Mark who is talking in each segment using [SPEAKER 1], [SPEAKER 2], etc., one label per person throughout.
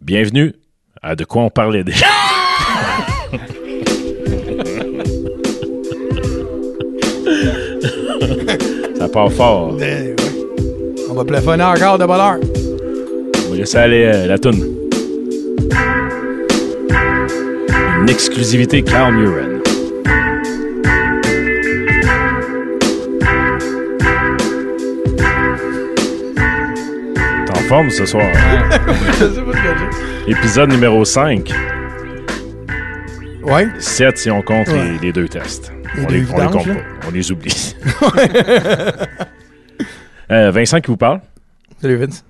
[SPEAKER 1] Bienvenue à De quoi on parlait déjà. Ça part fort.
[SPEAKER 2] Eh, ouais. On va plafonner encore de bonheur.
[SPEAKER 1] On va laisser aller euh, la toune. Une exclusivité Carl Muren. T'es en forme ce soir. hein?
[SPEAKER 2] Je sais pas ce que j'ai.
[SPEAKER 1] Épisode numéro 5.
[SPEAKER 2] Ouais.
[SPEAKER 1] 7 si on compte
[SPEAKER 2] Ouais.
[SPEAKER 1] les, les deux tests.
[SPEAKER 2] Les
[SPEAKER 1] on,
[SPEAKER 2] deux
[SPEAKER 1] les, on les
[SPEAKER 2] vidanges,
[SPEAKER 1] compte
[SPEAKER 2] là.
[SPEAKER 1] pas. On les oublie. Euh, Vincent qui vous parle.
[SPEAKER 2] Salut Vince.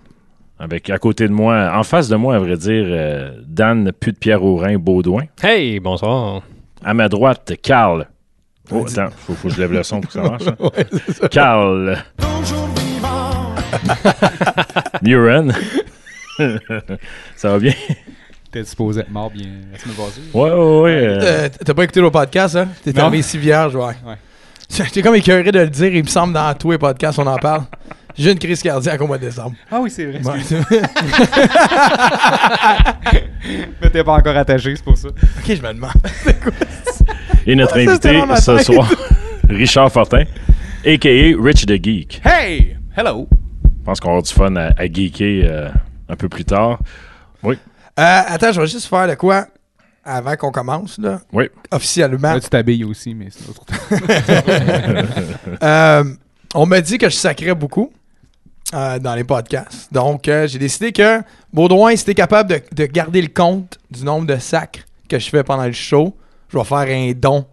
[SPEAKER 1] Avec à côté de moi, en face de moi, à vrai dire, euh, Dan Pute-Pierre Aurin Baudouin.
[SPEAKER 3] Hey, bonsoir.
[SPEAKER 1] À ma droite, Carl. Oh, attends, faut, faut que je lève le son pour que ça marche. hein. Carl. Muren. ça va bien?
[SPEAKER 4] T'es supposé être mort bien la semaine passée.
[SPEAKER 1] Ouais, ouais, ouais. euh,
[SPEAKER 2] Euh, T'as pas écouté nos podcasts, hein? T'es
[SPEAKER 4] Non.
[SPEAKER 2] arrivé si vierge, ouais.
[SPEAKER 4] Ouais.
[SPEAKER 2] J'étais comme écœuré de le dire, il me semble, dans tous les podcasts, on en parle. J'ai une crise cardiaque au mois de décembre.
[SPEAKER 4] Ah oui, c'est vrai.
[SPEAKER 2] Ouais.
[SPEAKER 4] excuse. Mais t'es pas encore attaché, c'est pour ça.
[SPEAKER 2] ok, je me demande.
[SPEAKER 1] et notre
[SPEAKER 2] ça, c'était
[SPEAKER 1] invité
[SPEAKER 2] dans ma
[SPEAKER 1] ce
[SPEAKER 2] tête.
[SPEAKER 1] soir, Richard Fortin, a.k.a. Rich the Geek.
[SPEAKER 4] Hey! Hello!
[SPEAKER 1] Je pense qu'on va avoir du fun à, à geeker euh, un peu plus tard.
[SPEAKER 2] Euh, attends, je vais juste faire de quoi avant qu'on commence, là.
[SPEAKER 1] Oui.
[SPEAKER 2] Officiellement.
[SPEAKER 4] Là, tu t'habilles aussi, mais c'est autre
[SPEAKER 2] Euh, on m'a dit que je sacrais beaucoup euh, dans les podcasts. Donc, euh, j'ai décidé que Baudouin, si t'es capable de, de garder le compte du nombre de sacres que je fais pendant le show, je vais faire un don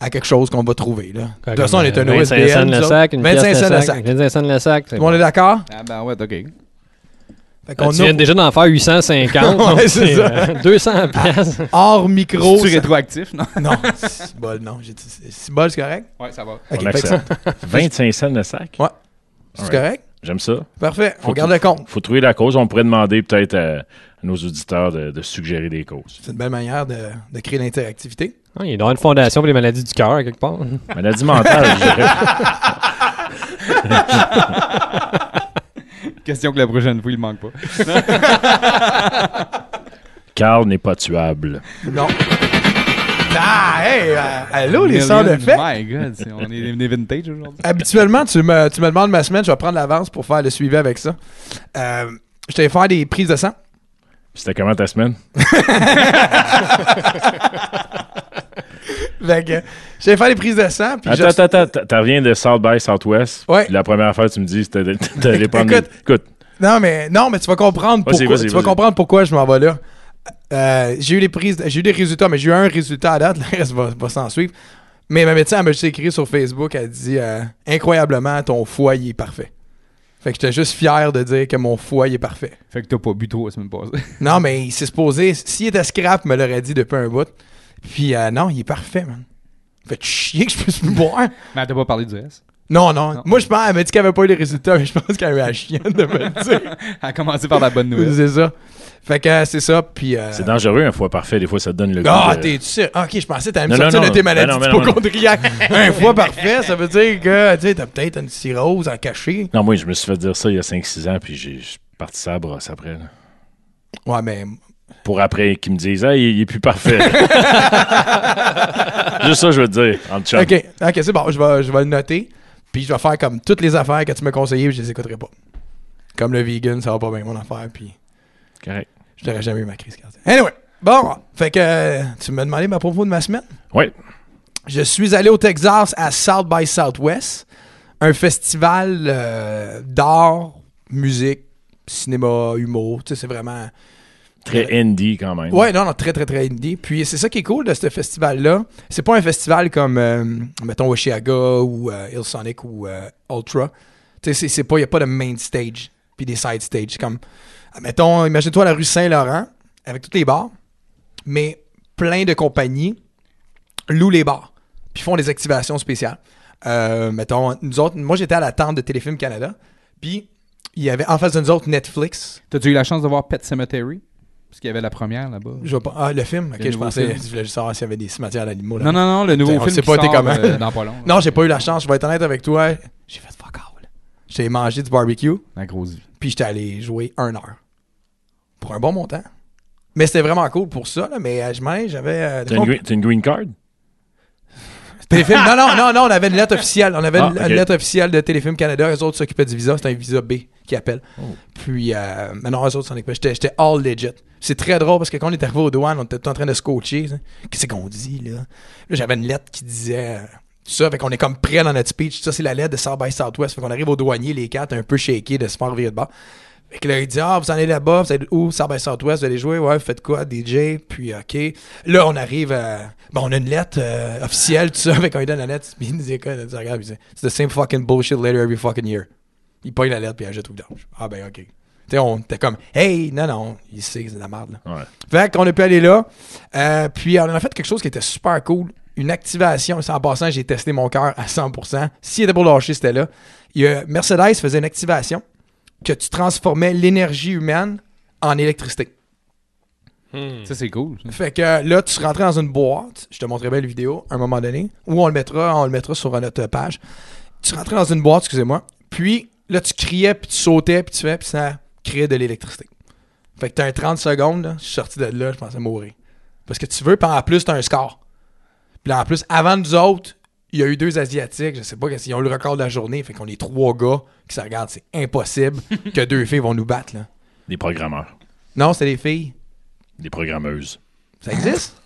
[SPEAKER 2] à quelque chose qu'on va trouver. Là. De toute façon, on est un
[SPEAKER 3] 25 cents
[SPEAKER 2] OSBL. nous
[SPEAKER 3] le
[SPEAKER 2] autres.
[SPEAKER 3] sac, une
[SPEAKER 2] 25
[SPEAKER 3] pièce
[SPEAKER 2] cents
[SPEAKER 3] le
[SPEAKER 2] le
[SPEAKER 3] sac.
[SPEAKER 2] sac.
[SPEAKER 3] 25 cents le sac. c'est
[SPEAKER 2] Tout le monde
[SPEAKER 3] bon.
[SPEAKER 2] est d'accord?
[SPEAKER 4] Ah ben ouais, ok.
[SPEAKER 2] Fait
[SPEAKER 3] Ah,
[SPEAKER 2] qu'on
[SPEAKER 3] Tu viens
[SPEAKER 2] ouvre
[SPEAKER 3] déjà d'en faire 850. donc
[SPEAKER 2] Ouais, c'est
[SPEAKER 3] c'est,
[SPEAKER 2] ça.
[SPEAKER 3] euh, 200 pièces.
[SPEAKER 2] hors micro.
[SPEAKER 4] tu
[SPEAKER 2] ça-
[SPEAKER 4] rétroactif, non?
[SPEAKER 2] Non, c'est bol, non. J'ai dit- C'est c'est bol, c'est correct?
[SPEAKER 4] Ouais, ça va.
[SPEAKER 2] Ok,
[SPEAKER 1] on
[SPEAKER 2] fait que
[SPEAKER 1] accepte. 25 cents le sac?
[SPEAKER 2] Ouais. C'est
[SPEAKER 1] Alright.
[SPEAKER 2] correct?
[SPEAKER 1] J'aime ça.
[SPEAKER 2] Parfait.
[SPEAKER 1] Faut
[SPEAKER 2] on garde le compte.
[SPEAKER 1] Faut trouver la cause. On pourrait demander peut-être à, à nos auditeurs de, de suggérer des causes.
[SPEAKER 2] C'est une belle manière de, de créer l'interactivité.
[SPEAKER 3] Ah, il doit y avoir une fondation pour les maladies du cœur, quelque part.
[SPEAKER 2] Hmm.
[SPEAKER 1] Maladie mentale, je dirais.
[SPEAKER 4] Question que la prochaine fois, il manque pas.
[SPEAKER 1] Carl n'est pas tuable.
[SPEAKER 2] Non. Ah, hey, euh, allô, les sœurs de
[SPEAKER 4] Million-
[SPEAKER 2] fait.
[SPEAKER 4] My god, c'est- on est des vintage aujourd'hui.
[SPEAKER 2] Habituellement, tu me, tu me demandes ma semaine, je vais prendre l'avance pour faire le suivi avec ça. Euh, je t'ai faire des prises de sang.
[SPEAKER 1] C'était comment ta semaine?
[SPEAKER 2] Fait que, je t'ai faire des prises de sang. Puis
[SPEAKER 1] Attends,
[SPEAKER 2] je-
[SPEAKER 1] attends, attends. T'en reviens de South by Southwest.
[SPEAKER 2] Ouais.
[SPEAKER 1] Puis La première affaire, tu me dis, c'était de- d'aller prendre.
[SPEAKER 2] Écoute.
[SPEAKER 1] des- Écoute.
[SPEAKER 2] Non, mais, non, mais tu vas comprendre
[SPEAKER 1] Vas-y,
[SPEAKER 2] pourquoi,
[SPEAKER 1] vas-y,
[SPEAKER 2] tu vas
[SPEAKER 1] vas-y.
[SPEAKER 2] comprendre pourquoi je m'en vais là. Euh, j'ai eu les prises, j'ai eu des résultats, mais j'ai eu un résultat à date, le reste va, va s'en suivre. Mais ma médecin elle m'a juste écrit sur Facebook, elle dit euh, Incroyablement, ton foie il est parfait. Fait que j'étais juste fier de dire que mon foie il est parfait.
[SPEAKER 4] Fait que t'as pas bu trop la semaine passée.
[SPEAKER 2] Non, mais il s'est supposé. S'il était scrap, il me l'aurait dit depuis un bout. Puis euh, non, il est parfait, man. Fait chier que je puisse plus boire.
[SPEAKER 4] Mais t'as pas parlé du reste.
[SPEAKER 2] Non, non.
[SPEAKER 4] Non.
[SPEAKER 2] Moi, je pense, elle m'a dit qu'elle avait pas eu les résultats, mais je pense qu'elle avait la chienne de me le dire.
[SPEAKER 4] Elle a commencé par la bonne nouvelle.
[SPEAKER 2] c'est ça. Fait que euh, c'est ça, puis. euh,
[SPEAKER 1] C'est dangereux, un foie parfait. Des fois, ça te donne le goût.
[SPEAKER 2] Ah,
[SPEAKER 1] de-
[SPEAKER 2] t'es sûr? Ah, Ok, je pensais que t'allais me
[SPEAKER 1] Non, non,
[SPEAKER 2] sortir
[SPEAKER 1] non.
[SPEAKER 2] de tes
[SPEAKER 1] Ben
[SPEAKER 2] maladies
[SPEAKER 1] non, ben non, non.
[SPEAKER 2] hypochondriaques. un foie parfait, ça veut dire que, tu sais, t'as peut-être une cirrhose en cachet.
[SPEAKER 1] Non, moi, je me suis fait dire ça il y a 5-6 ans, puis j'ai je suis parti ça à la brosse après. là.
[SPEAKER 2] Ouais, mais.
[SPEAKER 1] Pour après qu'ils me disent, ah, il, il est plus parfait. Juste ça, je veux te dire, en chat.
[SPEAKER 2] Ok, ok, c'est bon, je vais, je vais le noter. Puis je vais faire comme toutes les affaires que tu me conseillais, puis je les écouterai pas. Comme le vegan, ça va pas bien mon affaire, puis
[SPEAKER 1] Correct.
[SPEAKER 2] je n'aurais jamais eu ma crise cardiaque. Anyway, bon, fait que euh, tu me demandais ma propos de ma semaine.
[SPEAKER 1] Oui.
[SPEAKER 2] Je suis allé au Texas à South by Southwest, un festival euh, d'art, musique, cinéma, humour. Tu sais, c'est vraiment
[SPEAKER 1] Très indie quand même.
[SPEAKER 2] Ouais, non, non, très, très, très indie. Puis c'est ça qui est cool de ce festival-là. C'est pas un festival comme, euh, mettons, Oshiaga ou euh, Hillsonic ou euh, Ultra. Tu sais, c'est- c'est pas, il n'y a pas de main stage puis des side stage. C'est comme, mettons, imagine-toi la rue Saint-Laurent avec tous les bars, mais plein de compagnies louent les bars puis font des activations spéciales. Euh, mettons, nous autres, moi j'étais à la tente de Téléfilm Canada, puis il y avait en face de nous autres Netflix.
[SPEAKER 4] T'as-tu eu la chance de voir Pet Cemetery? Parce qu'il y avait la première là-bas.
[SPEAKER 2] Je vois pas- Ah, le film? Ok,
[SPEAKER 4] Le
[SPEAKER 2] je
[SPEAKER 4] nouveau
[SPEAKER 2] pensais.
[SPEAKER 4] film.
[SPEAKER 2] Je voulais juste savoir s'il y avait des cimetières d'animaux. là.
[SPEAKER 4] Non, non, non, le nouveau
[SPEAKER 2] On
[SPEAKER 4] film
[SPEAKER 2] sait
[SPEAKER 4] qui
[SPEAKER 2] pas, t'es
[SPEAKER 4] sort,
[SPEAKER 2] comment.
[SPEAKER 4] euh, dans pas long.
[SPEAKER 2] Non, j'ai pas eu la chance. Je vais être honnête avec toi. J'ai fait fuck all. J'ai mangé du barbecue,
[SPEAKER 4] La grosse vie.
[SPEAKER 2] puis j'étais allé jouer un heure. Pour un bon montant. Mais c'était vraiment cool pour ça, là, mais euh, je m'en j'avais. euh,
[SPEAKER 1] T'as une, green- t'as une green card?
[SPEAKER 2] Téléfilm. Non, non, non, non, on avait une lettre officielle. On avait
[SPEAKER 1] Ah,
[SPEAKER 2] une,
[SPEAKER 1] ok.
[SPEAKER 2] une lettre officielle de Téléfilm Canada. Eux autres s'occupaient du visa. C'était un visa B qui appelle.
[SPEAKER 1] Oh.
[SPEAKER 2] Puis, euh, mais non, eux autres s'en occupaient. J'étais, j'étais all legit. C'est très drôle parce que quand on est arrivé aux douanes, on était tout en train de se coacher. ça. Qu'est-ce qu'on dit, là? Là, j'avais une lettre qui disait. euh, tout ça, fait qu'on est comme prêt dans notre speech. Ça, c'est la lettre de South by Southwest. Fait qu'on arrive aux douaniers, les quatre, un peu shakés de se faire virer de bord. Fait que là, il dit Ah, vous en allez là-bas, vous allez où South by Southwest, vous allez jouer, ouais, vous faites quoi, DJ Puis, euh, OK. Là, on arrive à. Bon, on a une lettre euh, officielle, tout ça. Fait qu'on lui donne la lettre, puis il nous dit quoi Il dit Regarde, il dit, It's the same fucking bullshit later every fucking year. Il pogne la lettre, puis il la jette au vidange. Ah, ben, OK. Tu sais, on était comme Hey, non, non, il sait que c'est de la merde, là.
[SPEAKER 1] Ouais.
[SPEAKER 2] Fait qu'on a pu aller là. Euh, puis on a fait quelque chose qui était super cool. Une activation. En passant, j'ai testé mon cœur à 100%. S'il était pour lâcher, c'était là. Il y a- Mercedes faisait une activation que tu transformais l'énergie humaine en électricité.
[SPEAKER 3] Hmm.
[SPEAKER 4] Ça, c'est cool. ça.
[SPEAKER 2] Fait que euh, là, tu rentrais dans une boîte. Je te montrerai bien la vidéo à un moment donné. Ou on le mettra, on le mettra sur notre page. Tu rentrais dans une boîte, excusez-moi. Puis là, tu criais, puis tu sautais, puis tu fais, puis ça créait de l'électricité. Fait que t'as un 30 secondes, là, je suis sorti de là, je pensais mourir. Parce que tu veux, puis en plus, t'as un score. Puis là, en plus, avant nous autres, il y a eu deux Asiatiques, je sais pas s'ils ont eu le record de la journée, fait qu'on est trois gars qui se regardent. C'est impossible que deux filles vont nous battre, là.
[SPEAKER 1] Des programmeurs.
[SPEAKER 2] Non, c'est des filles.
[SPEAKER 1] Des programmeuses.
[SPEAKER 2] Ça existe?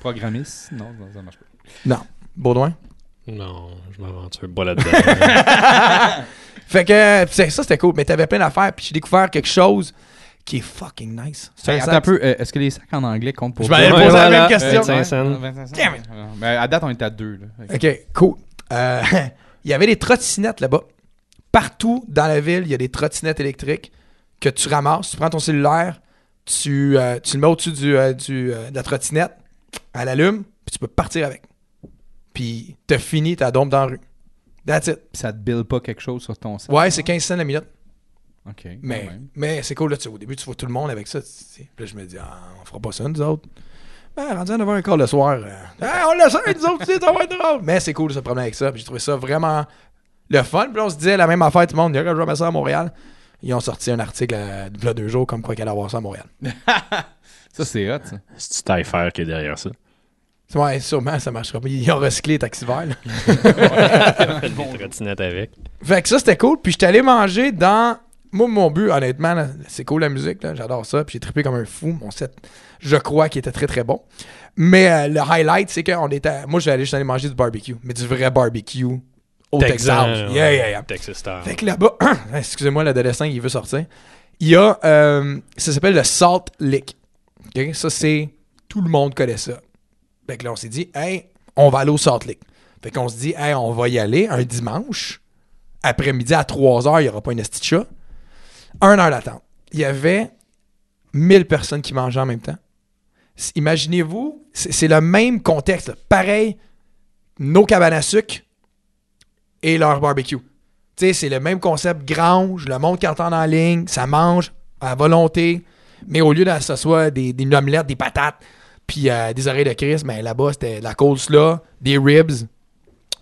[SPEAKER 4] Programmiste. Non, non, ça marche pas.
[SPEAKER 2] Baudouin?
[SPEAKER 3] Non, je m'aventure pas là-dedans.
[SPEAKER 2] Fait que c'est- ça, c'était cool. Mais t'avais plein d'affaires. Puis j'ai découvert quelque chose qui est fucking nice. C'est
[SPEAKER 4] Hey,
[SPEAKER 2] un
[SPEAKER 4] attends
[SPEAKER 2] sac-
[SPEAKER 4] un peu. euh, Est-ce que les sacs en anglais comptent pour
[SPEAKER 2] Je m'allais
[SPEAKER 4] toi?
[SPEAKER 2] le poser Ben, la
[SPEAKER 3] voilà.
[SPEAKER 2] même question.
[SPEAKER 3] Euh, 25 cents.
[SPEAKER 4] Ouais, 25 cents.
[SPEAKER 2] Damn
[SPEAKER 4] Ouais, ouais. Ben, à date, on est à deux. Là. Fait que-
[SPEAKER 2] OK, cool. Euh, il y avait des trottinettes là-bas. Partout dans la ville, il y a des trottinettes électriques que tu ramasses. Tu prends ton cellulaire, tu, euh, tu le mets au-dessus du, euh, du, euh, de la trottinette, elle allume, puis tu peux partir avec. Puis t'as fini ta dompe dans la rue. That's it.
[SPEAKER 4] Puis Ça te build pas quelque chose sur ton sac.
[SPEAKER 2] Ouais, c'est 15 cents la minute.
[SPEAKER 4] OK.
[SPEAKER 2] Mais,
[SPEAKER 4] quand même.
[SPEAKER 2] mais c'est cool, là, tu sais, au début, tu vois tout le monde avec ça. tu sais. Puis là, je me dis, ah, on fera pas ça, nous autres. Ben, rendu à 9h15 le soir, euh, Ah, on l'a ça, nous autres, tu sais, ça va être drôle. Mais c'est cool, ce problème avec ça. Puis j'ai trouvé ça vraiment le fun. Puis là, on se disait la même affaire, tout le monde, il y a jamais ça à Montréal. Ils ont sorti un article euh, il y a deux jours comme quoi qu'elle allait avoir ça à Montréal.
[SPEAKER 4] Ça, c'est hot, ça.
[SPEAKER 1] C'est-tu Taillefer qui est derrière ça?
[SPEAKER 2] Ouais, sûrement, ça marchera pas. Ils ont recyclé les taxis verts, là.
[SPEAKER 3] Des trottinettes avec.
[SPEAKER 2] Fait que ça, c'était cool. Puis j'étais allé manger dans. Moi, mon but, honnêtement, là, c'est cool la musique, là, j'adore ça. Puis j'ai trippé comme un fou. Mon set, je crois qu'il était très très bon. Mais euh, le highlight, c'est qu'on était. Moi, je vais aller juste aller manger du barbecue, mais du vrai barbecue au Texas.
[SPEAKER 3] Texan,
[SPEAKER 2] Yeah,
[SPEAKER 3] ouais.
[SPEAKER 2] yeah, yeah.
[SPEAKER 3] Texas Star.
[SPEAKER 2] Fait que là-bas, excusez-moi, l'adolescent, il veut sortir. Il y a, euh, ça s'appelle le Salt Lick. Ok? Ça, c'est, tout le monde connaît ça. Fait que là, on s'est dit, hey, on va aller au Salt Lick. Fait qu'on se dit, hey, on va y aller un dimanche. Après-midi, à 3h, il n'y aura pas une esti de chat. Un heure d'attente. Il y avait 1000 personnes qui mangeaient en même temps. S- Imaginez-vous, c'est c'est le même contexte. là. Pareil, nos cabanes à sucre et leur barbecue. Tu sais, c'est le même concept grange, le monde qui entend en ligne, ça mange à volonté, mais au lieu que ce soit des, des omelettes, des patates, puis euh, des oreilles de Chris, mais là-bas, c'était de la coleslaw, des ribs,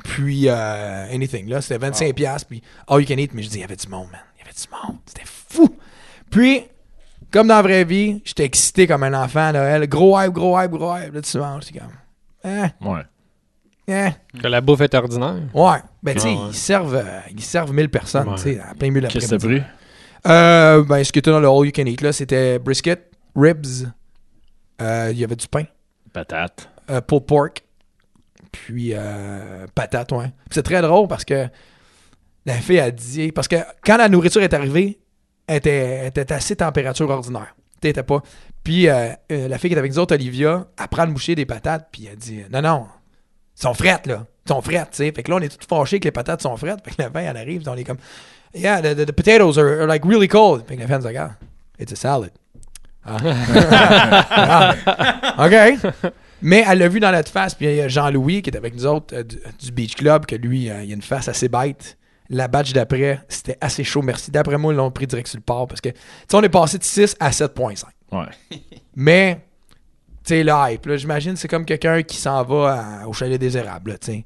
[SPEAKER 2] puis euh, anything. Là, c'était 25$, piastres, puis all you can eat. Mais je dis, il y avait du monde, man. Il y avait du monde. C'était fou. Puis, comme dans la vraie vie, j'étais excité comme un enfant à Noël. Gros hype, gros hype, gros hype. Là, tu manges, c'est comme... Hein,
[SPEAKER 1] Ouais.
[SPEAKER 2] hein.
[SPEAKER 3] Que la bouffe est ordinaire.
[SPEAKER 2] Ouais. Ben, tu sais,
[SPEAKER 3] Ah, ouais.
[SPEAKER 2] ils servent, euh, ils servent 1000 personnes,
[SPEAKER 3] Ouais.
[SPEAKER 2] tu sais, à plein milieu de
[SPEAKER 1] Qu'est-ce que t'as
[SPEAKER 2] l'après-midi.
[SPEAKER 1] pris?
[SPEAKER 2] Euh, ben, ce qui était dans le All You Can Eat, là, c'était brisket, ribs, euh, il y avait du pain,
[SPEAKER 1] Patate.
[SPEAKER 2] euh, pulled pork, puis euh, patate, ouais. Puis C'est très drôle parce que la fille a dit... Parce que quand la nourriture est arrivée, elle était, elle était assez température ordinaire. T'étais pas... Puis euh, euh, la fille qui était avec nous autres, Olivia, elle prend le moucher des patates, puis elle dit « Non, non, ils sont frettes, là. Ils sont frettes, tu sais. Fait que là, on est tous fâchés que les patates sont frettes. Fait que la fin, elle arrive, on est comme, yeah, the, the- the potatoes are, are like really cold. Fait que la fin, elle regarde, it's a salad. Ah. Ah. OK. Mais elle l'a vu dans notre face, puis il y a Jean-Louis qui est avec nous autres euh, du, du Beach Club, que lui, euh, il a une face assez bête. La badge d'après, c'était assez chaud, merci. D'après moi, ils l'ont pris direct sur le port parce que, tu sais, on est passé de 6 à 7,5.
[SPEAKER 1] Ouais.
[SPEAKER 2] Mais, tu sais, le hype, là, j'imagine, c'est comme quelqu'un qui s'en va à- au chalet des érables, là, tu sais.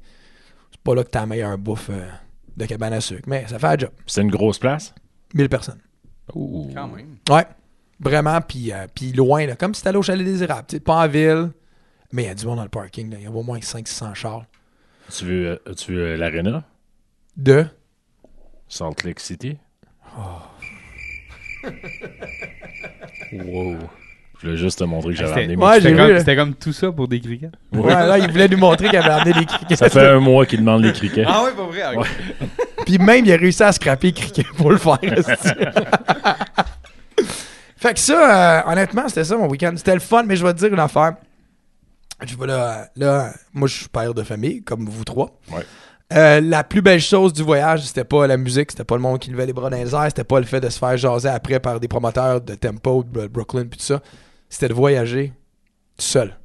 [SPEAKER 2] C'est pas là que t'as la meilleure bouffe euh, de cabane à sucre, mais ça fait un job.
[SPEAKER 1] C'est une grosse place?
[SPEAKER 2] 1000 personnes.
[SPEAKER 1] Ouh.
[SPEAKER 4] Quand même.
[SPEAKER 2] Ouais. Vraiment, puis euh, puis loin, là, comme si t'allais au chalet des érables. tu sais, Pas en ville, mais il y a du monde dans le parking. là. Il y a au moins 500-600 chars.
[SPEAKER 1] Tu veux, euh, tu veux l'Arena?
[SPEAKER 2] De.
[SPEAKER 1] Salt Lake City?
[SPEAKER 2] Oh.
[SPEAKER 3] Wow.
[SPEAKER 1] Je voulais juste te montrer que j'avais
[SPEAKER 4] C'était-
[SPEAKER 1] amené mes
[SPEAKER 2] Ah, Ouais,
[SPEAKER 4] C'était
[SPEAKER 2] j'ai vu,
[SPEAKER 4] comme,
[SPEAKER 2] là.
[SPEAKER 4] c'était comme tout ça pour des criquets.
[SPEAKER 1] Ouais.
[SPEAKER 2] Ouais, là, il voulait nous montrer qu'il avait amené les criquets.
[SPEAKER 1] Ça fait un mois qu'il demande les criquets.
[SPEAKER 4] Ah oui, pour vrai. ok.
[SPEAKER 1] Ouais.
[SPEAKER 2] Puis même, il a réussi à scraper criquet pour le faire. esti. fait que ça, euh, honnêtement, c'était ça mon week-end. C'était le fun, mais je vais te dire une affaire. Je vois là, là, moi, je suis père de famille, comme vous trois.
[SPEAKER 1] Ouais.
[SPEAKER 2] Euh, la plus belle chose du voyage, c'était pas la musique, c'était pas le monde qui levait les bras dans les airs, c'était pas le fait de se faire jaser après par des promoteurs de tempo, de Brooklyn, puis tout ça. C'était de voyager seul.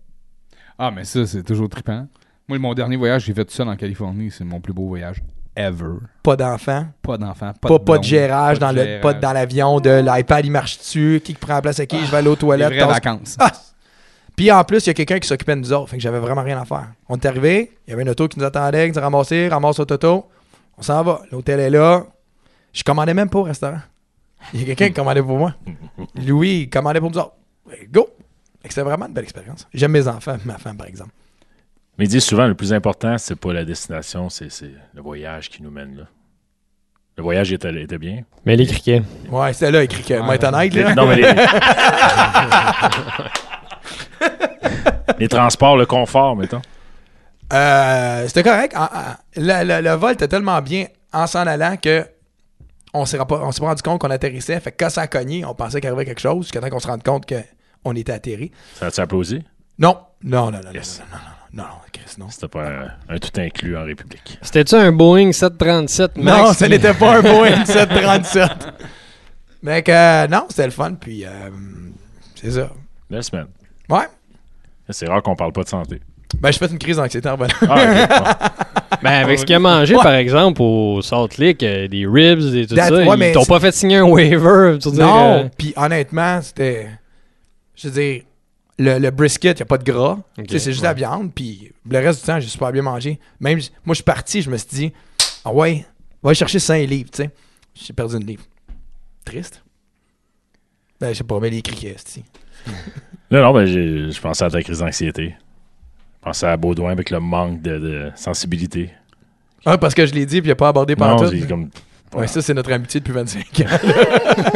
[SPEAKER 4] Ah, mais ça, c'est toujours trippant. Moi, mon dernier voyage, j'ai fait tout seul en Californie. C'est mon plus beau voyage ever.
[SPEAKER 2] Pas d'enfants,
[SPEAKER 4] Pas d'enfant,
[SPEAKER 2] pas,
[SPEAKER 4] pas, de
[SPEAKER 2] pas de
[SPEAKER 4] blonde,
[SPEAKER 2] gérage
[SPEAKER 4] pas
[SPEAKER 2] dans
[SPEAKER 4] de
[SPEAKER 2] le
[SPEAKER 4] gérage.
[SPEAKER 2] pas dans l'avion de l'iPad il marche dessus qui prend la place à qui je vais aller aux
[SPEAKER 4] Des
[SPEAKER 2] toilettes
[SPEAKER 4] vraies
[SPEAKER 2] tasse-
[SPEAKER 4] vacances.
[SPEAKER 2] Ah! puis en plus il y a quelqu'un qui s'occupait de nous autres fait que j'avais vraiment rien à faire on est arrivé il y avait une auto qui nous attendait qui nous a ramassé ramasse au toto on s'en va l'hôtel est là je commandais même pas au restaurant il y a quelqu'un qui commandait pour moi Louis il commandait pour nous autres Fait que go Fait que c'était vraiment une belle expérience j'aime mes enfants ma femme par exemple
[SPEAKER 1] Mais ils disent souvent, le plus important, c'est pas la destination, c'est c'est le voyage qui nous mène là. Le voyage était, était bien.
[SPEAKER 3] Mais les criquets.
[SPEAKER 2] ouais c'était là écrit que moi être honnête, là.
[SPEAKER 1] Non, mais les... Les transports, le confort, mettons.
[SPEAKER 2] Euh, c'était correct. En- en- le, le- le vol était tellement bien en s'en allant que on s'est rappo- on s'est pas rendu compte qu'on atterrissait. Fait que quand ça a cogné, on pensait qu'il arrivait quelque chose jusqu'à temps qu'on se rende compte qu'on était atterri.
[SPEAKER 1] Ça a-tu applaudi?
[SPEAKER 2] Non, non, non, non, non,
[SPEAKER 1] Yes.
[SPEAKER 2] non, non, non, non, non, Chris, non.
[SPEAKER 1] C'était pas un, un tout inclus en République.
[SPEAKER 3] C'était-tu un Boeing 737 Max?
[SPEAKER 2] Non, ce n'était pas un Boeing 737. Mais que, non, c'était le fun. Puis, euh, c'est ça.
[SPEAKER 1] Belle semaine.
[SPEAKER 2] Ouais.
[SPEAKER 1] C'est rare qu'on parle pas de santé.
[SPEAKER 2] Ben, je fais une crise d'anxiété en volant.
[SPEAKER 1] Ah, ok.
[SPEAKER 3] Ben, avec ce qu'il a mangé, par exemple, au Salt Lake, euh, des ribs et tout
[SPEAKER 2] That-
[SPEAKER 3] ça,
[SPEAKER 2] ouais, mais
[SPEAKER 3] ils t'ont
[SPEAKER 2] c'est-
[SPEAKER 3] pas fait signer un waiver. tu veux dire,
[SPEAKER 2] Non,
[SPEAKER 3] euh,
[SPEAKER 2] puis honnêtement, c'était. Je veux dire, le, le brisket, il n'y a pas de gras. Tu sais, c'est juste la
[SPEAKER 3] ouais.
[SPEAKER 2] viande. Puis le reste du temps, j'ai super bien mangé. Même, j- moi, je suis parti, je me suis dit, ah ouais, va chercher 5 livres, tu sais. J'ai perdu une livre. Triste. Ben, je sais pas, mais les criquets, tu
[SPEAKER 1] non, non, ben, j'ai- je pensais à ta crise d'anxiété. Je pensais à Baudouin avec le manque de, de sensibilité.
[SPEAKER 2] Ah, parce que je l'ai dit, puis il n'a pas abordé
[SPEAKER 1] Non,
[SPEAKER 2] pendant tout.
[SPEAKER 1] c'est comme-
[SPEAKER 2] Ouais, ça, c'est notre amitié depuis 25 ans.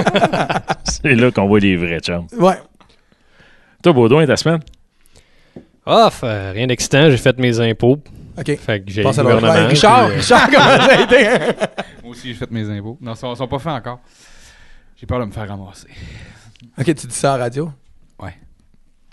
[SPEAKER 1] c'est là qu'on voit les vrais chums.
[SPEAKER 2] ouais.
[SPEAKER 1] Toi, Baudouin, ta semaine?
[SPEAKER 3] Off, euh, rien d'excitant, j'ai fait mes impôts.
[SPEAKER 2] OK.
[SPEAKER 3] Fait que j'ai le
[SPEAKER 2] Pense à leur
[SPEAKER 3] gouvernement.
[SPEAKER 2] Ouais, Richard,
[SPEAKER 3] puis, euh,
[SPEAKER 2] Richard, comment ça a été?
[SPEAKER 4] Moi aussi, j'ai fait mes impôts. Non, ils sont, ils sont pas faits encore. J'ai peur de me faire ramasser.
[SPEAKER 2] OK, tu dis ça en radio?
[SPEAKER 4] Ouais.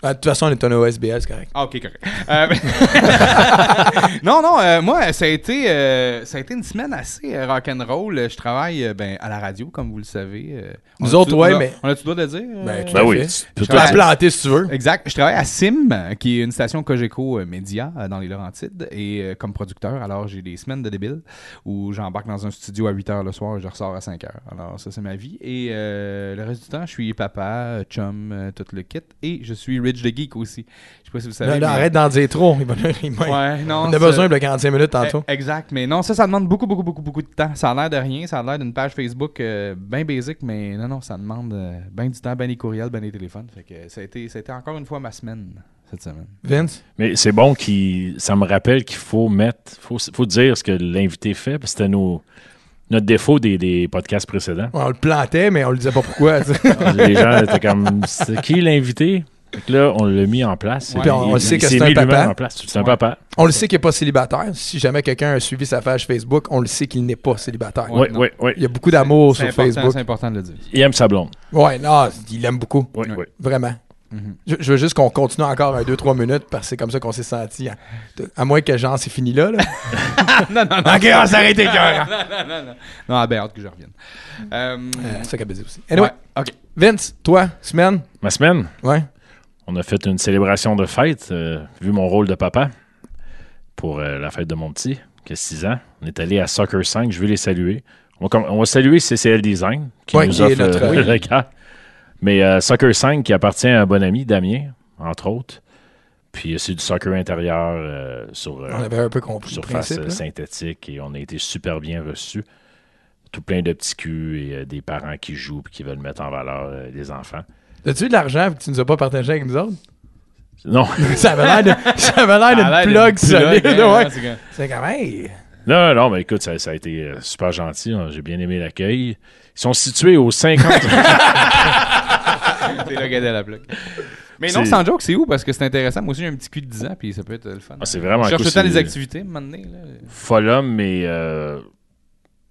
[SPEAKER 2] Ah, de toute façon, on est un OSBL, c'est correct.
[SPEAKER 4] Ah, ok, correct. Euh, non, non, euh, moi, ça a, été, euh, ça a été une semaine assez euh, rock'n'roll. Je travaille euh, ben, à la radio, comme vous le savez. Euh, on
[SPEAKER 2] Nous
[SPEAKER 4] a-tu-
[SPEAKER 2] autres, ouais,
[SPEAKER 4] on a-
[SPEAKER 2] mais-
[SPEAKER 4] On a-tu le droit de dire? euh,
[SPEAKER 2] Ben, tout
[SPEAKER 1] Ben
[SPEAKER 2] à
[SPEAKER 1] oui.
[SPEAKER 2] fait.
[SPEAKER 1] tu-
[SPEAKER 2] Tu
[SPEAKER 1] tu-
[SPEAKER 2] peux la planter si tu veux.
[SPEAKER 4] Exact. Je travaille à Sim, euh, qui est une station Cogeco euh, Média euh, dans les Laurentides, et euh, comme producteur, alors j'ai des semaines de débile où j'embarque dans un studio à 8 h le soir et je ressors à 5 h. Alors ça, c'est ma vie. Et euh, le reste du temps, je suis papa, chum, euh, tout le kit, et je suis Rich the Geek aussi. Je sais pas si vous savez.
[SPEAKER 2] Là, là,
[SPEAKER 4] mais-
[SPEAKER 2] arrête d'en dire trop. Il va- il va-
[SPEAKER 4] Ouais, non,
[SPEAKER 2] on a
[SPEAKER 4] ça-
[SPEAKER 2] besoin de 45 minutes tantôt.
[SPEAKER 4] Eh, Exact, mais non, ça, ça demande beaucoup, beaucoup, beaucoup, beaucoup de temps. Ça a l'air de rien, ça a l'air d'une page Facebook euh, bien basique, mais non, non, ça demande euh, bien du temps, bien des courriels, bien des téléphones. Fait que ça a, été, ça a été encore une fois ma semaine cette semaine.
[SPEAKER 2] Vince?
[SPEAKER 1] Mais c'est bon qu'il. Ça me rappelle qu'il faut mettre. faut, faut dire ce que l'invité fait. parce que C'était nos, notre défaut des, des podcasts précédents.
[SPEAKER 2] Ouais, on le plantait, mais on le disait pas pourquoi. tu sais.
[SPEAKER 1] Les gens étaient comme. C'est qui l'invité? Fait que là, on l'a mis en place.
[SPEAKER 4] Ouais.
[SPEAKER 1] Puis
[SPEAKER 4] on le
[SPEAKER 2] sait que
[SPEAKER 1] s'est
[SPEAKER 2] c'est un
[SPEAKER 1] mis lui-même
[SPEAKER 2] papa.
[SPEAKER 1] en place. C'est un
[SPEAKER 4] Ouais.
[SPEAKER 1] papa.
[SPEAKER 2] on le sait qu'il n'est pas célibataire. Si jamais quelqu'un a suivi sa page Facebook, on le sait qu'il n'est pas célibataire.
[SPEAKER 1] Oui,
[SPEAKER 4] Ouais,
[SPEAKER 1] oui, oui.
[SPEAKER 2] Il y a beaucoup d'amour
[SPEAKER 4] C'est
[SPEAKER 2] Oh, sur
[SPEAKER 4] important,
[SPEAKER 2] Facebook.
[SPEAKER 4] c'est important de le dire.
[SPEAKER 1] Il aime sa blonde.
[SPEAKER 2] Ouais, non, il l'aime beaucoup.
[SPEAKER 1] Oui, oui.
[SPEAKER 2] Vraiment.
[SPEAKER 4] Mhm.
[SPEAKER 2] Je, je veux juste qu'on continue encore un, deux, trois minutes parce que c'est comme ça qu'on s'est senti. À, à moins que genre, c'est fini là. là. Ah,
[SPEAKER 4] non, non,
[SPEAKER 2] ok, on s'arrête les cœurs.
[SPEAKER 4] non, non, non, non. Non, ah, ben, hâte que je revienne.
[SPEAKER 2] Euh,
[SPEAKER 4] Euh,
[SPEAKER 2] c'est ça qu'elle faisait aussi. Anyway,
[SPEAKER 4] ouais, ok.
[SPEAKER 2] Vince, toi, semaine?
[SPEAKER 1] Ma semaine,
[SPEAKER 2] Ouais.
[SPEAKER 1] on a fait une célébration de fête, euh, vu mon rôle de papa, pour euh, la fête de mon petit, qui a 6 ans. On est allé à Soccer 5, je vais les saluer. On va, com- on va saluer CCL Design, qui
[SPEAKER 2] Ouais,
[SPEAKER 1] nous
[SPEAKER 2] qui est
[SPEAKER 1] offre
[SPEAKER 2] notre-
[SPEAKER 1] euh,
[SPEAKER 2] oui.
[SPEAKER 1] le regard. Mais euh, Soccer 5, qui appartient à un bon ami, Damien, entre autres. Puis euh, c'est du soccer intérieur euh, sur... euh,
[SPEAKER 2] On avait un peu compris le
[SPEAKER 1] surface
[SPEAKER 2] principe.
[SPEAKER 1] euh,
[SPEAKER 2] là.
[SPEAKER 1] synthétique et on a été super bien reçus. Tout plein de petits culs et euh, des parents qui jouent et qui veulent mettre en valeur euh, les enfants.
[SPEAKER 2] As-tu eu de l'argent que tu nous as pas partagé avec nous autres?
[SPEAKER 1] Non.
[SPEAKER 2] ça avait l'air de- ça avait l'air d'une plug solide.
[SPEAKER 4] hein,
[SPEAKER 2] ouais. C'est comme, hey!
[SPEAKER 1] Non, non, mais écoute, ça, ça a été euh, super gentil. hein. J'ai bien aimé l'accueil. Ils sont situés au 50.
[SPEAKER 4] T'es le gars de la plug. Mais non,
[SPEAKER 1] C'est-
[SPEAKER 4] sans joke, c'est où? Parce que c'est intéressant. Moi aussi, j'ai un petit cul de 10 ans, puis ça peut être euh, le fun.
[SPEAKER 1] Ah, c'est vraiment
[SPEAKER 4] Je cherche
[SPEAKER 1] cool,
[SPEAKER 4] le temps
[SPEAKER 1] c'est-
[SPEAKER 4] des activités, à un moment donné, là.
[SPEAKER 1] Folum et euh,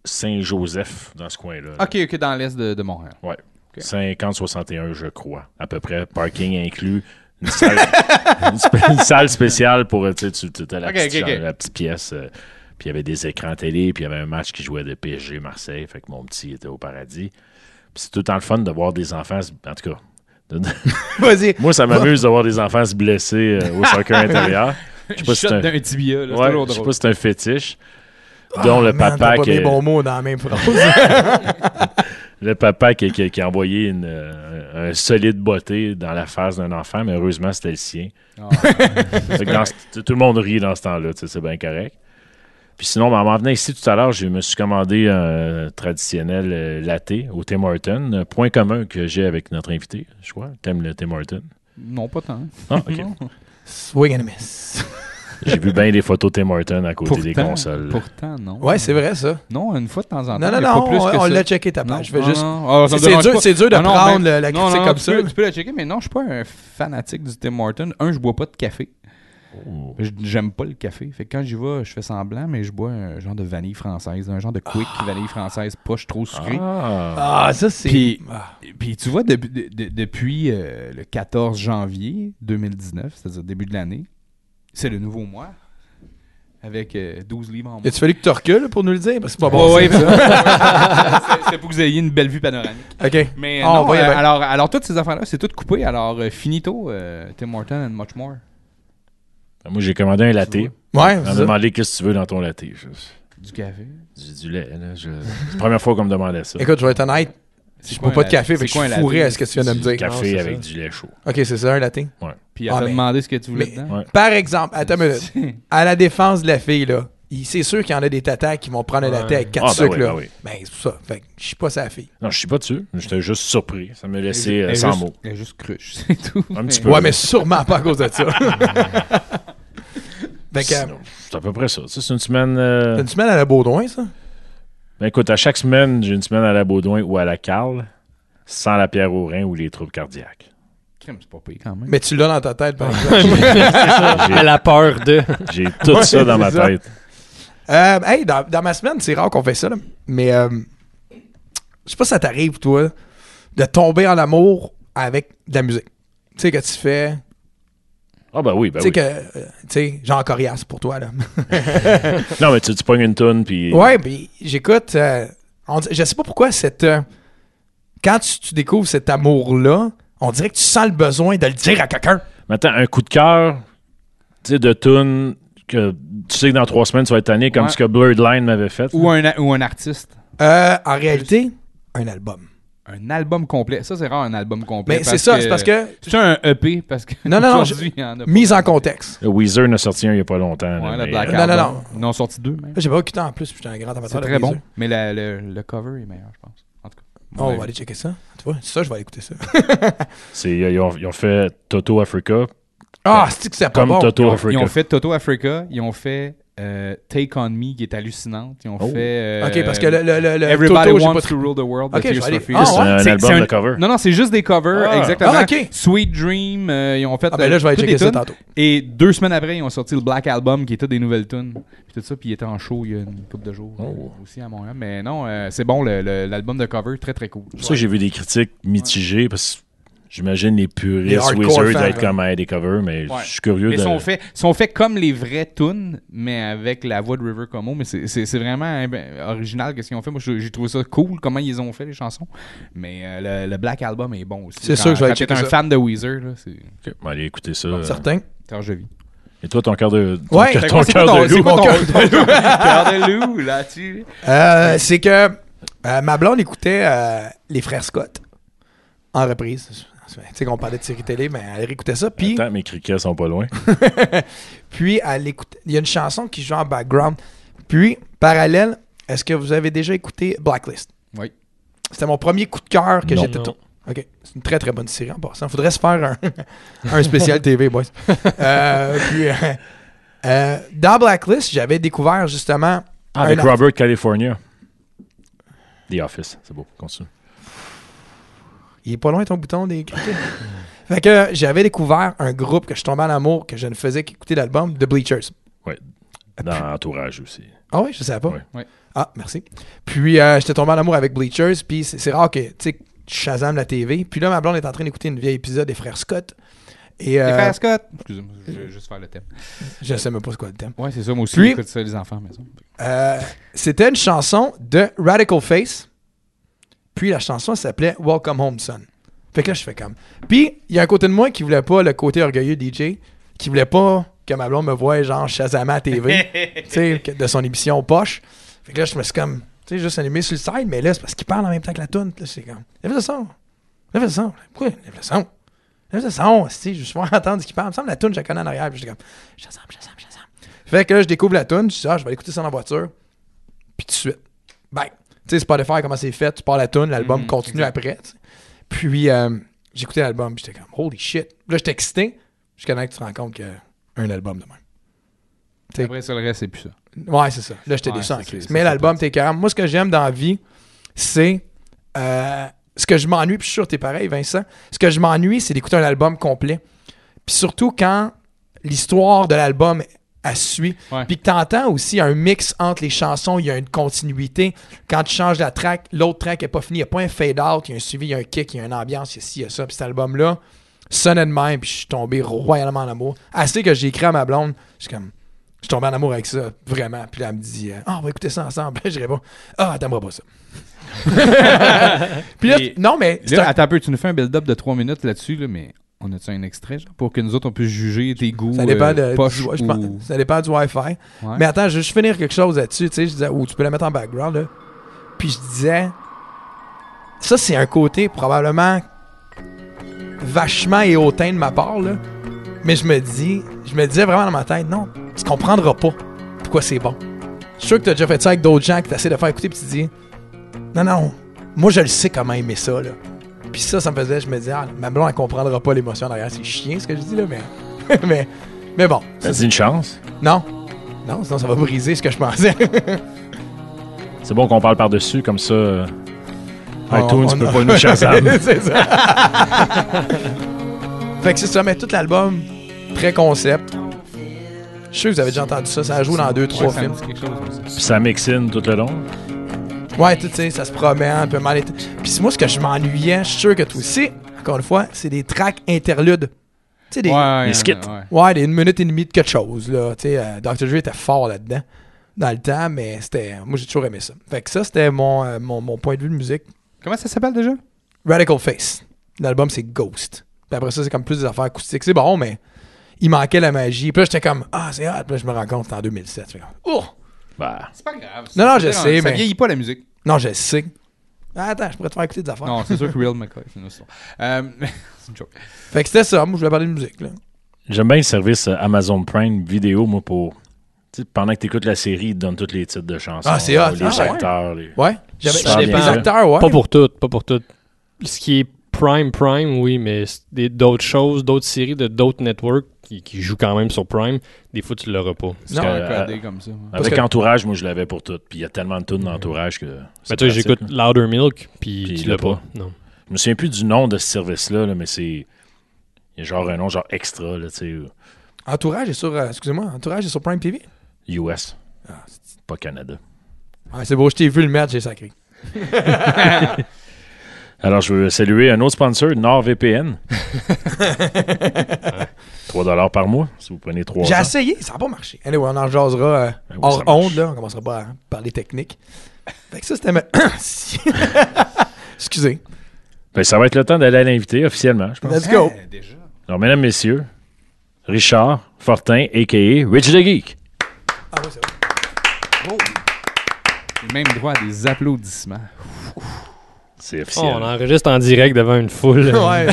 [SPEAKER 1] Saint-Joseph dans ce coin-là.
[SPEAKER 4] Ok, ok, dans l'est de, de Montréal.
[SPEAKER 1] Ouais.
[SPEAKER 4] Ah, Ok.
[SPEAKER 1] 50-61, je crois, à peu près. Parking inclus. Une salle, une sp- une salle spéciale pour, euh, tu sais, tu- tu- t'as la,
[SPEAKER 4] Ok,
[SPEAKER 1] petite,
[SPEAKER 4] ok,
[SPEAKER 1] genre-
[SPEAKER 4] ok.
[SPEAKER 1] la petite pièce. euh, puis il y avait des écrans télé, puis il y avait un match qui jouait de PSG Marseille. Fait que mon petit était au paradis. Puis c'est tout le temps le fun de voir des enfants, se- en tout cas. de- de-
[SPEAKER 2] Vas-y!
[SPEAKER 1] Moi, ça m'amuse de voir des enfants se blesser euh, au soccer intérieur. Je sais pas si
[SPEAKER 4] Shot
[SPEAKER 1] c'est un-
[SPEAKER 4] d'un tibia, là, c'est
[SPEAKER 1] Ouais,
[SPEAKER 4] toujours
[SPEAKER 1] je sais
[SPEAKER 4] drôle.
[SPEAKER 1] pas si c'est un fétiche. dont le
[SPEAKER 2] Ah, Man,
[SPEAKER 1] papa
[SPEAKER 2] t'as pas
[SPEAKER 1] qui
[SPEAKER 2] mis
[SPEAKER 1] est-
[SPEAKER 2] les bons mots dans la même phrase.
[SPEAKER 1] Le papa qui, qui- qui a envoyé une, euh, un solide botté dans la face d'un enfant, mais heureusement, c'était le sien.
[SPEAKER 4] Ah.
[SPEAKER 1] Fait que dans ce- tout- tout le monde rit dans ce temps-là, tu sais, c'est bien correct. Puis sinon, ben, en m'en venant ici tout à l'heure, je me suis commandé un traditionnel euh, latte au Tim Horton. Un Point commun que j'ai avec notre invité, je crois. T'aimes le Tim Horton?
[SPEAKER 4] Non, pas tant.
[SPEAKER 1] Ah, OK.
[SPEAKER 2] Swing and a miss.
[SPEAKER 1] j'ai vu bien des photos Tim Horton à côté des
[SPEAKER 4] Pourtant-
[SPEAKER 1] consoles.
[SPEAKER 4] Pourtant, non.
[SPEAKER 2] Ouais, c'est vrai, ça.
[SPEAKER 4] Non, une fois de temps en temps.
[SPEAKER 2] Non, non,
[SPEAKER 4] mais pas
[SPEAKER 2] non,
[SPEAKER 4] plus que
[SPEAKER 2] on, on
[SPEAKER 4] ça.
[SPEAKER 2] l'a checké ta page. Je vais
[SPEAKER 4] Non,
[SPEAKER 2] juste...
[SPEAKER 4] non, non. Ah, ça me
[SPEAKER 2] C'est
[SPEAKER 4] dérange
[SPEAKER 2] dur,
[SPEAKER 4] pas.
[SPEAKER 2] c'est dur de
[SPEAKER 4] Ah, non,
[SPEAKER 2] prendre
[SPEAKER 4] même-
[SPEAKER 2] la- la
[SPEAKER 4] non,
[SPEAKER 2] critique
[SPEAKER 4] non,
[SPEAKER 2] comme
[SPEAKER 4] tu
[SPEAKER 2] ça.
[SPEAKER 4] Peux, tu peux la checker, mais non, je suis pas un fanatique du Tim Horton. Un, je bois pas de café.
[SPEAKER 1] Oh.
[SPEAKER 4] Je- J'aime pas le café. Fait que quand j'y vais, je fais semblant, mais je bois un genre de vanille française, un genre de quick vanille française, poche trop sucrée.
[SPEAKER 1] Ah.
[SPEAKER 2] Ah, ça, c'est...
[SPEAKER 4] Puis-
[SPEAKER 2] Ah.
[SPEAKER 4] Et Puis tu vois, depuis- de- de- depuis euh, le 14 janvier 2019, c'est-à-dire début de l'année, c'est le nouveau mois, avec euh, 12 livres en moins.
[SPEAKER 2] As-tu fallu que tu recules pour nous le dire? Parce que c'est pas
[SPEAKER 4] Ouais,
[SPEAKER 2] bon.
[SPEAKER 4] ouais,
[SPEAKER 2] ça.
[SPEAKER 4] c'est c'est pour que vous ayez une belle vue panoramique.
[SPEAKER 2] OK.
[SPEAKER 4] Mais
[SPEAKER 2] Ah,
[SPEAKER 4] non,
[SPEAKER 2] on va y
[SPEAKER 4] euh,
[SPEAKER 2] aller.
[SPEAKER 4] alors, alors, toutes ces affaires-là, c'est tout coupé. Alors, euh, finito, euh, Tim Horton and much more.
[SPEAKER 3] Ah.
[SPEAKER 1] Moi, j'ai commandé un latte.
[SPEAKER 2] Ouais,
[SPEAKER 1] On
[SPEAKER 2] c'est
[SPEAKER 1] m'a
[SPEAKER 2] ça.
[SPEAKER 1] demandé qu'est-ce que tu veux dans ton latte. Je-
[SPEAKER 4] Du café.
[SPEAKER 1] Du, du lait, là. je- C'est la première fois qu'on me demandait ça.
[SPEAKER 2] Écoute, je vais être honnête.
[SPEAKER 4] C'est
[SPEAKER 2] Je
[SPEAKER 4] quoi
[SPEAKER 2] bois pas de
[SPEAKER 4] un
[SPEAKER 2] café,
[SPEAKER 4] latte?
[SPEAKER 2] fait que
[SPEAKER 4] C'est
[SPEAKER 2] je
[SPEAKER 4] quoi
[SPEAKER 2] suis
[SPEAKER 4] un
[SPEAKER 2] fourré
[SPEAKER 4] latte?
[SPEAKER 2] à ce que tu viens de me
[SPEAKER 1] du
[SPEAKER 2] dire.
[SPEAKER 1] café
[SPEAKER 3] Non, c'est
[SPEAKER 1] avec
[SPEAKER 3] ça.
[SPEAKER 1] du lait chaud.
[SPEAKER 2] OK, c'est ça, un latte.
[SPEAKER 4] Puis
[SPEAKER 2] Ah,
[SPEAKER 4] elle t'a
[SPEAKER 2] mais-
[SPEAKER 4] demandé ce que tu voulais
[SPEAKER 2] mais-
[SPEAKER 4] dedans.
[SPEAKER 2] Par exemple, attends une minute.
[SPEAKER 4] C'est-
[SPEAKER 2] À la défense de la fille, là, il- c'est sûr qu'il y en a des tatas qui vont prendre un latte avec 4
[SPEAKER 1] Ah, ben
[SPEAKER 2] sucres,
[SPEAKER 1] oui,
[SPEAKER 2] là.
[SPEAKER 1] ben oui.
[SPEAKER 2] Ben, c'est pour ça. Fait que je suis pas sa fille.
[SPEAKER 1] Non, je suis pas dessus. J'étais juste surpris. Ça me laissait
[SPEAKER 4] elle
[SPEAKER 1] euh,
[SPEAKER 4] est
[SPEAKER 1] sans
[SPEAKER 4] juste-
[SPEAKER 1] mots.
[SPEAKER 4] Elle est juste cruche, c'est tout.
[SPEAKER 1] Un
[SPEAKER 4] Mais-
[SPEAKER 1] petit peu.
[SPEAKER 2] Ouais, mais sûrement pas à cause de ça. Fait que, euh,
[SPEAKER 1] Sinon, C'est à peu près ça. Tu sais, c'est une semaine. euh,
[SPEAKER 2] une semaine à la Baudouin, ça?
[SPEAKER 1] Ben écoute, à chaque semaine, j'ai une semaine à la Baudouin ou à la Carle, sans la pierre au rein ou les troubles cardiaques.
[SPEAKER 4] Crime, c'est pas pire quand même.
[SPEAKER 2] Mais tu l'as dans ta tête, par exemple.
[SPEAKER 1] J'ai-
[SPEAKER 3] À la peur de.
[SPEAKER 1] J'ai tout
[SPEAKER 2] Ah! Ouais,
[SPEAKER 1] ça dans ma
[SPEAKER 2] c'est ça.
[SPEAKER 1] tête.
[SPEAKER 2] Euh, hey, dans, dans ma semaine, c'est rare qu'on fait ça, là. mais euh, je sais pas si ça t'arrive, toi, de tomber en amour avec de la musique. Tu sais, que tu fais.
[SPEAKER 1] Ah, ben oui, ben
[SPEAKER 2] tu sais,
[SPEAKER 1] oui.
[SPEAKER 2] que. euh, tu sais, Jean Corias pour toi, là.
[SPEAKER 1] Non, mais tu, tu pognes une toune, puis.
[SPEAKER 2] ouais, puis j'écoute. euh, on dit- je sais pas pourquoi cette. euh, quand tu, tu découvres cet amour-là, on dirait que tu sens le besoin de le dire à quelqu'un.
[SPEAKER 1] Maintenant, un coup de cœur, tu sais, de toune que tu sais que dans trois semaines, tu vas être tanné, comme
[SPEAKER 4] Ouais.
[SPEAKER 1] ce que Blurred Line m'avait fait.
[SPEAKER 4] Ou un, a- ou un artiste.
[SPEAKER 2] Euh, en réalité, un album.
[SPEAKER 4] Un album complet. Ça, c'est rare, un album complet.
[SPEAKER 2] Mais c'est ça, c'est parce que.
[SPEAKER 4] C'est un EP, parce que.
[SPEAKER 2] Non, non, non,
[SPEAKER 4] aujourd'hui, il y en a pas.
[SPEAKER 2] Mise en contexte.
[SPEAKER 1] Le Weezer en a sorti un il y a pas longtemps. là,
[SPEAKER 4] Ouais, le
[SPEAKER 1] mais,
[SPEAKER 4] Black
[SPEAKER 1] euh,
[SPEAKER 2] Non,
[SPEAKER 4] Album.
[SPEAKER 2] non, non.
[SPEAKER 4] Ils en ont sorti deux, même.
[SPEAKER 2] J'ai pas écouté en plus, puis j'étais un grand amateur.
[SPEAKER 4] C'est
[SPEAKER 2] de
[SPEAKER 4] très bon.
[SPEAKER 2] Weezer.
[SPEAKER 4] Mais la- le, le cover est meilleur, je pense. En tout cas.
[SPEAKER 2] Oh, on
[SPEAKER 4] Ouais.
[SPEAKER 2] va aller checker ça. Tu vois, ça, je vais aller écouter ça.
[SPEAKER 1] c'est- ils, ont, ils ont fait Toto Africa,
[SPEAKER 2] Ah, c'est que c'est pas
[SPEAKER 1] comme
[SPEAKER 2] bon.
[SPEAKER 1] Toto
[SPEAKER 4] Ils ont,
[SPEAKER 1] Africa.
[SPEAKER 4] ils ont fait Toto Africa, ils ont fait euh, Take On Me, qui est hallucinante. Ils ont
[SPEAKER 1] Oh.
[SPEAKER 4] fait. euh,
[SPEAKER 2] ok, parce que le, le, le, le
[SPEAKER 4] Everybody
[SPEAKER 2] Toto, j'ai
[SPEAKER 4] Wants
[SPEAKER 2] pas
[SPEAKER 4] to
[SPEAKER 2] tri-
[SPEAKER 4] Rule the World. de
[SPEAKER 2] Ok, je
[SPEAKER 4] Tears
[SPEAKER 2] vais aller-
[SPEAKER 4] for
[SPEAKER 2] Ah,
[SPEAKER 4] Fears.
[SPEAKER 1] C'est
[SPEAKER 2] ouais?
[SPEAKER 1] un
[SPEAKER 4] C'est-
[SPEAKER 1] album
[SPEAKER 4] c'est
[SPEAKER 1] de cover.
[SPEAKER 4] Non, non, c'est juste des covers,
[SPEAKER 1] Ah.
[SPEAKER 4] exactement.
[SPEAKER 2] Ah, ok.
[SPEAKER 4] Sweet Dream, euh, ils ont fait.
[SPEAKER 2] Ah, ben là, je vais
[SPEAKER 4] euh,
[SPEAKER 2] aller
[SPEAKER 4] toutes
[SPEAKER 2] checker
[SPEAKER 4] des
[SPEAKER 2] ça
[SPEAKER 4] tunes.
[SPEAKER 2] tantôt.
[SPEAKER 4] Et deux semaines après, ils ont sorti le Black Album, qui était des nouvelles tunes. Puis tout ça, puis il était en show il y a une couple de jours euh,
[SPEAKER 1] Oh.
[SPEAKER 4] aussi à Montréal. Mais non, euh, c'est bon, le- le- l'album de cover, très très cool.
[SPEAKER 1] C'est pour ça que j'ai vu des critiques mitigées parce que j'imagine les
[SPEAKER 2] Les
[SPEAKER 1] puristes
[SPEAKER 2] hardcore
[SPEAKER 1] Wizards
[SPEAKER 2] fans,
[SPEAKER 1] d'être
[SPEAKER 2] ouais.
[SPEAKER 1] comme à des covers, mais
[SPEAKER 4] Ouais.
[SPEAKER 1] je suis curieux
[SPEAKER 4] Mais
[SPEAKER 1] de.
[SPEAKER 4] sont faits sont faits comme les vrais tunes, mais avec la voix de River Como. Mais c'est- c'est c'est vraiment hein, ben, original qu'est-ce qu'ils ont fait. Moi, j'ai j'ai trouvé ça cool comment ils ont fait les chansons. Mais euh, le, le Black Album est bon aussi.
[SPEAKER 2] C'est
[SPEAKER 4] Quand-
[SPEAKER 2] sûr que je vais
[SPEAKER 4] quand t'es
[SPEAKER 2] checker
[SPEAKER 4] un
[SPEAKER 2] ça.
[SPEAKER 4] fan de Weezer, là, c'est
[SPEAKER 1] Ok, on va aller écouter ça. euh.
[SPEAKER 2] Certain.
[SPEAKER 4] quand je vis.
[SPEAKER 1] Et toi, ton cœur de. Ton
[SPEAKER 2] Ouais.
[SPEAKER 1] cœur-
[SPEAKER 2] Fait
[SPEAKER 1] ton
[SPEAKER 4] quoi, ben c'est
[SPEAKER 1] cœur
[SPEAKER 4] quoi ton-
[SPEAKER 1] de
[SPEAKER 4] c'est
[SPEAKER 1] loup.
[SPEAKER 4] quoi
[SPEAKER 2] Mon
[SPEAKER 4] ton-
[SPEAKER 2] cœur
[SPEAKER 4] ton Cœur de loup là-dessus.
[SPEAKER 2] Euh, c'est que euh, ma blonde écoutait euh, Les Frères Scott en reprise. Tu sais qu'on parlait de série télé, mais elle réécoutait ça. Puis,
[SPEAKER 1] Attends, mes criquets sont pas loin.
[SPEAKER 2] puis elle écoutait, il y a une chanson qui joue en background. Puis, parallèle, est-ce que vous avez déjà écouté Blacklist?
[SPEAKER 4] Oui.
[SPEAKER 2] C'était mon premier coup de cœur que
[SPEAKER 1] Non.
[SPEAKER 2] j'étais
[SPEAKER 3] Non.
[SPEAKER 2] tout. OK. C'est une très, très bonne série en passant. Faudrait se faire un, un spécial TV, boys. Euh, puis, euh, euh, dans Blacklist, j'avais découvert justement.
[SPEAKER 1] Ah, avec
[SPEAKER 2] un-
[SPEAKER 1] Robert California. The Office. C'est beau. Continue.
[SPEAKER 2] Il est pas loin ton bouton des criquets. fait que j'avais découvert un groupe que je tombais en amour, que je ne faisais qu'écouter l'album, The Bleachers.
[SPEAKER 1] Ouais. Dans Entourage aussi.
[SPEAKER 2] Ah oui, je savais pas.
[SPEAKER 1] Ouais.
[SPEAKER 4] Ouais.
[SPEAKER 2] Ah, merci. Puis euh, j'étais tombé en amour avec Bleachers, puis c'est c'est rare que, tu sais, Shazam la TV. Puis là, ma blonde est en train d'écouter une vieille épisode des Frères Scott. Et
[SPEAKER 4] Les
[SPEAKER 2] euh,
[SPEAKER 4] frères Scott. Excusez-moi, je vais juste faire le thème.
[SPEAKER 2] je sais même pas c'est quoi le thème.
[SPEAKER 4] Ouais, c'est ça, moi aussi,
[SPEAKER 2] Puis-
[SPEAKER 4] j'écoute ça, les enfants, mais ça.
[SPEAKER 2] Euh, C'était une chanson de Radical Face. Puis la chanson s'appelait Welcome Home Son. Fait que là, je fais comme. Puis il y a un côté de moi qui voulait pas le côté orgueilleux DJ, qui voulait pas que ma blonde me voie genre Shazam à TV, tu sais, que- de son émission poche. Fait que là, je me suis comme, tu sais, juste animé sur le side, mais là, c'est parce qu'il parle en même temps que la toune. Puis Là, c'est comme, lève le son, lève le son, pourquoi lève le son? Lève le son, tu sais, je suis entendre ce qu'il parle. Il me semble que la toune, je la connais en arrière. Puis j'étais comme, Shazam, Shazam, Shazam. Fait que là, je découvre la tune, je dis, ah, je vais l'écouter ça dans la voiture. Puis tout de suite, bang. Tu sais, Spotify, comment c'est fait, tu pars la tune, l'album
[SPEAKER 4] Mhm,
[SPEAKER 2] continue
[SPEAKER 4] exact.
[SPEAKER 2] après. tu sais. Puis euh, j'écoutais l'album, puis j'étais comme, holy shit. Là, j'étais excité, jusqu'à temps que tu te rends compte que un album de même. T'sais-
[SPEAKER 4] Après ça, le reste, c'est plus ça.
[SPEAKER 2] Ouais, c'est ça. Là, j'étais
[SPEAKER 4] Ouais,
[SPEAKER 2] déçu en
[SPEAKER 4] c'est-
[SPEAKER 2] crise.
[SPEAKER 4] c'est-
[SPEAKER 2] Mais
[SPEAKER 4] ça,
[SPEAKER 2] l'album,
[SPEAKER 4] c'est
[SPEAKER 2] t'es carrément. Moi, ce que j'aime dans la vie, c'est. euh, ce que je m'ennuie, puis je suis sûr que t'es pareil, Vincent. Ce que je m'ennuie, c'est d'écouter un album complet. Puis surtout quand l'histoire de l'album a suit.
[SPEAKER 4] Ouais.
[SPEAKER 2] Puis que t'entends aussi un mix entre les chansons, il y a une continuité. Quand tu changes la track, l'autre track n'est pas finie, il n'y a pas un fade-out, il y a un suivi, il y a un kick, il y a une ambiance, il y a ci, il y a ça. Puis cet album-là sonnait de même, puis je suis tombé royalement en amour. Assez que j'ai écrit à ma blonde, je suis comme, je suis tombé en amour avec ça, vraiment. Puis là, elle me dit, euh, ah, on va écouter ça ensemble. je réponds, ah, t'aimeras pas ça. puis là,
[SPEAKER 4] Et
[SPEAKER 2] non, mais c'est
[SPEAKER 4] Là,
[SPEAKER 2] un-
[SPEAKER 4] attends un peu, tu nous fais un build-up de 3 minutes là-dessus, là, mais on a-tu un extrait genre, pour que nous autres, on puisse juger tes goûts
[SPEAKER 2] ça dépend,
[SPEAKER 4] euh,
[SPEAKER 2] de,
[SPEAKER 4] poches
[SPEAKER 2] du, je
[SPEAKER 4] ou-
[SPEAKER 2] pense- ça dépend du Wi-Fi.
[SPEAKER 4] Ouais.
[SPEAKER 2] Mais attends, je vais juste finir quelque chose là-dessus, tu sais, je disais, ou tu peux la mettre en background, là. Puis je disais, ça c'est un côté probablement vachement et hautain de ma part, là. Mais je me dis, je me disais vraiment dans ma tête, non, tu comprendras pas pourquoi c'est bon. Je suis sûr que t'as déjà fait ça avec d'autres gens que t'essaies de faire écouter, puis tu dis, non, non, moi je le sais comment aimer ça, là. Puis ça, ça me faisait, je me disais, ah, ma blonde, elle comprendra pas l'émotion derrière, c'est chiant ce que je dis, là, mais. mais, mais bon,
[SPEAKER 1] Ça dit Ben, une chance.
[SPEAKER 2] non. Non, sinon ça va briser ce que je pensais.
[SPEAKER 1] C'est bon qu'on parle par-dessus, comme ça. euh,
[SPEAKER 2] On-
[SPEAKER 1] iTunes,
[SPEAKER 2] Ah, on-
[SPEAKER 1] peut pas nous chasser.
[SPEAKER 2] c'est ça. fait que c'est ça, mais tout l'album, très concept. Je suis sûr que vous avez déjà entendu ça, ça joue dans deux, trois
[SPEAKER 4] Ouais, ça me
[SPEAKER 2] films.
[SPEAKER 4] dit quelque chose, comme ça.
[SPEAKER 1] Puis ça mixe in tout le long.
[SPEAKER 2] Ouais, tu sais, ça se promène, un peu mal. et tout. Puis moi, ce que je m'ennuyais, je suis sûr que toi aussi, encore une fois, c'est des tracks interludes. Tu sais, des,
[SPEAKER 4] Ouais, ouais,
[SPEAKER 1] skits.
[SPEAKER 4] ouais.
[SPEAKER 2] Ouais, des une minute et demie de quelque chose, là. Tu sais, euh, Dr. Dre était fort là-dedans, dans le temps, mais c'était. Moi, j'ai toujours aimé ça. Fait que ça, c'était mon, euh, mon, mon point de vue de musique.
[SPEAKER 4] Comment ça s'appelle déjà?
[SPEAKER 2] Radical Face. L'album, c'est Ghost. Puis après ça, c'est comme plus des affaires acoustiques. C'est bon, mais il manquait la magie. Puis là, j'étais comme, ah, c'est hot. Puis là, je me rends compte, c'est en 2007. Fait que, oh!
[SPEAKER 1] Bah,
[SPEAKER 4] C'est pas grave.
[SPEAKER 2] Non, non, je sais,
[SPEAKER 4] Ça
[SPEAKER 2] mais-
[SPEAKER 4] vieillit pas la musique.
[SPEAKER 2] Non, je sais. Ah, Attends, je pourrais te faire écouter des affaires.
[SPEAKER 4] Non, c'est sûr que Real McCoy, c'est une autre histoire. Euh, c'est une joke.
[SPEAKER 2] Fait que c'était ça. Moi, je voulais parler de musique, là.
[SPEAKER 1] j'aime bien le service euh, Amazon Prime vidéo, moi, pour. tu sais, pendant que tu écoutes la série, ils te donnent tous les titres de chansons.
[SPEAKER 2] Ah, c'est hot.
[SPEAKER 1] Les
[SPEAKER 2] Ah, ouais.
[SPEAKER 1] acteurs. les-
[SPEAKER 2] Ouais. J'avais
[SPEAKER 3] Ça
[SPEAKER 2] j'avais
[SPEAKER 3] dépend.
[SPEAKER 2] des acteurs, ouais.
[SPEAKER 3] Pas pour tout, pas pour tout. Ce qui est Prime, Prime, oui, mais c'est des- d'autres choses, d'autres séries de d'autres networks qui, qui jouent quand même sur Prime, des fois tu l'auras pas. Ben,
[SPEAKER 4] C'est
[SPEAKER 1] Non,
[SPEAKER 4] pas
[SPEAKER 1] euh,
[SPEAKER 4] codé comme ça. ouais.
[SPEAKER 2] Parce
[SPEAKER 1] Avec
[SPEAKER 2] que-
[SPEAKER 1] Entourage, moi, je l'avais pour tout. Puis il y a tellement de tunes d'entourage que.
[SPEAKER 3] Mais
[SPEAKER 1] c'est
[SPEAKER 3] tu sais,
[SPEAKER 1] pratique,
[SPEAKER 3] j'écoute
[SPEAKER 1] là.
[SPEAKER 3] Louder Milk,
[SPEAKER 1] Puis
[SPEAKER 3] puis tu
[SPEAKER 1] il
[SPEAKER 3] l'as
[SPEAKER 1] l'a
[SPEAKER 3] pas.
[SPEAKER 1] pas.
[SPEAKER 3] Non.
[SPEAKER 1] Je me souviens plus du nom de ce service-là, là, mais c'est. Il y a genre un nom, genre extra, là, tu sais.
[SPEAKER 2] Entourage est sur. euh, Excusez-moi, Entourage est sur Prime TV.
[SPEAKER 1] US.
[SPEAKER 2] Ah,
[SPEAKER 1] Pas Canada.
[SPEAKER 2] Ah, c'est beau, je t'ai vu le match, j'ai sacré.
[SPEAKER 1] Alors, je veux saluer un autre sponsor, NordVPN. 3 par mois, si vous prenez 3
[SPEAKER 2] J'ai essayé, ça n'a pas marché. Anyway, on en jasera euh,
[SPEAKER 1] Ben oui,
[SPEAKER 2] hors
[SPEAKER 1] ça marche.
[SPEAKER 2] onde, là. On commencera pas à parler technique. Fait que ça, c'était. ma- Si. Excusez.
[SPEAKER 1] Ben, ça va être le temps d'aller à l'invité officiellement, je pense.
[SPEAKER 2] Let's go.
[SPEAKER 4] Eh, déjà.
[SPEAKER 1] Alors, mesdames, messieurs, Richard Fortin, a.k.a. Rich the Geek.
[SPEAKER 2] Ah oui, c'est vrai.
[SPEAKER 4] Oh. J'ai même droit à des applaudissements.
[SPEAKER 1] C'est
[SPEAKER 3] Oh,
[SPEAKER 1] officiel.
[SPEAKER 3] on enregistre en direct devant une foule.
[SPEAKER 2] Ouais.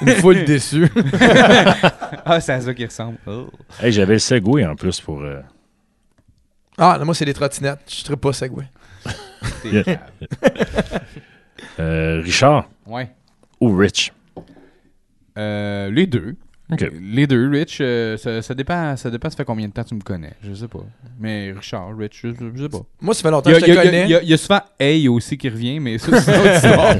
[SPEAKER 2] Une foule déçue.
[SPEAKER 4] Ah, c'est à ça qui ressemble. Oh.
[SPEAKER 1] Hey, J'avais le Segway en plus pour. euh,
[SPEAKER 2] Ah, non, moi, c'est des trottinettes. Je serais pas Segway.
[SPEAKER 4] T'es
[SPEAKER 1] Yeah.
[SPEAKER 4] cave.
[SPEAKER 1] euh, Richard,
[SPEAKER 4] Ouais.
[SPEAKER 1] ou Rich?
[SPEAKER 4] Euh, les deux.
[SPEAKER 1] OK.
[SPEAKER 4] Les deux, Rich, euh, ça, ça dépend, ça dépend, ça fait combien de temps tu me connais. Je sais pas. Mais Richard, Rich, je, je- je sais pas.
[SPEAKER 2] Moi, ça fait longtemps
[SPEAKER 4] Il y
[SPEAKER 2] que je
[SPEAKER 4] a, il y
[SPEAKER 2] te
[SPEAKER 4] a- il y
[SPEAKER 2] connais.
[SPEAKER 4] a- il y a souvent Hey aussi qui revient, mais ça, c'est une autre histoire.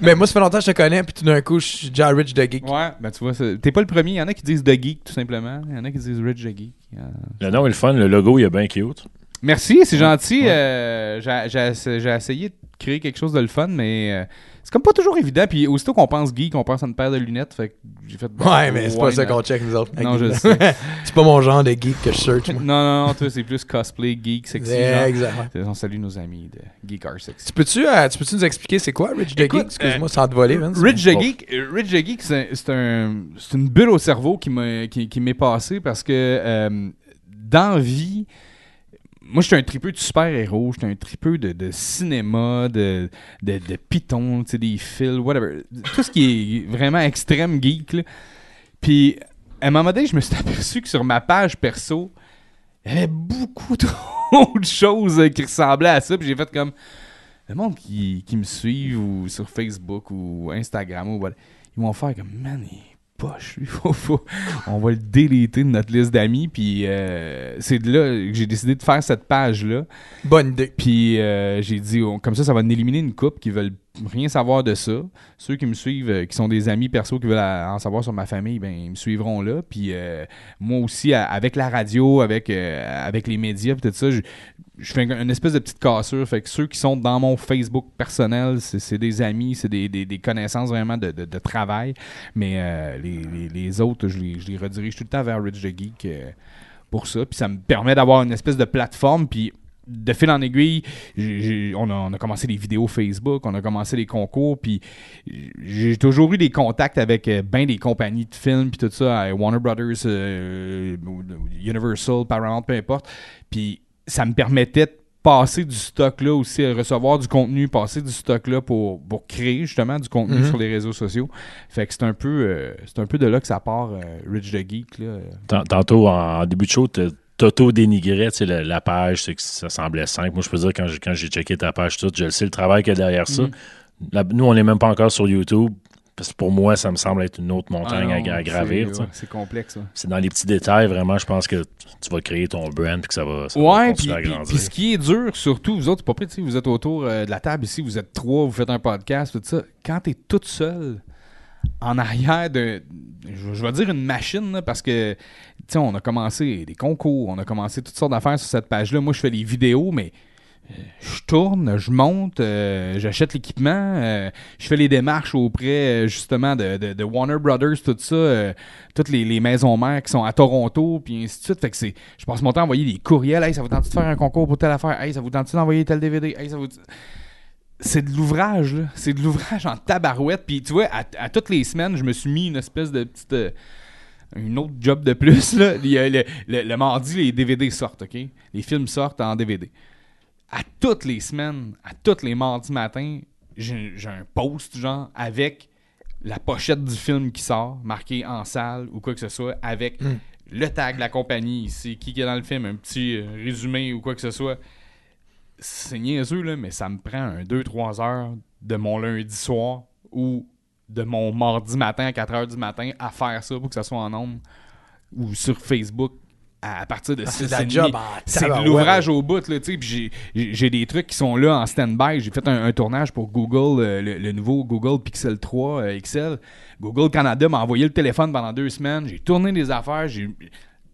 [SPEAKER 2] Mais moi, ça fait longtemps que je te connais, puis tout d'un coup, je suis déjà Rich de Geek.
[SPEAKER 4] ouais, ben tu vois, c'est- t'es pas le premier. Il y en a qui disent The Geek, tout simplement. Il y en a qui disent Rich The Geek. Euh,
[SPEAKER 1] Le nom est le fun, le logo, il est bien cute.
[SPEAKER 4] Merci, c'est gentil. Euh, j'ai- J'ai essa- j'ai essayé de créer quelque chose de le fun, mais euh, c'est comme pas toujours évident. Puis aussitôt qu'on pense geek, on pense à une paire de lunettes. Fait que j'ai fait.
[SPEAKER 2] Ouais, mais c'est pas
[SPEAKER 4] why
[SPEAKER 2] ça
[SPEAKER 4] not?
[SPEAKER 2] qu'on check, nous autres.
[SPEAKER 4] Non, je sais.
[SPEAKER 2] c'est pas mon genre de geek que je search, moi.
[SPEAKER 4] Non, non, non, toi, c'est plus cosplay, geek, sexy. genre.
[SPEAKER 2] Exactement.
[SPEAKER 4] On salue nos amis de Geek R Sexy.
[SPEAKER 2] Tu peux-tu euh, tu peux-tu nous expliquer c'est quoi Rich the Geek? Excuse-moi, sans te voler, man.
[SPEAKER 4] euh, Rich the
[SPEAKER 1] bon.
[SPEAKER 4] Geek, euh, Rich the Geek, c'est c'est un, c'est une bulle au cerveau qui m'a- qui, qui m'est passée parce que euh, dans vie, moi, j'étais un tripeux de super-héros, j'étais un tripeux de, de cinéma, de, de, de pitons, tu sais, des fils, whatever. Tout ce qui est vraiment extrême geek. là. Puis, à un moment donné, je me suis aperçu que sur ma page perso, il y avait beaucoup trop de choses euh, qui ressemblaient à ça. Puis j'ai fait comme. Le monde qui, qui me suivent ou sur Facebook ou Instagram ou voilà, ils vont faire comme man, il est poche, lui. Faut- faut- On va le déléter de notre liste d'amis. Puis euh, c'est de là que j'ai décidé de faire cette page-là.
[SPEAKER 2] Bonne idée.
[SPEAKER 4] Puis euh, j'ai dit, on- comme ça, ça va en éliminer une coupe qui veulent rien savoir de ça. Ceux qui me suivent, euh, qui sont des amis perso, qui veulent euh, en savoir sur ma famille, ben ils me suivront là. Puis euh, moi aussi, à- avec la radio, avec, euh, avec les médias, puis tout ça, je, je fais une espèce de petite cassure. Fait que ceux qui sont dans mon Facebook personnel, c'est c'est des amis, c'est des, des- des connaissances vraiment de, de- de travail. Mais euh, les, les- les autres, je les, je les redirige tout le temps vers Rich the Geek euh, pour ça. Puis ça me permet d'avoir une espèce de plateforme. Puis de fil en aiguille, j'ai- j'ai- on, a, on a commencé les vidéos Facebook, on a commencé les concours, puis j'ai toujours eu des contacts avec euh, ben des compagnies de films, puis tout ça, euh, Warner Brothers, euh, Universal, Paramount, peu importe. Puis ça me permettait de passer du stock-là aussi, euh, recevoir du contenu, passer du stock-là pour, pour créer justement du contenu
[SPEAKER 2] Mhm.
[SPEAKER 4] sur les réseaux sociaux. Fait que c'est un, peu, euh, c'est un peu de là que ça part, euh, Rich the Geek. Là.
[SPEAKER 1] Tant- Tantôt, en, en début de show, t- t'auto-dénigrais tu sais, la, la page, c'est que ça semblait simple. Moi, je peux dire, quand j'ai, quand j'ai checké ta page toute, je le sais, le travail qu'il y a derrière ça.
[SPEAKER 4] Mm-hmm.
[SPEAKER 1] La- nous, on n'est même pas encore sur YouTube, parce que pour moi, ça me semble être une autre montagne
[SPEAKER 4] Ah
[SPEAKER 1] à-
[SPEAKER 4] non,
[SPEAKER 1] à, gravir.
[SPEAKER 4] c'est-
[SPEAKER 1] tu sais.
[SPEAKER 4] ouais, C'est complexe. ouais.
[SPEAKER 1] C'est dans les petits détails, vraiment, je pense que tu vas créer ton brand puis que ça va, ça va
[SPEAKER 4] Ouais, puis
[SPEAKER 1] continuer à
[SPEAKER 4] puis-
[SPEAKER 1] grandir.
[SPEAKER 4] puis ce qui est dur, surtout, vous autres, c'est pas prêts, tu sais, vous êtes autour euh, de la table ici, vous êtes trois, vous faites un podcast, tout ça. Quand t'es toute seule en arrière de, je, je vais dire une machine, là, parce que, tu sais, on a commencé des concours, on a commencé toutes sortes d'affaires sur cette page-là. Moi, je fais les vidéos, mais euh, je tourne, je monte, euh, j'achète l'équipement, euh, je fais les démarches auprès, euh, justement, de, de- de Warner Brothers, tout ça. euh, toutes les, les maisons mères qui sont à Toronto, puis ainsi de suite. Fait que c'est, je passe mon temps à envoyer des courriels. Hey, ça vous tente de faire un concours pour telle affaire? Hey, ça vous tente d'envoyer tel DVD? Hey, ça vous. C'est de l'ouvrage, là. C'est de l'ouvrage en tabarouette. Puis tu vois, à, à toutes les semaines, je me suis mis une espèce de petite. euh, une autre job de plus, là. Il y a le, le- le mardi, les DVD sortent, OK? Les films sortent en DVD. À toutes les semaines, à tous les mardis matin, j'ai j'ai un post, genre, avec la pochette du film qui sort, marqué en salle ou quoi que ce soit, avec le tag de la compagnie ici, qui qui est dans le film, un petit euh, résumé ou quoi que ce soit. C'est niaiseux, là, mais ça me prend un 2-3 heures de mon lundi soir ou de mon mardi matin à 4 heures du matin à faire ça pour que ça soit en nombre ou sur Facebook à, à partir de 6
[SPEAKER 2] Ah, c'est de la job en
[SPEAKER 4] C'est de
[SPEAKER 2] tabarouette.
[SPEAKER 4] l'ouvrage au bout, là, tu sais. puis j'ai- j'ai j'ai des trucs qui sont là en stand-by. J'ai fait un, un tournage pour Google, euh, le, le nouveau Google Pixel 3 euh, XL. Google Canada m'a envoyé le téléphone pendant deux semaines. J'ai tourné des affaires. J'ai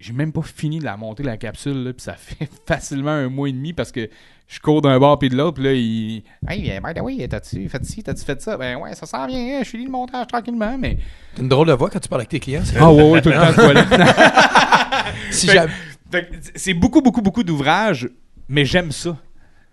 [SPEAKER 4] j'ai même pas fini de la monter, la capsule, là, puis ça fait facilement un mois et demi parce que je cours d'un bord puis de l'autre, puis là, il... Hey, euh, by the way, t'as-tu fait ci, t'as-tu fait ça? Ben ouais, ça sent bien, hein, je finis le montage tranquillement, mais...
[SPEAKER 2] T'as une drôle de voix quand tu parles avec tes clients. c'est-
[SPEAKER 4] Ah ouais, ouais, tout le temps, toi, là.
[SPEAKER 2] Si
[SPEAKER 4] Fait-
[SPEAKER 2] j'avais-
[SPEAKER 4] fait que c'est beaucoup, beaucoup, beaucoup d'ouvrages, mais j'aime ça.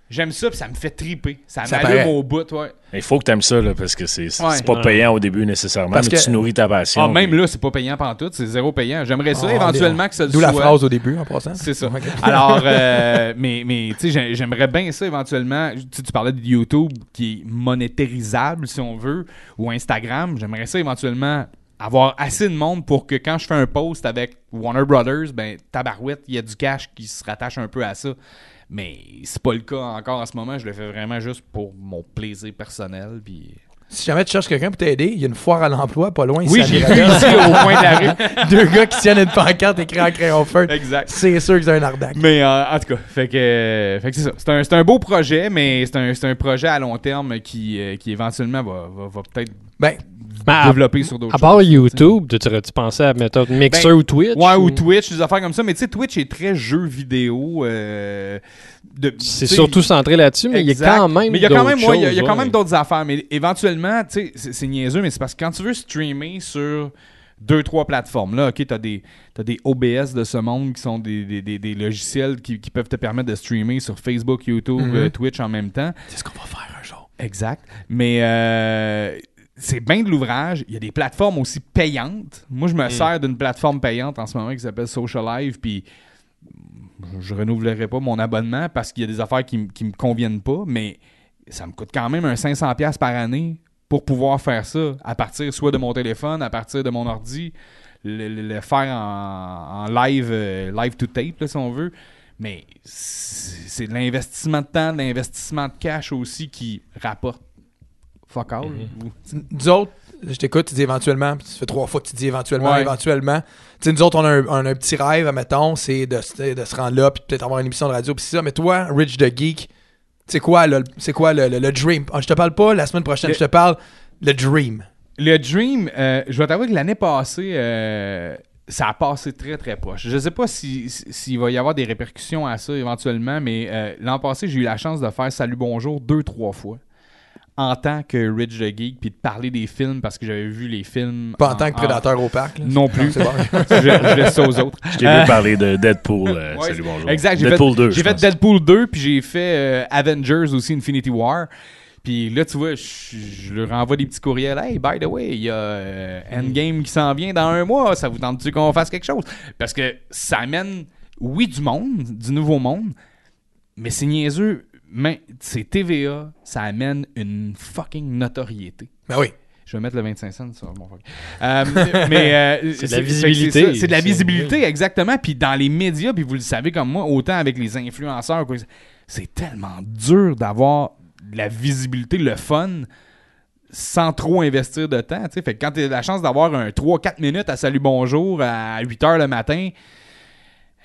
[SPEAKER 4] J'aime ça, puis ça me fait triper. Ça,
[SPEAKER 2] Ça
[SPEAKER 4] m'allume
[SPEAKER 2] paraît.
[SPEAKER 4] au bout, ouais.
[SPEAKER 1] Il faut que tu aimes ça, là, parce que c'est, c'est-
[SPEAKER 4] Ouais.
[SPEAKER 1] c'est pas payant au début nécessairement,
[SPEAKER 2] Parce
[SPEAKER 1] mais
[SPEAKER 2] que-
[SPEAKER 1] tu nourris ta passion.
[SPEAKER 4] Ah, même
[SPEAKER 1] puis-
[SPEAKER 4] là, c'est pas payant pantoute, c'est zéro payant. J'aimerais ça
[SPEAKER 2] Ah,
[SPEAKER 4] éventuellement que ça le
[SPEAKER 2] D'où la
[SPEAKER 4] soit.
[SPEAKER 2] phrase au début, en passant.
[SPEAKER 4] C'est ça.
[SPEAKER 2] Ok.
[SPEAKER 4] Alors, euh, mais, mais tu sais, j'ai- j'aimerais bien ça éventuellement. Tu, sais, tu parlais de YouTube qui est monétarisable, si on veut, ou Instagram. J'aimerais ça éventuellement avoir assez de monde pour que quand je fais un post avec Warner Brothers, ben, tabarouette, il y a du cash qui se rattache un peu à ça. Mais c'est pas le cas encore en ce moment. Je le fais vraiment juste pour mon plaisir personnel. Puis...
[SPEAKER 2] Si jamais tu cherches quelqu'un pour t'aider, il y a une foire à l'emploi pas loin. ici,
[SPEAKER 4] Oui,
[SPEAKER 2] à
[SPEAKER 4] j'ai vu
[SPEAKER 2] Mirabel.
[SPEAKER 4] ici au coin de la rue.
[SPEAKER 2] Deux gars qui tiennent une pancarte écrite en crayon feu.
[SPEAKER 4] Exact.
[SPEAKER 2] C'est sûr que c'est un ardac.
[SPEAKER 4] Mais euh, en tout cas, fait que, euh, fait que c'est ça. C'est un, c'est un beau projet, mais c'est un, c'est un projet à long terme qui, euh, qui éventuellement va, va, va peut-être
[SPEAKER 2] Ben,
[SPEAKER 3] Ben, à,
[SPEAKER 4] développer sur d'autres
[SPEAKER 3] à part YouTube, tu aurais-tu pensé à mettre un Mixer
[SPEAKER 4] Ben,
[SPEAKER 3] ou Twitch?
[SPEAKER 4] Ouais, ou Twitch, des affaires comme ça. Mais tu sais, Twitch est très jeu vidéo. euh, de-
[SPEAKER 3] C'est
[SPEAKER 4] tu sais,
[SPEAKER 3] surtout centré là-dessus, mais il y
[SPEAKER 4] exact.
[SPEAKER 3] a quand même
[SPEAKER 4] Mais il y a quand
[SPEAKER 3] d'autres
[SPEAKER 4] même, ouais, il y a- il y a
[SPEAKER 3] choses,
[SPEAKER 4] quand même
[SPEAKER 3] ouais.
[SPEAKER 4] d'autres affaires. Mais éventuellement, tu sais, c'est c'est niaiseux, mais c'est parce que quand tu veux streamer sur deux, trois plateformes, là, OK, t'as des, t'as des OBS de ce monde qui sont des, des, des- des logiciels qui, qui peuvent te permettre de streamer sur Facebook, YouTube,
[SPEAKER 3] Mm-hmm.
[SPEAKER 2] Mhm.
[SPEAKER 4] euh, Twitch en même temps.
[SPEAKER 2] c'est ce qu'on va faire un jour.
[SPEAKER 4] Exact. Mais euh, c'est bien de l'ouvrage. Il y a des plateformes aussi payantes. Moi, je me sers d'une plateforme payante en ce moment qui s'appelle Socialive. Puis je renouvellerai pas mon abonnement parce qu'il y a des affaires qui, m- qui me conviennent pas. Mais ça me coûte quand même un 500$ par année pour pouvoir faire ça à partir soit de mon téléphone, à partir de mon ordi, le, le- le faire en, en live, euh, live to tape, là, si on veut. Mais c'est c'est de l'investissement de temps, de l'investissement de cash aussi qui rapporte. Fuck all. Ou-
[SPEAKER 2] Nous autres, je t'écoute, tu dis éventuellement, puis tu fais trois fois que tu dis éventuellement,
[SPEAKER 4] Ouais.
[SPEAKER 2] éventuellement. Tu sais, nous autres, on a un, on a un petit rêve, admettons, c'est de, se- de se rendre là, puis peut-être avoir une émission de radio, puis c'est ça. Mais toi, Rich the Geek, c'est quoi, le, c'est quoi le, le- le dream? Ah, je te parle pas la semaine prochaine,
[SPEAKER 4] Le-
[SPEAKER 2] je te parle le dream.
[SPEAKER 4] Le Dream, euh, je vais t'avouer que l'année passée, euh, ça a passé très très proche. Je sais pas si- si- s'il va y avoir des répercussions à ça éventuellement, mais euh, l'an passé, j'ai eu la chance de faire Salut Bonjour deux, trois fois. En tant que Rich the Geek, puis de parler des films parce que j'avais vu les films.
[SPEAKER 2] Pas en, tant que prédateur au parc. là.
[SPEAKER 4] Non plus.
[SPEAKER 2] C'est bon.
[SPEAKER 4] je, je laisse ça aux autres.
[SPEAKER 1] Je t'ai vu parler de Deadpool. euh,
[SPEAKER 4] euh, Ouais,
[SPEAKER 1] salut, bonjour.
[SPEAKER 4] Exact, j'ai
[SPEAKER 1] Deadpool
[SPEAKER 4] fait,
[SPEAKER 1] 2.
[SPEAKER 4] J'ai
[SPEAKER 1] je
[SPEAKER 4] fait
[SPEAKER 1] pense.
[SPEAKER 4] Deadpool 2, puis j'ai fait euh, Avengers aussi, Infinity War. Puis là, tu vois, je, je leur envoie des petits courriels. Hey, by the way, il y a euh,
[SPEAKER 1] Hmm.
[SPEAKER 4] Endgame qui s'en vient dans un mois. Ça vous tente-tu qu'on fasse quelque chose? Parce que ça amène, oui, du monde, du nouveau monde, mais c'est niaiseux. Mais c'est TVA, ça amène une fucking notoriété.
[SPEAKER 2] Ben oui.
[SPEAKER 4] Je vais mettre le 25 cents sur mon fuck. Euh, mais euh,
[SPEAKER 3] C'est de la
[SPEAKER 4] fait que
[SPEAKER 3] visibilité.
[SPEAKER 4] c'est ça, C'est de la
[SPEAKER 3] C'est-
[SPEAKER 4] visibilité, exactement. Puis dans les médias, puis vous le savez comme moi, autant avec les influenceurs, quoi, c'est tellement dur d'avoir de la visibilité, le fun, sans trop investir de temps. tu sais. Fait que quand tu as la chance d'avoir un 3-4 minutes à salut bonjour à 8 h le matin,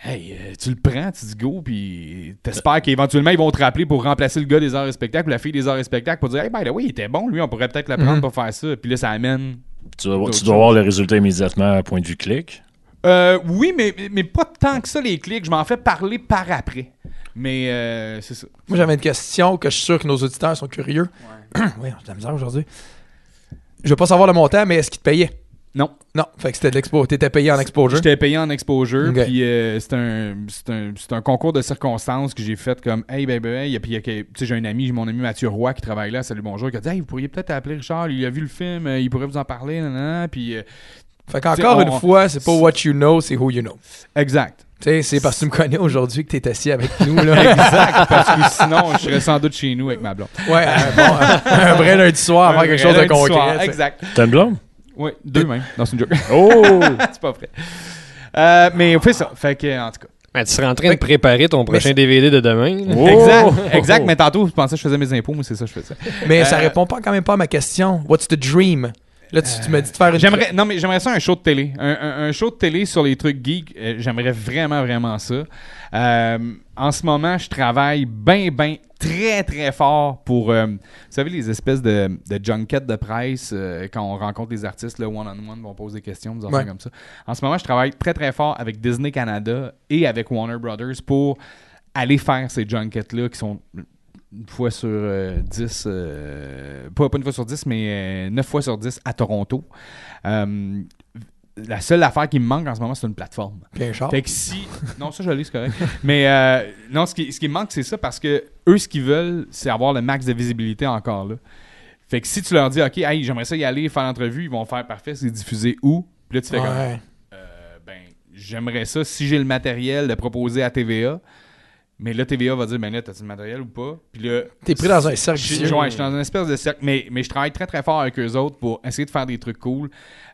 [SPEAKER 4] hey, euh, tu le prends, tu dis go, puis t'espères qu'éventuellement ils vont te rappeler pour remplacer le gars des heures et spectacles ou la fille des heures et spectacles pour dire hey, ben oui, il était bon, lui, on pourrait peut-être le prendre
[SPEAKER 2] Mhm.
[SPEAKER 4] pour faire ça. Puis là, ça amène
[SPEAKER 1] Tu, dois,
[SPEAKER 4] d'autres
[SPEAKER 1] tu dois voir le résultat immédiatement à point de vue clic.
[SPEAKER 4] Euh, oui, mais, mais- mais pas tant que ça, les clics. Je m'en fais parler par après. Mais euh, c'est ça.
[SPEAKER 2] Moi, j'avais une question que je suis sûr que nos auditeurs sont curieux. oui, j'ai de la misère aujourd'hui. Je veux pas savoir le montant, mais est-ce qu'ils te payaient?
[SPEAKER 4] Non.
[SPEAKER 2] Non, fait que c'était de l'expo. T'étais payé en exposure.
[SPEAKER 4] J'étais payé en exposure,
[SPEAKER 2] Ok.
[SPEAKER 4] puis euh, c'est un, c'est un, c'est un concours de circonstances que j'ai fait comme Hey, ben, ben, hey. Puis il y a que- tu sais, j'ai un ami, j'ai mon ami Mathieu Roy qui travaille là, salut, bonjour, qui a dit Hey, vous pourriez peut-être appeler Richard, il a vu le film, euh, il pourrait vous en parler, nan, nan, nan. Puis euh,
[SPEAKER 2] Fait qu'encore
[SPEAKER 4] on-
[SPEAKER 2] une fois, c'est pas what you know, c'est who you know.
[SPEAKER 4] exact.
[SPEAKER 2] Tu sais, c'est parce que tu me connais aujourd'hui que t'es assis avec nous, là.
[SPEAKER 4] Exact, parce que sinon, je serais sans doute chez nous avec ma blonde.
[SPEAKER 2] ouais, un, bon, un- un vrai lundi soir, faire quelque chose de
[SPEAKER 4] Lundi soir,
[SPEAKER 2] concret. tu sais.
[SPEAKER 4] Exact.
[SPEAKER 1] T'as une blonde?
[SPEAKER 4] Oui, deux même. Non, c'est une joke.
[SPEAKER 1] Oh!
[SPEAKER 4] c'est pas vrai. Euh, mais on fait ça. Fait que, en tout cas.
[SPEAKER 3] Ben, tu serais en train de préparer
[SPEAKER 4] ben,
[SPEAKER 3] ton prochain DVD de demain. là.
[SPEAKER 1] Oh!
[SPEAKER 4] Exact, exact. Mais tantôt, je pensais que je faisais mes impôts, mais c'est ça que je faisais.
[SPEAKER 2] Mais ça
[SPEAKER 4] Euh,
[SPEAKER 2] répond pas quand même pas à ma question. What's the dream? Là, tu, tu m'as dit de faire une.
[SPEAKER 4] Euh, J'aimerais, non, mais j'aimerais ça un show de télé. Un, un- un show de télé sur les trucs geeks. euh, j'aimerais vraiment, vraiment ça. Euh, en ce moment, je travaille bien, bien, très, très fort pour, euh, vous savez, les espèces de, de junkets de presse, euh, quand on rencontre des artistes, là, one-on-one, on pose des questions, des affaires
[SPEAKER 2] Ouais.
[SPEAKER 4] comme ça. En ce moment, je travaille très, très fort avec Disney Canada et avec Warner Brothers pour aller faire ces junkets-là qui sont une fois sur euh, 10, euh, pas, pas une fois sur 10, mais 9 fois sur 10 à Toronto. Euh, la seule affaire qui me manque en ce moment, c'est une plateforme.
[SPEAKER 2] Puis un char.
[SPEAKER 4] Fait que si. Non, ça, je l'ai, c'est correct. Mais euh, non, ce qui, ce qui me manque, c'est ça parce que eux, ce qu'ils veulent, c'est avoir le max de visibilité encore là. Fait que si tu leur dis, OK, hey, j'aimerais ça y aller, faire l'entrevue, ils vont faire parfait, c'est diffusé où? Puis là, tu fais comme.
[SPEAKER 2] Ouais.
[SPEAKER 4] Euh, ben, j'aimerais ça, si j'ai le matériel, le proposer à TVA. Mais là, TVA va dire, ben là, t'as-tu le matériel ou pas? Puis là,
[SPEAKER 2] T'es pris dans un cercle
[SPEAKER 4] je suis,
[SPEAKER 2] vicieux.
[SPEAKER 4] ouais, je suis dans une espèce de cercle, mais, mais je travaille très très fort avec eux autres pour essayer de faire des trucs cool.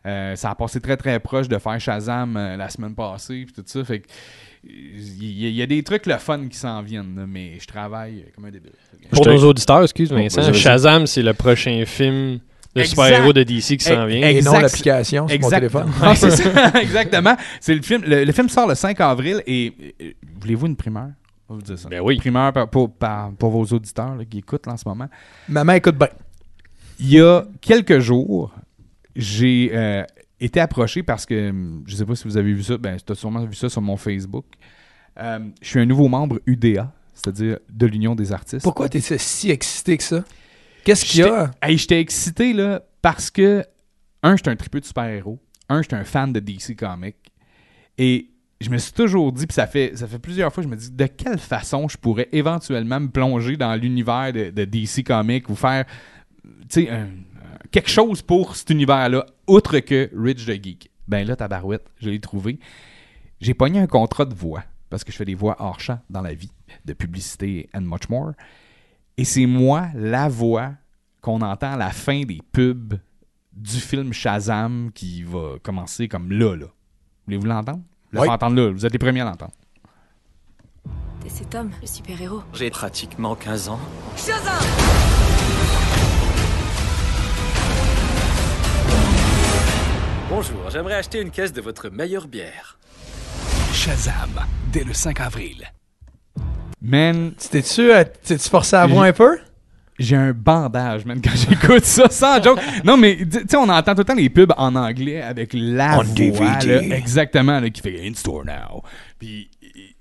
[SPEAKER 4] Euh, ça a passé très très proche de faire Shazam euh, la semaine passée, puis tout ça. Fait que, euh, il y, a- il y a des trucs le fun qui s'en viennent, là, mais je travaille euh, comme un débile.
[SPEAKER 3] Pour
[SPEAKER 1] Je te-
[SPEAKER 3] nos auditeurs, excuse
[SPEAKER 1] Oh,
[SPEAKER 3] Vincent,
[SPEAKER 1] vas-y, vas-y.
[SPEAKER 3] Shazam, c'est le prochain film le
[SPEAKER 4] Exact.
[SPEAKER 3] super-héros de DC qui s'en vient.
[SPEAKER 4] Exact.
[SPEAKER 2] Et non l'application sur mon téléphone.
[SPEAKER 4] Ah, c'est ça, exactement. C'est le film. Le, le film sort le 5 avril et euh, voulez-vous une primeur? On va vous dire ça.
[SPEAKER 3] Ben oui.
[SPEAKER 4] Primeur par- pour, par- pour vos auditeurs là, qui écoutent là, en ce moment.
[SPEAKER 2] Maman écoute bien.
[SPEAKER 4] Il y a quelques jours, j'ai euh, été approché parce que hum, je sais pas si vous avez vu ça, ben tu as sûrement vu ça sur mon Facebook. Euh, je suis un nouveau membre UDA, c'est-à-dire de l'Union des artistes.
[SPEAKER 2] Pourquoi t'es si excité que ça? Qu'est-ce qu'il y a?
[SPEAKER 4] Hey, j'étais excité là parce que un, j'étais un tripeux de super-héros. Un, j'étais un fan de DC Comics. Et je me suis toujours dit, puis ça fait, ça fait plusieurs fois, je me dis de quelle façon je pourrais éventuellement me plonger dans l'univers de, de DC Comics ou faire tu sais, un- un- quelque chose pour cet univers-là, outre que Rich the Geek. Ben là, tabarouette, je l'ai trouvé. J'ai pogné un contrat de voix, parce que je fais des voix hors champ dans la vie, de publicité and much more. Et c'est moi, la voix qu'on entend à la fin des pubs du film Shazam qui va commencer comme là, là. Voulez-vous l'entendre? Je
[SPEAKER 2] Oui.
[SPEAKER 4] vais entendre là, vous êtes les premiers à l'entendre.
[SPEAKER 5] T'es cet homme, le super-héros.
[SPEAKER 6] J'ai pratiquement 15 ans. Bonjour, j'aimerais acheter une caisse de votre meilleure bière.
[SPEAKER 7] Shazam, dès le 5 avril.
[SPEAKER 4] Man,
[SPEAKER 2] T'es-tu euh, t'es-tu forcé à voir un peu?
[SPEAKER 4] J'ai un bandage, man, quand j'écoute ça, sans joke. Non, mais, tu tu sais, on entend tout le temps les pubs en anglais avec la
[SPEAKER 2] On
[SPEAKER 4] voix,
[SPEAKER 2] DVD.
[SPEAKER 4] là, exactement, là, qui fait « In store now ». Puis,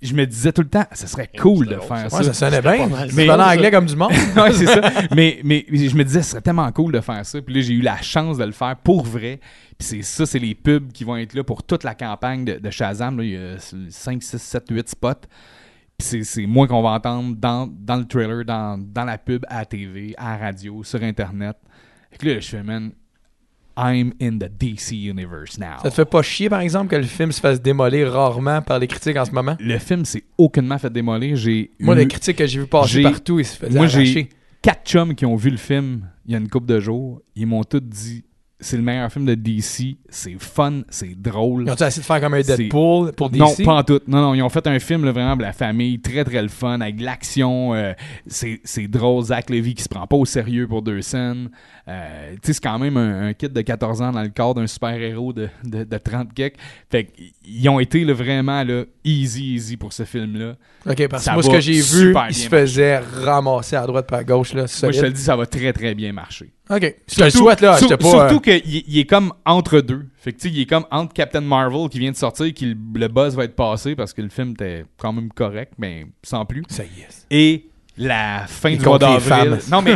[SPEAKER 4] je me disais tout le temps, ça serait cool de
[SPEAKER 3] drôle,
[SPEAKER 4] faire ça.
[SPEAKER 2] Ouais, ça sonnait bien.
[SPEAKER 4] Mais-
[SPEAKER 2] Mais en anglais comme du monde.
[SPEAKER 4] ouais, c'est ça. Mais, mais je me disais, ce serait tellement cool de faire ça. Puis là, j'ai eu la chance de le faire pour vrai. Puis c'est ça, c'est les pubs qui vont être là pour toute la campagne de, de Shazam. Là, il y a 5, 6, 7, 8 spots. Puis c'est, c'est moi qu'on va entendre dans, dans le trailer, dans, dans la pub, à la TV, à la radio, sur Internet. Fait que là, je fais, man, I'm in the DC universe now.
[SPEAKER 2] Ça te fait pas chier, par exemple, que le film se fasse démolir rarement par les critiques en ce moment?
[SPEAKER 4] Le film s'est aucunement fait démolir. J'ai
[SPEAKER 2] Moi,
[SPEAKER 4] eu-
[SPEAKER 2] les critiques que j'ai vu passer
[SPEAKER 4] j'ai-
[SPEAKER 2] partout, ils se faisaient
[SPEAKER 4] Moi,
[SPEAKER 2] arracher.
[SPEAKER 4] j'ai quatre chums qui ont vu le film il y a une couple de jours. Ils m'ont tous dit c'est le meilleur film de DC, c'est fun, c'est drôle.
[SPEAKER 2] Ils ont-tu essayé de faire comme un
[SPEAKER 4] C'est-
[SPEAKER 2] Deadpool pour DC?
[SPEAKER 4] Non, pas en tout. Non, non, ils ont fait un film là, vraiment pour la famille, très très le fun, avec de l'action. euh, c'est c'est drôle, Zach Levy qui se prend pas au sérieux pour deux scènes. Euh, tu sais, c'est quand même un, un kid de 14 ans dans le corps d'un super-héros de, de, de 30 quelques. Fait qu'ils ont été là, vraiment là, easy, easy pour ce film-là.
[SPEAKER 2] OK, parce
[SPEAKER 4] Ça
[SPEAKER 2] que moi, ce
[SPEAKER 4] va
[SPEAKER 2] que j'ai vu,
[SPEAKER 4] super
[SPEAKER 2] ils se
[SPEAKER 4] bien
[SPEAKER 2] faisaient ramasser à droite par à gauche, là,
[SPEAKER 4] Moi, je te le
[SPEAKER 2] solide.
[SPEAKER 4] dis, ça va très très bien marcher.
[SPEAKER 2] OK. Je te le souhaite, là.
[SPEAKER 4] Sur-
[SPEAKER 2] j'étais pas,
[SPEAKER 4] surtout
[SPEAKER 2] euh,
[SPEAKER 4] qu'il il est comme entre deux. Fait que, tu sais, il est comme entre Captain Marvel qui vient de sortir et que le, le buzz va être passé parce que le film était quand même correct, mais sans plus.
[SPEAKER 2] euh, Ça y est.
[SPEAKER 4] Et la fin
[SPEAKER 2] Il
[SPEAKER 4] du mois
[SPEAKER 2] compte les femmes.
[SPEAKER 4] d'avril. Non, mais.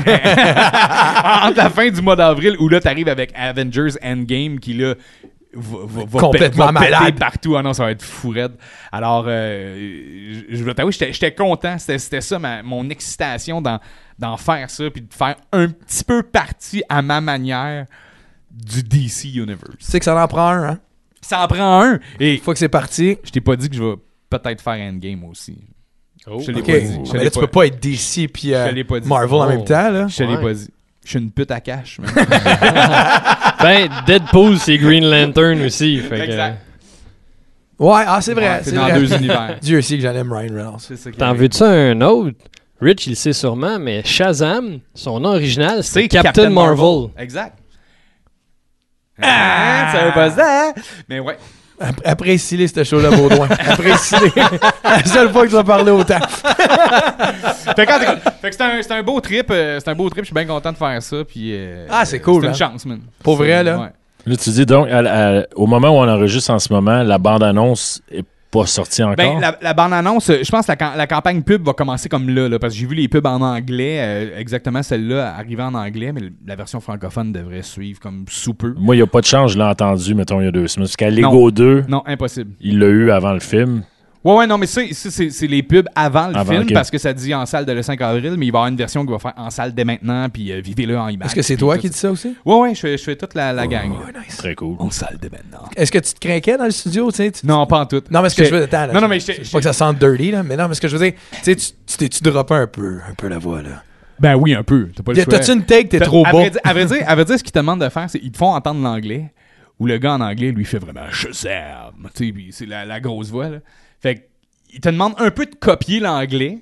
[SPEAKER 4] entre la fin du mois d'avril où là, t'arrives avec Avengers Endgame qui là. Va, va- va
[SPEAKER 2] Complètement
[SPEAKER 4] pé- va péter
[SPEAKER 2] malade.
[SPEAKER 4] partout. Ah non, ça va être fou raide. Alors, euh, je je vais t'avouer, j'étais j'étais content. C'était c'était ça ma- mon excitation d'en d'en faire ça puis de faire un petit peu partie à ma manière du DC
[SPEAKER 2] Tu
[SPEAKER 4] Universe.
[SPEAKER 2] sais que ça en prend un, hein?
[SPEAKER 4] Ça en prend un. Et
[SPEAKER 2] Une fois que c'est parti,
[SPEAKER 4] je t'ai pas dit que je vais peut-être faire Endgame aussi.
[SPEAKER 3] Oh.
[SPEAKER 4] Je te l'ai
[SPEAKER 2] OK.
[SPEAKER 4] pas dit. Je te
[SPEAKER 2] Mais
[SPEAKER 4] l'ai
[SPEAKER 2] là, tu peux pas être DC puis euh,
[SPEAKER 4] Je l'ai pas dit. Oh.
[SPEAKER 2] Marvel en même temps, là.
[SPEAKER 4] Je te l'ai
[SPEAKER 3] Ouais.
[SPEAKER 4] pas dit. Je suis une pute à cash, man.
[SPEAKER 3] Ben, Deadpool, c'est Green Lantern aussi. fait que- euh,
[SPEAKER 4] Exact.
[SPEAKER 2] Ouais, ah, c'est vrai.
[SPEAKER 4] Ouais,
[SPEAKER 2] c'est
[SPEAKER 4] c'est dans
[SPEAKER 2] vrai.
[SPEAKER 4] deux univers.
[SPEAKER 2] Dieu sait que j'en aime Ryan Reynolds.
[SPEAKER 4] C'est ça qui
[SPEAKER 3] T'en
[SPEAKER 4] arrive.
[SPEAKER 3] veux-tu un autre? Rich, il le sait sûrement, mais Shazam, son nom original, c'est Captain, Marvel.
[SPEAKER 4] Exact. Ah, ça veut pas ça. Mais ouais.
[SPEAKER 2] Ap- Apprécie-les, ce show-là, Baudouin. Apprécie-les. La seule fois que tu vas parler autant.
[SPEAKER 4] Fait que, en tout cas, fait que c'est un, c'est un beau trip. euh, c'est un beau trip. Je suis bien content de faire ça. Puis, euh,
[SPEAKER 2] Ah, c'est cool,
[SPEAKER 4] C'est
[SPEAKER 2] hein.
[SPEAKER 4] une chance, man.
[SPEAKER 2] Pour vrai,
[SPEAKER 4] C'est-
[SPEAKER 2] là.
[SPEAKER 4] ouais.
[SPEAKER 1] Là, tu dis donc, à- à- au moment où on enregistre en ce moment, la bande-annonce est pas sortie encore.
[SPEAKER 4] Ben, la, la bande-annonce, euh, je pense que la, cam- la campagne pub va commencer comme là, là, parce que j'ai vu les pubs en anglais, euh, exactement celle-là arriver en anglais, mais le- la version francophone devrait suivre comme sous peu.
[SPEAKER 1] Moi, il n'y a pas de change, je l'ai entendu, mettons, il y a deux semaines. Parce qu'à Lego 2,
[SPEAKER 4] Non, impossible.
[SPEAKER 1] il l'a eu avant le film.
[SPEAKER 4] Ouais, ouais, non, mais ça, ça, c'est c'est les pubs avant le
[SPEAKER 1] Avant,
[SPEAKER 4] film
[SPEAKER 1] ok.
[SPEAKER 4] parce que ça dit en salle de le 5 avril, mais il va y avoir une version qui va faire en salle dès maintenant, puis euh, vivez-le en image.
[SPEAKER 2] Est-ce que c'est
[SPEAKER 4] puis
[SPEAKER 2] toi
[SPEAKER 4] tout
[SPEAKER 2] qui dis ça aussi?
[SPEAKER 4] ça. Ouais, ouais, je, fais- je fais toute la, la gang. là.
[SPEAKER 1] Très cool.
[SPEAKER 7] En salle dès maintenant.
[SPEAKER 2] Est-ce que tu te craquais dans le studio, tu sais? tu-
[SPEAKER 4] Non, pas en tout.
[SPEAKER 2] Non, mais ce que
[SPEAKER 4] J'ai-
[SPEAKER 2] je veux attends, là,
[SPEAKER 4] Non, non,
[SPEAKER 2] je-
[SPEAKER 4] mais j'ai-
[SPEAKER 2] je veux pas que ça sente dirty, là, mais non, mais ce que je veux dire, tu sais, tu tu t'es-tu droppé un peu, un peu la voix, là?
[SPEAKER 4] Ben oui, un peu. T'as pas le
[SPEAKER 2] Y a-
[SPEAKER 4] choix.
[SPEAKER 2] T'as-tu une take, t'es
[SPEAKER 4] T'as-
[SPEAKER 2] trop
[SPEAKER 4] à
[SPEAKER 2] bon?
[SPEAKER 4] Vrai dire, à, vrai dire, à vrai dire, ce qu'ils te demandent de faire, c'est qu'ils te font entendre l'anglais, où le gars en anglais, lui, fait vraiment Shazam. Tu sais, puis c'est la, la grosse voix, là. Fait qu'ils te demandent un peu de copier l'anglais,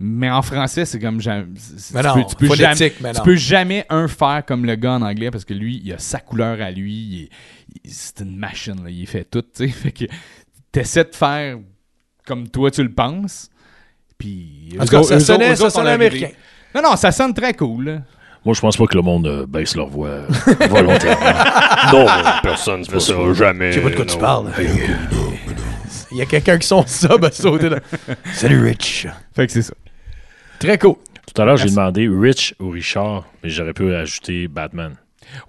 [SPEAKER 4] Mais en français, c'est comme. jam-
[SPEAKER 2] Mais
[SPEAKER 4] tu
[SPEAKER 2] non,
[SPEAKER 4] peux- tu peux
[SPEAKER 2] phonétique,
[SPEAKER 4] jamais-
[SPEAKER 2] mais
[SPEAKER 4] tu
[SPEAKER 2] non.
[SPEAKER 4] peux jamais un faire comme le gars en anglais parce que lui, il a sa couleur à lui. il est- il- c'est une machine, là, il fait tout. tu sais. Fait que t'essaies de faire comme toi tu le penses. Puis.
[SPEAKER 2] En
[SPEAKER 4] eux
[SPEAKER 2] tout cas,
[SPEAKER 4] autres-
[SPEAKER 2] ça
[SPEAKER 4] eux
[SPEAKER 2] sonnait,
[SPEAKER 4] autres- eux
[SPEAKER 2] ça
[SPEAKER 4] autres ont
[SPEAKER 2] sonnait
[SPEAKER 4] arrivé.
[SPEAKER 2] américain.
[SPEAKER 4] Non, non, ça sonne très cool. là.
[SPEAKER 1] Moi, je pense pas que le monde euh, baisse leur voix euh, volontairement. non, personne ne fait ça jamais.
[SPEAKER 2] Je sais pas de quoi tu parles. Il y a quelqu'un qui son sub à sauter là. Salut Rich.
[SPEAKER 4] Fait que c'est ça.
[SPEAKER 2] Très cool.
[SPEAKER 1] Tout à l'heure, j'ai demandé Rich ou Richard, mais j'aurais pu ajouter Batman.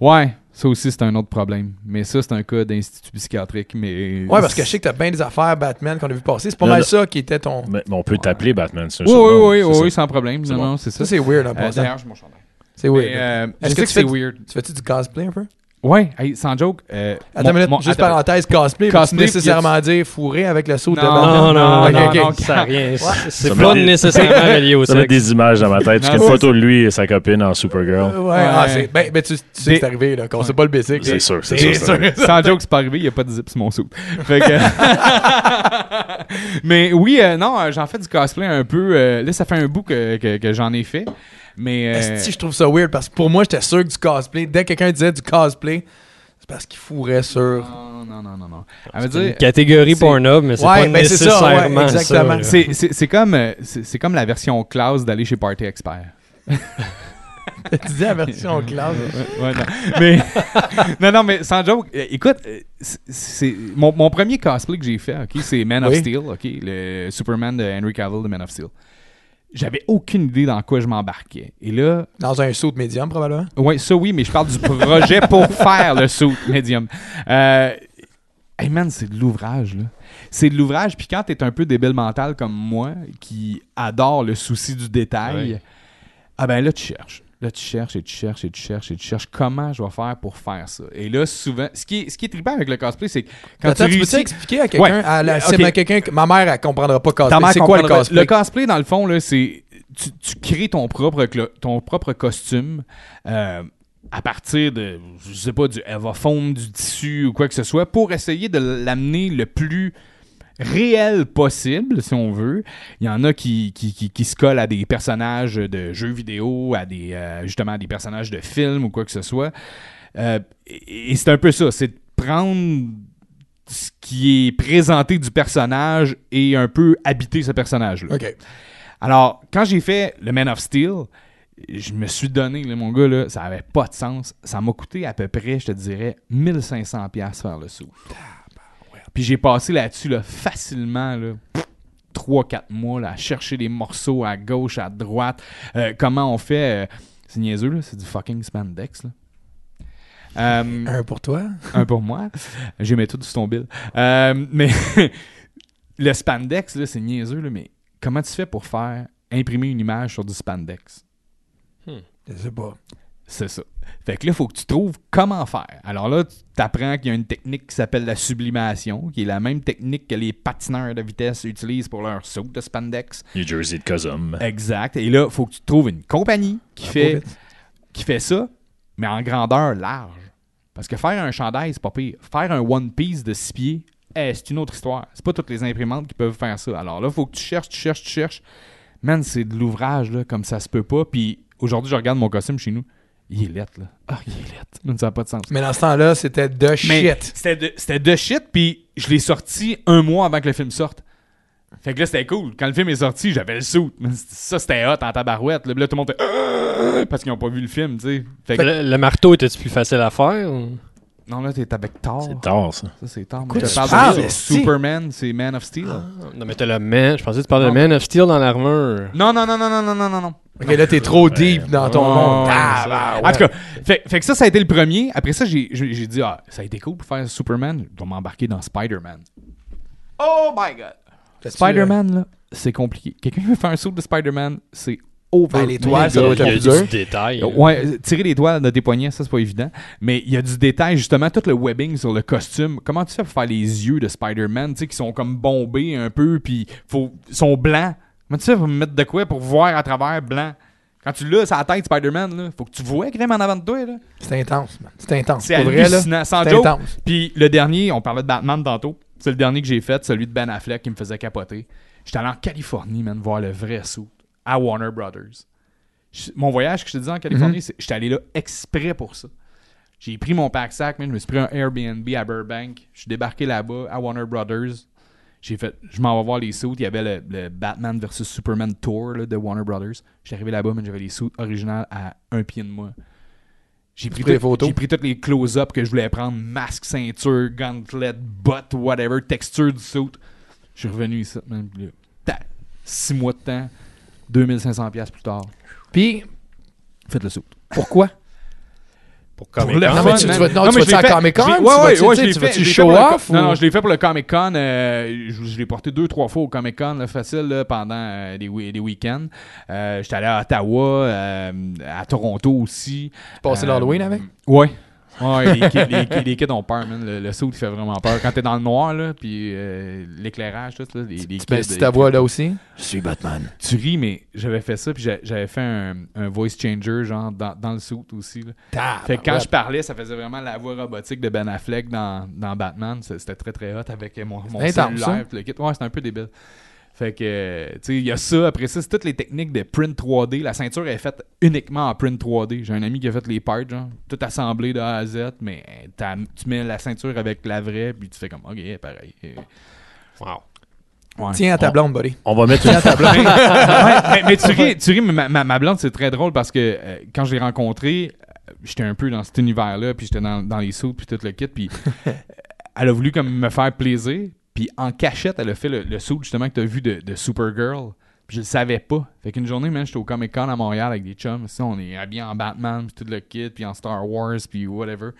[SPEAKER 4] Ouais, ça aussi, c'est un autre problème. Mais ça, c'est un cas d'institut psychiatrique. Mais
[SPEAKER 2] Ouais, parce que je sais que t'as bien des affaires Batman qu'on a vu passer. C'est pas
[SPEAKER 1] Non,
[SPEAKER 2] mal
[SPEAKER 1] non.
[SPEAKER 2] ça qui était ton.
[SPEAKER 1] Mais, mais on peut t'appeler Batman. c'est un
[SPEAKER 4] Oui, oui,
[SPEAKER 1] surnom,
[SPEAKER 4] oui,
[SPEAKER 1] c'est
[SPEAKER 4] oui,
[SPEAKER 1] ça.
[SPEAKER 4] oui, sans problème.
[SPEAKER 1] C'est
[SPEAKER 4] Non,
[SPEAKER 1] bon.
[SPEAKER 4] non, c'est ça.
[SPEAKER 2] Ça, c'est weird en
[SPEAKER 4] Euh,
[SPEAKER 2] passant.
[SPEAKER 4] D'ailleurs, je m'en chandail.
[SPEAKER 2] C'est
[SPEAKER 4] Mais,
[SPEAKER 2] weird.
[SPEAKER 4] euh,
[SPEAKER 2] Est-ce que
[SPEAKER 4] je sais
[SPEAKER 2] tu
[SPEAKER 4] que c'est
[SPEAKER 2] fais-
[SPEAKER 4] weird.
[SPEAKER 2] Tu fais-tu du cosplay un peu?
[SPEAKER 4] Ouais, hey, sans joke. euh,
[SPEAKER 2] Attends
[SPEAKER 4] mon-
[SPEAKER 2] une minute,
[SPEAKER 4] mon-
[SPEAKER 2] juste
[SPEAKER 4] attends-
[SPEAKER 2] parenthèse, cosplay, pas
[SPEAKER 4] Cosplay,
[SPEAKER 2] nécessairement dire fourré avec le saut de
[SPEAKER 4] Non,
[SPEAKER 2] Batman.
[SPEAKER 3] Non, non, non,
[SPEAKER 2] Ok,
[SPEAKER 3] non,
[SPEAKER 2] ok.
[SPEAKER 3] non, ça a rien. c'est-
[SPEAKER 1] Ça
[SPEAKER 3] C'est
[SPEAKER 1] met
[SPEAKER 3] pas
[SPEAKER 1] des-
[SPEAKER 3] nécessairement relié au
[SPEAKER 1] Ça met
[SPEAKER 3] sexe.
[SPEAKER 1] des images dans ma tête. Parce
[SPEAKER 4] Non,
[SPEAKER 1] qu'une
[SPEAKER 4] c'est-
[SPEAKER 1] photo de lui et sa copine en Supergirl.
[SPEAKER 2] Ouais, ah,
[SPEAKER 4] Ouais.
[SPEAKER 2] c'est- ben, ben, tu, tu sais que c'est arrivé, là, qu'on sait pas le basic.
[SPEAKER 1] C'est sûr, c'est sûr. c'est vrai.
[SPEAKER 4] Sans joke, c'est pas arrivé, il n'y a pas de zip sur mon sou. Fait que- mais oui, euh, non, euh, j'en fais du cosplay un peu. euh, là, ça fait un bout que, que- que j'en ai fait. Mais. euh,
[SPEAKER 2] Esti, je trouve ça weird parce que pour moi, j'étais sûr que du cosplay, dès que quelqu'un disait du cosplay, c'est parce qu'il fourrait sur.
[SPEAKER 4] non, non, non, non, non. Elle veut
[SPEAKER 3] Une
[SPEAKER 4] dire,
[SPEAKER 3] catégorie
[SPEAKER 4] c'est-
[SPEAKER 3] pornob, mais c'est
[SPEAKER 2] Ouais,
[SPEAKER 3] pas
[SPEAKER 2] ben, c'est ça, ouais,
[SPEAKER 3] nécessairement ça.
[SPEAKER 2] exactement.
[SPEAKER 3] là.
[SPEAKER 4] c'est- c'est c'est comme, euh, c'est c'est comme la version classe d'aller chez Party Expert.
[SPEAKER 2] tu disais la version classe.
[SPEAKER 4] Ouais, non. Mais, non, non, mais sans joke, euh, écoute, euh, c'est- c'est mon, mon premier cosplay que j'ai fait, ok, c'est Man of
[SPEAKER 2] Oui.
[SPEAKER 4] Steel, ok, le Superman de Henry Cavill de Man of Steel. J'avais aucune idée dans quoi je m'embarquais. Et là,
[SPEAKER 2] Dans un saut de médium, probablement.
[SPEAKER 4] Oui, ça oui, mais je parle du projet pour faire le saut médium. Euh, hey man, c'est de l'ouvrage, là. C'est de l'ouvrage, puis quand t'es un peu débile mental comme moi, qui adore le souci du détail,
[SPEAKER 3] Ouais.
[SPEAKER 4] ah ben là, tu cherches. Là, tu cherches et tu cherches et tu cherches et tu cherches comment je vais faire pour faire ça. Et là, souvent, ce qui est, ce qui est trippant avec le cosplay, c'est que quand
[SPEAKER 2] Attends,
[SPEAKER 4] tu
[SPEAKER 2] tu peux-tu
[SPEAKER 4] réussis...
[SPEAKER 2] expliquer à quelqu'un,
[SPEAKER 4] Ouais.
[SPEAKER 2] à la- si
[SPEAKER 4] Ok.
[SPEAKER 2] à quelqu'un que- ma mère, elle comprendra pas
[SPEAKER 4] Ta
[SPEAKER 2] cosplay.
[SPEAKER 4] mère
[SPEAKER 2] C'est quoi le
[SPEAKER 4] comprendra-
[SPEAKER 2] cosplay?
[SPEAKER 4] Le cosplay, dans le fond, là, c'est tu, tu crées ton propre, clo- ton propre costume euh, à partir de, je sais pas, du Eva Foam, du tissu ou quoi que ce soit, pour essayer de l'amener le plus réel possible, si on veut. Il y en a qui, qui, qui- qui se collent à des personnages de jeux vidéo, à des euh, justement à des personnages de films ou quoi que ce soit. Euh, et et c'est un peu ça, c'est de prendre ce qui est présenté du personnage et un peu habiter ce personnage-là.
[SPEAKER 2] Ok.
[SPEAKER 4] Alors, quand j'ai fait le Man of Steel, je me suis donné, là, mon gars, là, ça avait pas de sens. Ça m'a coûté à peu près, je te dirais, 1500$ piastres faire le saut. Puis j'ai passé là-dessus là, facilement là, 3-4 mois là, à chercher des morceaux à gauche, à droite. Euh, comment on fait euh, C'est niaiseux, là, c'est du fucking spandex. Là. Euh,
[SPEAKER 2] Un pour toi.
[SPEAKER 4] un pour moi. J'ai mis tout sur ton bill. Euh, mais le spandex, là, c'est niaiseux, là, mais comment tu fais pour faire imprimer une image sur du spandex?
[SPEAKER 2] Je sais pas.
[SPEAKER 4] C'est ça. Fait que là, il faut que tu trouves comment faire. Alors là, tu apprends qu'il y a une technique qui s'appelle la sublimation, qui est la même technique que les patineurs de vitesse utilisent pour leur saut de spandex.
[SPEAKER 1] New Jersey de Cosum.
[SPEAKER 4] Exact. Et là, il faut que tu trouves une compagnie qui, fait,
[SPEAKER 2] vite.
[SPEAKER 4] qui fait ça, mais en grandeur large. Parce que faire un chandail, c'est pas pire. Faire un One Piece de 6 pieds, eh, c'est une autre histoire. C'est pas toutes les imprimantes qui peuvent faire ça. Alors là, faut que tu cherches, tu cherches, tu cherches. Man, c'est de l'ouvrage, là, comme ça se peut pas. Puis aujourd'hui, je regarde mon costume chez nous. Il est lettre, là. Ah, il est lettre. Man, Ça n'a pas de sens.
[SPEAKER 2] Mais dans ce temps-là, c'était de
[SPEAKER 4] Mais
[SPEAKER 2] shit.
[SPEAKER 4] C'était de, c'était de shit, puis je l'ai sorti un mois avant que le film sorte. Fait que là, c'était cool. Quand le film est sorti, j'avais le saut. Ça, c'était hot en tabarouette. Là, Puis là, tout le monde était Ah parce qu'ils n'ont pas vu le film, tu sais. Fait que là,
[SPEAKER 3] Le, le marteau était-tu plus facile à faire? ou-
[SPEAKER 4] non, là, t'es avec Thor.
[SPEAKER 1] C'est tard, ça.
[SPEAKER 4] Ça, c'est Thor.
[SPEAKER 2] Quoi,
[SPEAKER 4] je
[SPEAKER 2] tu
[SPEAKER 4] te parle
[SPEAKER 2] parles,
[SPEAKER 4] de
[SPEAKER 2] esti?
[SPEAKER 4] Superman, c'est Man of Steel.
[SPEAKER 3] Non, mais t'as le man. Je pensais que tu parlais de Man of Steel dans l'armure.
[SPEAKER 4] Non, non, non, non, non, non, non, non, non.
[SPEAKER 2] Ok, là, t'es trop deep dans ton
[SPEAKER 4] Ouais,
[SPEAKER 2] monde.
[SPEAKER 4] ouais,
[SPEAKER 2] Ah,
[SPEAKER 4] ça.
[SPEAKER 2] bah,
[SPEAKER 4] En tout cas, fait, fait que ça, ça a été le premier. Après ça, j'ai j'ai- j'ai dit, ah, ça a été cool pour faire Superman. Je dois m'embarquer dans Spider-Man. Oh my God!
[SPEAKER 2] ouais.
[SPEAKER 4] Spider-Man,
[SPEAKER 2] euh,
[SPEAKER 4] là, c'est compliqué. Quelqu'un veut faire un saut de Spider-man, c'est over.
[SPEAKER 2] Ben, les toiles, ça
[SPEAKER 4] Méga.
[SPEAKER 2] doit être la
[SPEAKER 3] Il y a
[SPEAKER 2] plus dure.
[SPEAKER 3] du détail.
[SPEAKER 4] Ouais, euh, tirer les toiles de tes poignets, ça c'est pas évident. Mais il y a du détail, justement, tout le webbing sur le costume. Comment tu fais pour faire les yeux de Spider-Man, tu sais, qui sont comme bombés un peu, puis faut, ils sont blancs. Comment tu fais pour mettre de quoi pour voir à travers blanc? Quand tu l'as sur la tête, Spider-Man, là, faut que tu vois qu'il est en avant de toi, là.
[SPEAKER 2] C'est intense, man. C'est intense.
[SPEAKER 4] C'est
[SPEAKER 2] Pour vrai, là.
[SPEAKER 4] hallucinant, sans
[SPEAKER 2] C'est
[SPEAKER 4] joke.
[SPEAKER 2] intense.
[SPEAKER 4] Puis le dernier, on parlait de Batman tantôt. C'est le dernier que j'ai fait, celui de Ben Affleck qui me faisait capoter. J'étais allé en Californie, man, voir le vrai saut. à Warner Brothers. Je- Mon voyage que je te disais en Californie, c'est- j'étais allé là exprès pour ça. J'ai pris mon pack sac, mais je me suis pris un Airbnb à Burbank. Je suis débarqué là-bas à Warner Brothers. J'ai fait, je m'en vais voir les suits. Il y avait le, le Batman vs Superman Tour là, de Warner Brothers. J'étais arrivé là-bas, mais j'avais les suits originales à un pied de moi. J'ai pris,
[SPEAKER 2] pris les
[SPEAKER 4] tout-
[SPEAKER 2] photos?
[SPEAKER 4] j'ai pris toutes les close-up que je voulais prendre masque, ceinture, gantelet, botte, whatever, texture du suit. Je suis revenu ici. man, puis là, tac, six mois de temps, 2500$ piastres plus tard.
[SPEAKER 2] Puis,
[SPEAKER 4] Faites le suit.
[SPEAKER 2] pourquoi?
[SPEAKER 3] Pour
[SPEAKER 1] Pour
[SPEAKER 3] Comic
[SPEAKER 1] le-
[SPEAKER 3] Con.
[SPEAKER 2] Non, mais tu- tu vas- non, tu
[SPEAKER 4] mais je
[SPEAKER 2] vas-tu
[SPEAKER 4] l'ai
[SPEAKER 2] à
[SPEAKER 4] fait-
[SPEAKER 2] Comic-Con?
[SPEAKER 4] je l'ai-
[SPEAKER 2] Tu
[SPEAKER 4] Ouais,
[SPEAKER 2] vas-tu-
[SPEAKER 4] ouais,
[SPEAKER 2] tu
[SPEAKER 4] ouais,
[SPEAKER 2] sais,
[SPEAKER 4] je l'ai
[SPEAKER 2] tu
[SPEAKER 4] fait-
[SPEAKER 2] vas-tu
[SPEAKER 4] je l'ai fait
[SPEAKER 2] show
[SPEAKER 4] pour le-
[SPEAKER 2] off
[SPEAKER 4] Non, non,
[SPEAKER 2] ou-
[SPEAKER 4] je l'ai fait pour le Comic Con. je, je l'ai porté deux, trois fois au Comic Con, là, facile, là, pendant euh, des, wi- des week-ends. Euh, J'étais allé à Ottawa, euh, à Toronto aussi.
[SPEAKER 2] Passer
[SPEAKER 4] Euh,
[SPEAKER 2] l'Halloween avec?
[SPEAKER 4] Ouais. Ouais, les, kids, les kids- les kids ont peur, man. Le, le saut, il fait vraiment peur. Quand t'es dans le noir, là, puis euh, l'éclairage, tout, là, les, les
[SPEAKER 2] Tu
[SPEAKER 4] kids,
[SPEAKER 2] baisses ta voix là aussi?
[SPEAKER 1] Je suis Batman.
[SPEAKER 4] tu ris, mais j'avais fait ça, puis j'a- j'avais fait un, un voice changer, genre, dans, dans le suit aussi. là. Fait que quand je parlais, ça faisait vraiment la voix robotique de Ben Affleck dans, dans Batman. C'est- C'était très très hot avec mon, mon
[SPEAKER 2] intense, ça.
[SPEAKER 4] cellulaire. pis le kit. Ouais, c'était un peu débile. Fait que, euh, tu sais, il y a ça. Après ça, c'est toutes les techniques de print 3D. La ceinture est faite uniquement en print 3D. J'ai un ami qui a fait les parts, genre, tout assemblé de A à Z, mais euh, t'as- tu mets la ceinture avec la vraie, puis tu fais comme, ok, pareil.
[SPEAKER 3] Wow.
[SPEAKER 4] Ouais.
[SPEAKER 2] Tiens à ta blonde, buddy.
[SPEAKER 1] On va mettre
[SPEAKER 2] Tiens à ta blonde.
[SPEAKER 4] Ouais, mais, mais tu ris, tu ris, mais ma, ma- ma blonde, c'est très drôle parce que euh, quand je l'ai rencontrée, euh, j'étais un peu dans cet univers-là, puis j'étais dans, dans les sauts, puis tout le kit, puis euh, elle a voulu comme me faire plaisir, puis en cachette, elle a fait le, le saut justement que tu as vu de, de Supergirl, puis je le savais pas. Fait qu'une journée, man, j'étais au Comic-Con à Montréal avec des chums, ça, on est habillés en Batman, puis tout le kit, puis en Star Wars, puis whatever.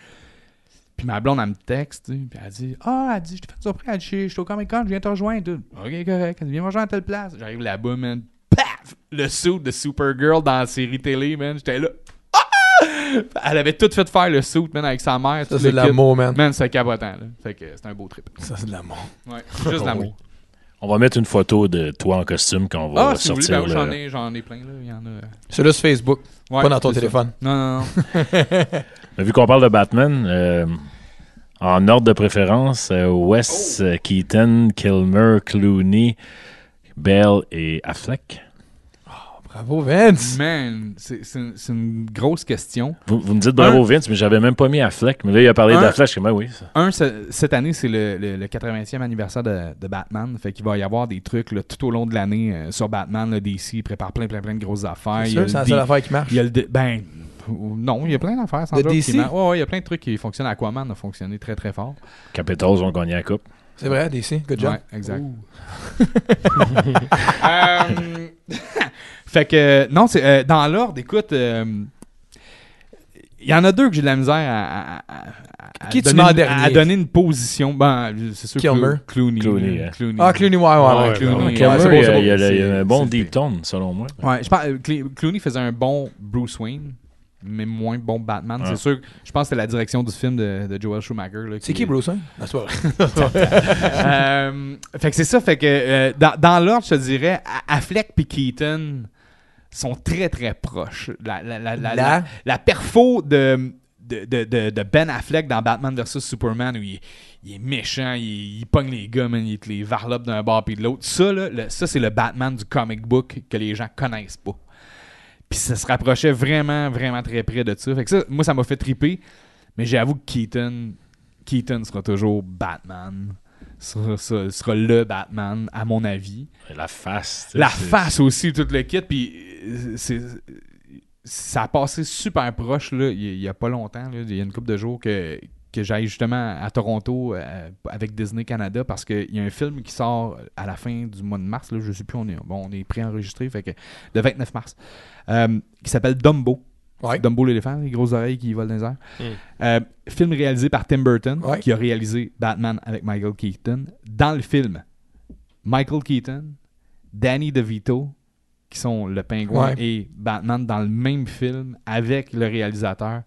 [SPEAKER 4] Puis ma blonde, elle me texte, tu sais, puis elle dit Ah, elle dit, je t'ai fait une surprise, elle dit, je je suis au Comic Con, je viens te rejoindre. dude. Ok, correct. Elle dit, viens me rejoindre à telle place. J'arrive là-bas, man. Paf Le suit de Supergirl dans la série télé, man. J'étais là. Ah! Elle avait tout fait faire le suit, man, avec sa mère.
[SPEAKER 2] Ça,
[SPEAKER 4] tout
[SPEAKER 2] c'est
[SPEAKER 4] le
[SPEAKER 2] de
[SPEAKER 4] kit.
[SPEAKER 2] l'amour, man.
[SPEAKER 4] Man, c'est capotant, là. Fait que c'est un beau trip.
[SPEAKER 2] Ça, c'est de l'amour.
[SPEAKER 4] Ouais, c'est juste l'amour.
[SPEAKER 1] On va mettre une photo de toi en costume quand on
[SPEAKER 2] Oh,
[SPEAKER 1] va
[SPEAKER 4] Ah, si vous voulez,
[SPEAKER 1] sortir.
[SPEAKER 4] ben oui,
[SPEAKER 1] le-
[SPEAKER 4] j'en ai, j'en ai plein, là. Il y en a.
[SPEAKER 2] C'est là sur Facebook,
[SPEAKER 4] Ouais,
[SPEAKER 2] pas dans ton
[SPEAKER 4] c'est ça.
[SPEAKER 2] téléphone.
[SPEAKER 4] Non, non, non.
[SPEAKER 1] Mais vu qu'on parle de Batman, euh, en ordre de préférence, euh,
[SPEAKER 4] Oh.
[SPEAKER 1] Wes, euh, Keaton, Kilmer, Clooney, Bell et Affleck.
[SPEAKER 2] Bravo, Vince.
[SPEAKER 4] Man, c'est c'est une, c'est une grosse question.
[SPEAKER 1] Vous, vous me dites bravo Vince, mais j'avais même pas mis Affleck. Mais là, il a parlé
[SPEAKER 4] Un.
[SPEAKER 1] d'Affleck. Je suis comme, ah oui. ça.
[SPEAKER 4] Un, ce- cette année, c'est le, le- le 80e anniversaire de, de Batman. Fait qu'il va y avoir des trucs là, tout au long de l'année euh, sur Batman. Là, DC prépare plein, plein, plein de grosses affaires.
[SPEAKER 2] C'est
[SPEAKER 4] Il y
[SPEAKER 2] sûr,
[SPEAKER 4] a le
[SPEAKER 2] c'est la
[SPEAKER 4] D-
[SPEAKER 2] seule affaire qui marche.
[SPEAKER 4] il y a le D- Ben. Non, il y a plein d'affaires. sans
[SPEAKER 2] De
[SPEAKER 4] doute, qui
[SPEAKER 2] DC?
[SPEAKER 4] mar- Ouais, ouais, il y a plein de trucs qui fonctionnent. Aquaman a fonctionné très, très fort.
[SPEAKER 1] Capitals ont gagné la Coupe.
[SPEAKER 2] C'est vrai, DC, good job.
[SPEAKER 4] Ouais, exact. Euh, fait que, euh, non, c'est euh, dans l'ordre, écoute, euh, il y en a deux que j'ai de la misère à, à- à- à- à
[SPEAKER 2] Qui tu
[SPEAKER 4] donner,
[SPEAKER 2] mets en
[SPEAKER 4] une-
[SPEAKER 2] dernier?
[SPEAKER 4] à donner une position. Ben, c'est sûr que
[SPEAKER 2] Kilmer.
[SPEAKER 4] Clo- Clooney.
[SPEAKER 1] Clooney,
[SPEAKER 4] là,
[SPEAKER 1] hein.
[SPEAKER 4] Clooney.
[SPEAKER 2] Ah, Clooney, ouais, ouais,
[SPEAKER 3] Ah,
[SPEAKER 2] ouais.
[SPEAKER 3] ouais,
[SPEAKER 2] Clooney,
[SPEAKER 3] ouais,
[SPEAKER 2] ouais,
[SPEAKER 1] Kilmer,
[SPEAKER 2] c'est beau,
[SPEAKER 1] il y
[SPEAKER 2] c'est
[SPEAKER 1] a,
[SPEAKER 2] beau.
[SPEAKER 1] il y a le- il y a
[SPEAKER 4] C'est-
[SPEAKER 1] un bon
[SPEAKER 4] c'est-
[SPEAKER 1] deep tone, selon moi.
[SPEAKER 4] Ouais, je pense, euh, Cl- Clooney faisait un bon Bruce Wayne, mais moins bon Batman.
[SPEAKER 1] Ouais.
[SPEAKER 4] C'est sûr, que- je pense que c'est la direction du film de, de Joel Schumacher. là,
[SPEAKER 2] C'est qui, Bruce Wayne? Ah, c'est pas vrai.
[SPEAKER 4] Euh, fait que c'est ça, fait que euh, dans, dans l'ordre, je te dirais, A- Affleck et Keaton sont très très proches. La, la, la,
[SPEAKER 2] La-
[SPEAKER 4] la, la- la perfo de, de, de, de- de Ben Affleck dans Batman vs Superman où il, est- il est méchant, il, il pogne les gars, man, il te les varlope d'un bord puis de l'autre. Ça, là, le- ça c'est le Batman du comic book que les gens connaissent pas. Puis ça se rapprochait vraiment, vraiment très près de ça. Fait que ça, moi, ça m'a fait triper. Mais j'avoue que Keaton, Keaton sera toujours Batman. Sera, sera- sera le Batman, à mon avis.
[SPEAKER 1] La face. tu sais,
[SPEAKER 4] La
[SPEAKER 1] c'est-
[SPEAKER 4] face aussi, tout le kit. Puis euh, c'est- ça a passé super proche, là, il y a- il y a pas longtemps, là, il y a une couple de jours que, que j'aille justement à Toronto euh, avec Disney Canada parce qu'il y a un film qui sort à la fin du mois de mars. Là, je sais plus, on est, bon, on est pré-enregistré, fait que le 29 mars, euh, qui s'appelle Dumbo.
[SPEAKER 2] Ouais.
[SPEAKER 4] Dumbo l'éléphant, les grosses oreilles qui volent dans les airs.
[SPEAKER 3] Mm.
[SPEAKER 4] Euh, film réalisé par Tim Burton,
[SPEAKER 2] Ouais.
[SPEAKER 4] qui a réalisé Batman avec Michael Keaton. Dans le film, Michael Keaton, Danny DeVito, qui sont le
[SPEAKER 2] Ouais.
[SPEAKER 4] pingouin et Batman dans le même film avec le réalisateur.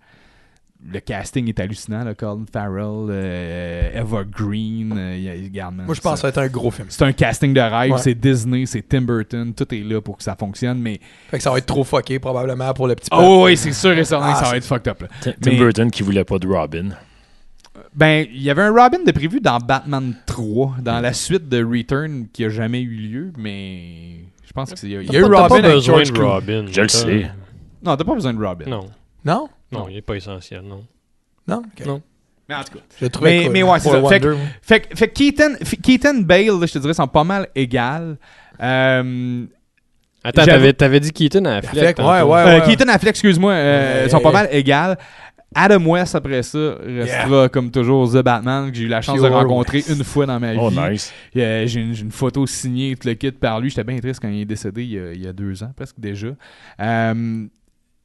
[SPEAKER 4] Le casting est hallucinant, là, Colin Farrell, euh, Eva Green, euh, y a- regarde, man,
[SPEAKER 2] Moi, je pense que ça va être un gros film.
[SPEAKER 4] c'est un casting de rêve,
[SPEAKER 2] Ouais.
[SPEAKER 4] c'est Disney, c'est Tim Burton, tout est là pour que ça fonctionne, mais
[SPEAKER 2] Fait que ça va être trop fucké, probablement, pour le petit peuple.
[SPEAKER 4] oh oui, c'est sûr et certain
[SPEAKER 2] Ah,
[SPEAKER 4] que ça va
[SPEAKER 2] c'est-
[SPEAKER 4] être fucked up. là.
[SPEAKER 1] Tim Tim
[SPEAKER 4] Mais-
[SPEAKER 1] Burton qui voulait pas de Robin.
[SPEAKER 4] Ben, il y avait un Robin de prévu dans Batman 3, dans la suite de Return qui a jamais eu lieu, mais je pense qu'il y a, il y
[SPEAKER 2] T'as
[SPEAKER 4] a eu
[SPEAKER 2] pas- t'as
[SPEAKER 4] Robin.
[SPEAKER 3] T'as pas
[SPEAKER 2] avec
[SPEAKER 3] besoin
[SPEAKER 2] George
[SPEAKER 3] de
[SPEAKER 2] Clooney.
[SPEAKER 3] Robin.
[SPEAKER 1] Je le
[SPEAKER 3] T'as-
[SPEAKER 1] sais.
[SPEAKER 4] Non, t'as pas besoin de Robin.
[SPEAKER 3] Non.
[SPEAKER 2] Non?
[SPEAKER 3] Non, il est pas essentiel, non.
[SPEAKER 2] Non? Ok.
[SPEAKER 3] Non.
[SPEAKER 4] Mais en tout cas.
[SPEAKER 2] Je le trouvais
[SPEAKER 4] Mais-
[SPEAKER 2] cool.
[SPEAKER 4] mais ouais, c'est
[SPEAKER 2] Pour
[SPEAKER 4] ça. Fait
[SPEAKER 2] Wonder, moi.
[SPEAKER 4] Fait, que- fait que Keaton, fait- Keaton Bale, là, je te dirais, sont pas mal égales. Euh,
[SPEAKER 3] Attends,
[SPEAKER 4] J'avoue-
[SPEAKER 3] t'avais, t'avais dit Keaton à Affleck.
[SPEAKER 2] Affleck,
[SPEAKER 3] tantôt.
[SPEAKER 2] ouais, ouais,
[SPEAKER 4] euh,
[SPEAKER 2] ouais.
[SPEAKER 4] Keaton Affleck, excuse-moi, euh,
[SPEAKER 2] Ouais.
[SPEAKER 4] sont pas mal égales. Adam West, après ça, restera comme toujours The Batman, que j'ai eu la chance
[SPEAKER 2] Pure
[SPEAKER 4] de rencontrer
[SPEAKER 2] West.
[SPEAKER 4] une fois dans ma vie.
[SPEAKER 1] Oh, nice.
[SPEAKER 4] Euh, j'ai, une, j'ai une photo signée, tout le kit par lui. J'étais bien triste quand il est décédé il y a, il y a deux ans, presque déjà. Euh,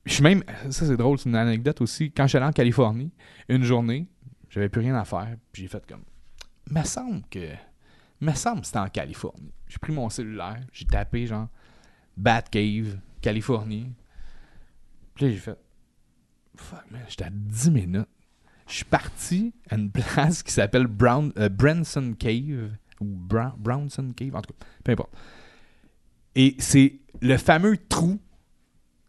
[SPEAKER 4] je suis même, ça c'est drôle, c'est une anecdote aussi. Quand j'étais allé en Californie, une journée, j'avais plus rien à faire, puis j'ai fait comme, me semble que, me semble que c'était en Californie. J'ai pris mon cellulaire, j'ai tapé genre Batcave, Californie. Puis là, j'ai fait, fuck man, j'étais à 10 minutes. Je suis parti à une place qui s'appelle Brown, euh, Branson Cave, ou Brown, Brownson Cave, en tout cas, peu importe. Et c'est le fameux trou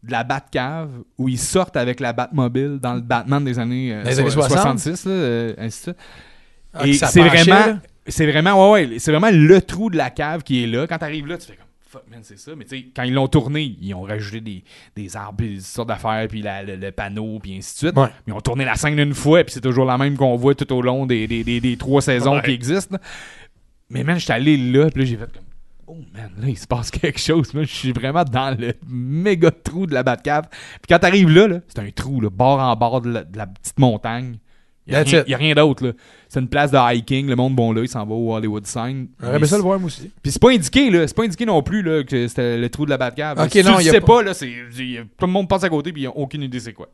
[SPEAKER 4] de la Batcave où ils sortent avec la Batmobile dans le Batman des années, euh,
[SPEAKER 2] Dans les années
[SPEAKER 4] so-
[SPEAKER 2] 60.
[SPEAKER 4] 66, là, euh, ainsi de suite.
[SPEAKER 2] Ah,
[SPEAKER 4] Et
[SPEAKER 2] que ça
[SPEAKER 4] c'est
[SPEAKER 2] penchait,
[SPEAKER 4] vraiment,
[SPEAKER 2] là.
[SPEAKER 4] c'est vraiment, ouais, ouais, c'est vraiment le trou de la cave qui est là. Quand t'arrives là, tu fais comme fuck man, c'est ça. Mais tu sais, quand ils l'ont tourné, ils ont rajouté des, des arbres, puis des sortes d'affaires, puis la- le, le panneau, puis ainsi de suite.
[SPEAKER 2] Ouais.
[SPEAKER 4] Ils ont tourné la scène une fois, puis c'est toujours la même qu'on voit tout au long des, des, des- des trois saisons qui existent. Mais man, j'étais allé là, puis là, j'ai fait comme Oh man, là, il se passe quelque chose. Moi, je suis vraiment dans le méga trou de la Batcave. Puis quand t'arrives là, là c'est un trou, là, bord en bord de la, de la petite montagne. Il n'y a,
[SPEAKER 2] That's
[SPEAKER 4] rien-
[SPEAKER 2] it.
[SPEAKER 4] y a rien d'autre. là. C'est une place de hiking. Le monde, bon, là, il s'en va au Hollywood Sign.
[SPEAKER 2] J'aurais aimé ça le voir, moi aussi.
[SPEAKER 4] Puis c'est pas indiqué, là. C'est pas indiqué non plus, là, que c'était le trou de la Batcave.
[SPEAKER 2] Ok,
[SPEAKER 4] si
[SPEAKER 2] non,
[SPEAKER 4] tu
[SPEAKER 2] y
[SPEAKER 4] le
[SPEAKER 2] a
[SPEAKER 4] sais
[SPEAKER 2] pas-
[SPEAKER 4] pas, là, c'est, y a- tout le monde passe à côté, puis ils ont aucune idée c'est quoi.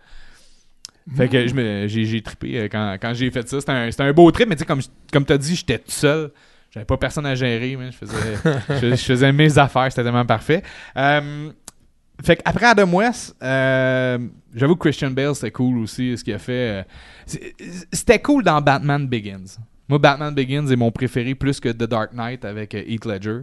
[SPEAKER 4] Fait que je me- j'ai, j'ai trippé euh, quand, quand j'ai fait ça. C'était un, c'était un beau trip, mais tu sais, comme, comme t'as dit, j'étais tout seul. J'avais pas personne à gérer, mais je faisais, je, je faisais mes affaires, c'était tellement parfait. Euh, fait qu'après Adam West, euh, j'avoue que Christian Bale, c'était cool aussi, ce qu'il a fait. euh, c'est- C'était cool dans Batman Begins. Moi, Batman Begins est mon préféré plus que The Dark Knight avec euh, Heath Ledger.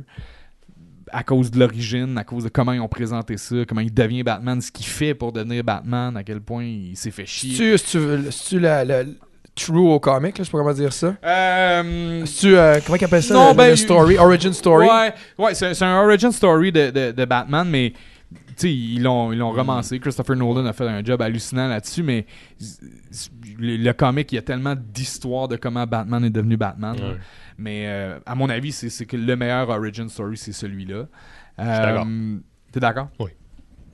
[SPEAKER 4] À cause de l'origine, à cause de comment ils ont présenté ça, comment il devient Batman, ce qu'il fait pour devenir Batman, à quel point il s'est fait chier.
[SPEAKER 2] C'est-tu, c'est-tu, c'est-tu la, la- le true au comic, là, je sais pas comment dire ça?
[SPEAKER 4] Euh,
[SPEAKER 2] C'est-tu, euh, comment qu'appelle ça?
[SPEAKER 4] Non,
[SPEAKER 2] le-
[SPEAKER 4] ben,
[SPEAKER 2] le story, origin story?
[SPEAKER 4] Ouais, ouais c'est c'est un origin story de, de, de Batman, mais tu sais, ils l'ont ils l'ont romancé. Christopher Nolan a fait un job hallucinant là-dessus, mais s- s- le, le comic, il y a tellement d'histoires de comment Batman est devenu Batman.
[SPEAKER 3] Ouais.
[SPEAKER 4] Mais euh, à mon avis, c'est c'est que le meilleur origin story, c'est celui-là.
[SPEAKER 3] d'accord.
[SPEAKER 4] Euh, T'es d'accord?
[SPEAKER 3] Oui.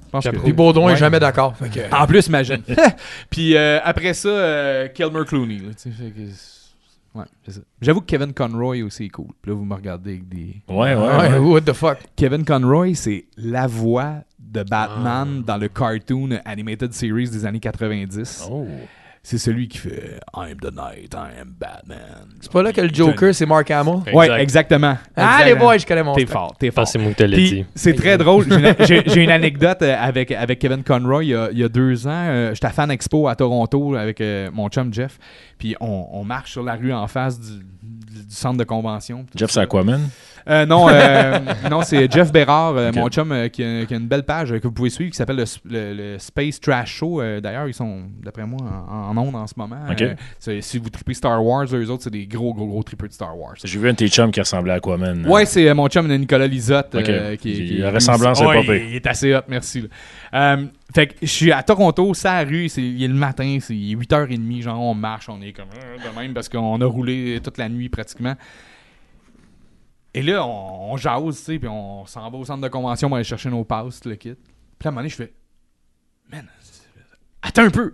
[SPEAKER 4] Je pense que-
[SPEAKER 3] J'approuve.
[SPEAKER 2] Puis Baudon est
[SPEAKER 4] Ouais.
[SPEAKER 2] jamais d'accord. Fait que,
[SPEAKER 4] En plus, imagine. Puis euh, après ça, euh, Kilmer Clooney. là, tu sais, fait que c'est- ouais, c'est ça. J'avoue que Kevin Conroy aussi est cool. Puis là, vous me regardez avec des.
[SPEAKER 1] Ouais, ouais.
[SPEAKER 4] Ah.
[SPEAKER 2] ouais,
[SPEAKER 1] ouais.
[SPEAKER 2] what the fuck?
[SPEAKER 4] Kevin Conroy, c'est la voix de Batman dans le cartoon animated series des années 90.
[SPEAKER 1] Oh.
[SPEAKER 4] C'est celui qui fait I'm the night, I am Batman.
[SPEAKER 2] C'est pas là que le Joker, c'est Mark Hamill?
[SPEAKER 4] Ouais, exactement.
[SPEAKER 2] Ah, les boys, je connais mon
[SPEAKER 4] T'es
[SPEAKER 2] stock.
[SPEAKER 4] fort, t'es
[SPEAKER 3] Je pense
[SPEAKER 4] fort.
[SPEAKER 3] que c'est moi qui te l'ai
[SPEAKER 4] Puis,
[SPEAKER 3] dit.
[SPEAKER 4] c'est très drôle. J'ai une- J'ai j'ai une anecdote euh, avec, avec Kevin Conroy il y a, il y a deux ans. euh, J'étais à Fan Expo à Toronto avec euh, mon chum Jeff. Puis on, on marche sur la rue en face du, du centre de convention.
[SPEAKER 1] Jeff, c'est Aquaman.
[SPEAKER 4] Euh, non, euh, non c'est Jeff Bérard, euh,
[SPEAKER 1] Ok.
[SPEAKER 4] mon chum, euh, qui, a, qui a une belle page euh, que vous pouvez suivre qui s'appelle le, s- le- le Space Trash Show. Euh, D'ailleurs, ils sont, d'après moi, en, en ondes en ce moment.
[SPEAKER 1] Ok.
[SPEAKER 4] Euh, c'est- si vous tripez Star Wars, eux autres, c'est des gros, gros, gros tripeux de Star Wars.
[SPEAKER 1] J'ai vu un de tes chums qui ressemblait à Aquaman.
[SPEAKER 4] Ouais, c'est euh, mon chum Nicolas Lisotte
[SPEAKER 1] Ok.
[SPEAKER 4] euh, qui,
[SPEAKER 1] Il-
[SPEAKER 4] qui-
[SPEAKER 1] la ressemblance est
[SPEAKER 4] Ouais,
[SPEAKER 1] pas pire.
[SPEAKER 4] Il, il est assez hot, merci. là. Euh, fait que je suis à Toronto, c'est à la rue, c'est il est le matin, c'est il est 8h30, genre on marche, on est comme euh, de même parce qu'on a roulé toute la nuit pratiquement. Et là, on, on jase, tu sais, puis on s'en va au centre de convention pour aller chercher nos passes, tout le kit. Puis à un moment donné, je fais Man, attends un peu.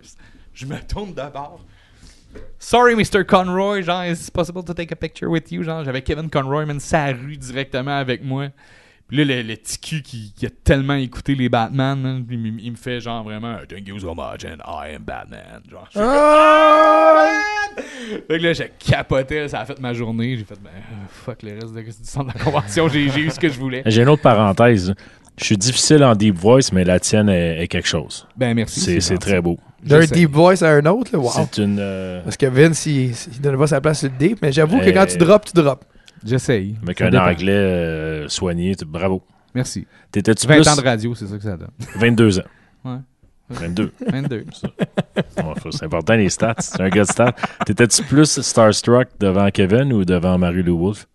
[SPEAKER 4] Je me tourne de bord. Sorry, Mr. Conroy, genre, is it possible to take a picture with you? Genre, j'avais Kevin Conroy, man, sa rue directement avec moi. Puis là, le, le petit cul qui, qui a tellement écouté les Batman, man, il, me- il me fait genre vraiment Thank you so much, and I am Batman. Genre,
[SPEAKER 2] Ah.
[SPEAKER 4] je fais, Batman! Fait que là, j'ai capoté, ça a fait ma journée. J'ai fait, ben, euh, fuck le reste de, du centre de la convention, j'ai j'ai eu ce que je voulais.
[SPEAKER 1] J'ai une autre parenthèse. Je suis difficile en deep voice, mais la tienne est, est quelque chose.
[SPEAKER 4] Ben, merci.
[SPEAKER 1] C'est c'est
[SPEAKER 4] gentil.
[SPEAKER 1] très beau.
[SPEAKER 2] D'un
[SPEAKER 4] J'essaie.
[SPEAKER 2] deep voice à un autre, là, wow.
[SPEAKER 1] C'est une. euh,
[SPEAKER 2] Parce que Vince, il, il donne pas sa place sur le deep, mais j'avoue que
[SPEAKER 1] Hey.
[SPEAKER 2] quand tu
[SPEAKER 4] Euh.
[SPEAKER 2] drops, tu drops.
[SPEAKER 4] J'essaye.
[SPEAKER 1] avec
[SPEAKER 4] Ça
[SPEAKER 1] un
[SPEAKER 4] dépend.
[SPEAKER 1] anglais euh, soigné. t- Bravo.
[SPEAKER 4] Merci.
[SPEAKER 1] T'étais-tu
[SPEAKER 4] 20
[SPEAKER 1] plus
[SPEAKER 4] ans de radio, c'est ça que ça donne.
[SPEAKER 1] 22 ans?
[SPEAKER 4] Ouais.
[SPEAKER 1] 22.
[SPEAKER 4] 22.
[SPEAKER 1] Ouais, faut- c'est important les stats. C'est un gars de stats. T'étais-tu plus starstruck devant Kevin ou devant Marie-Lou Wolfe?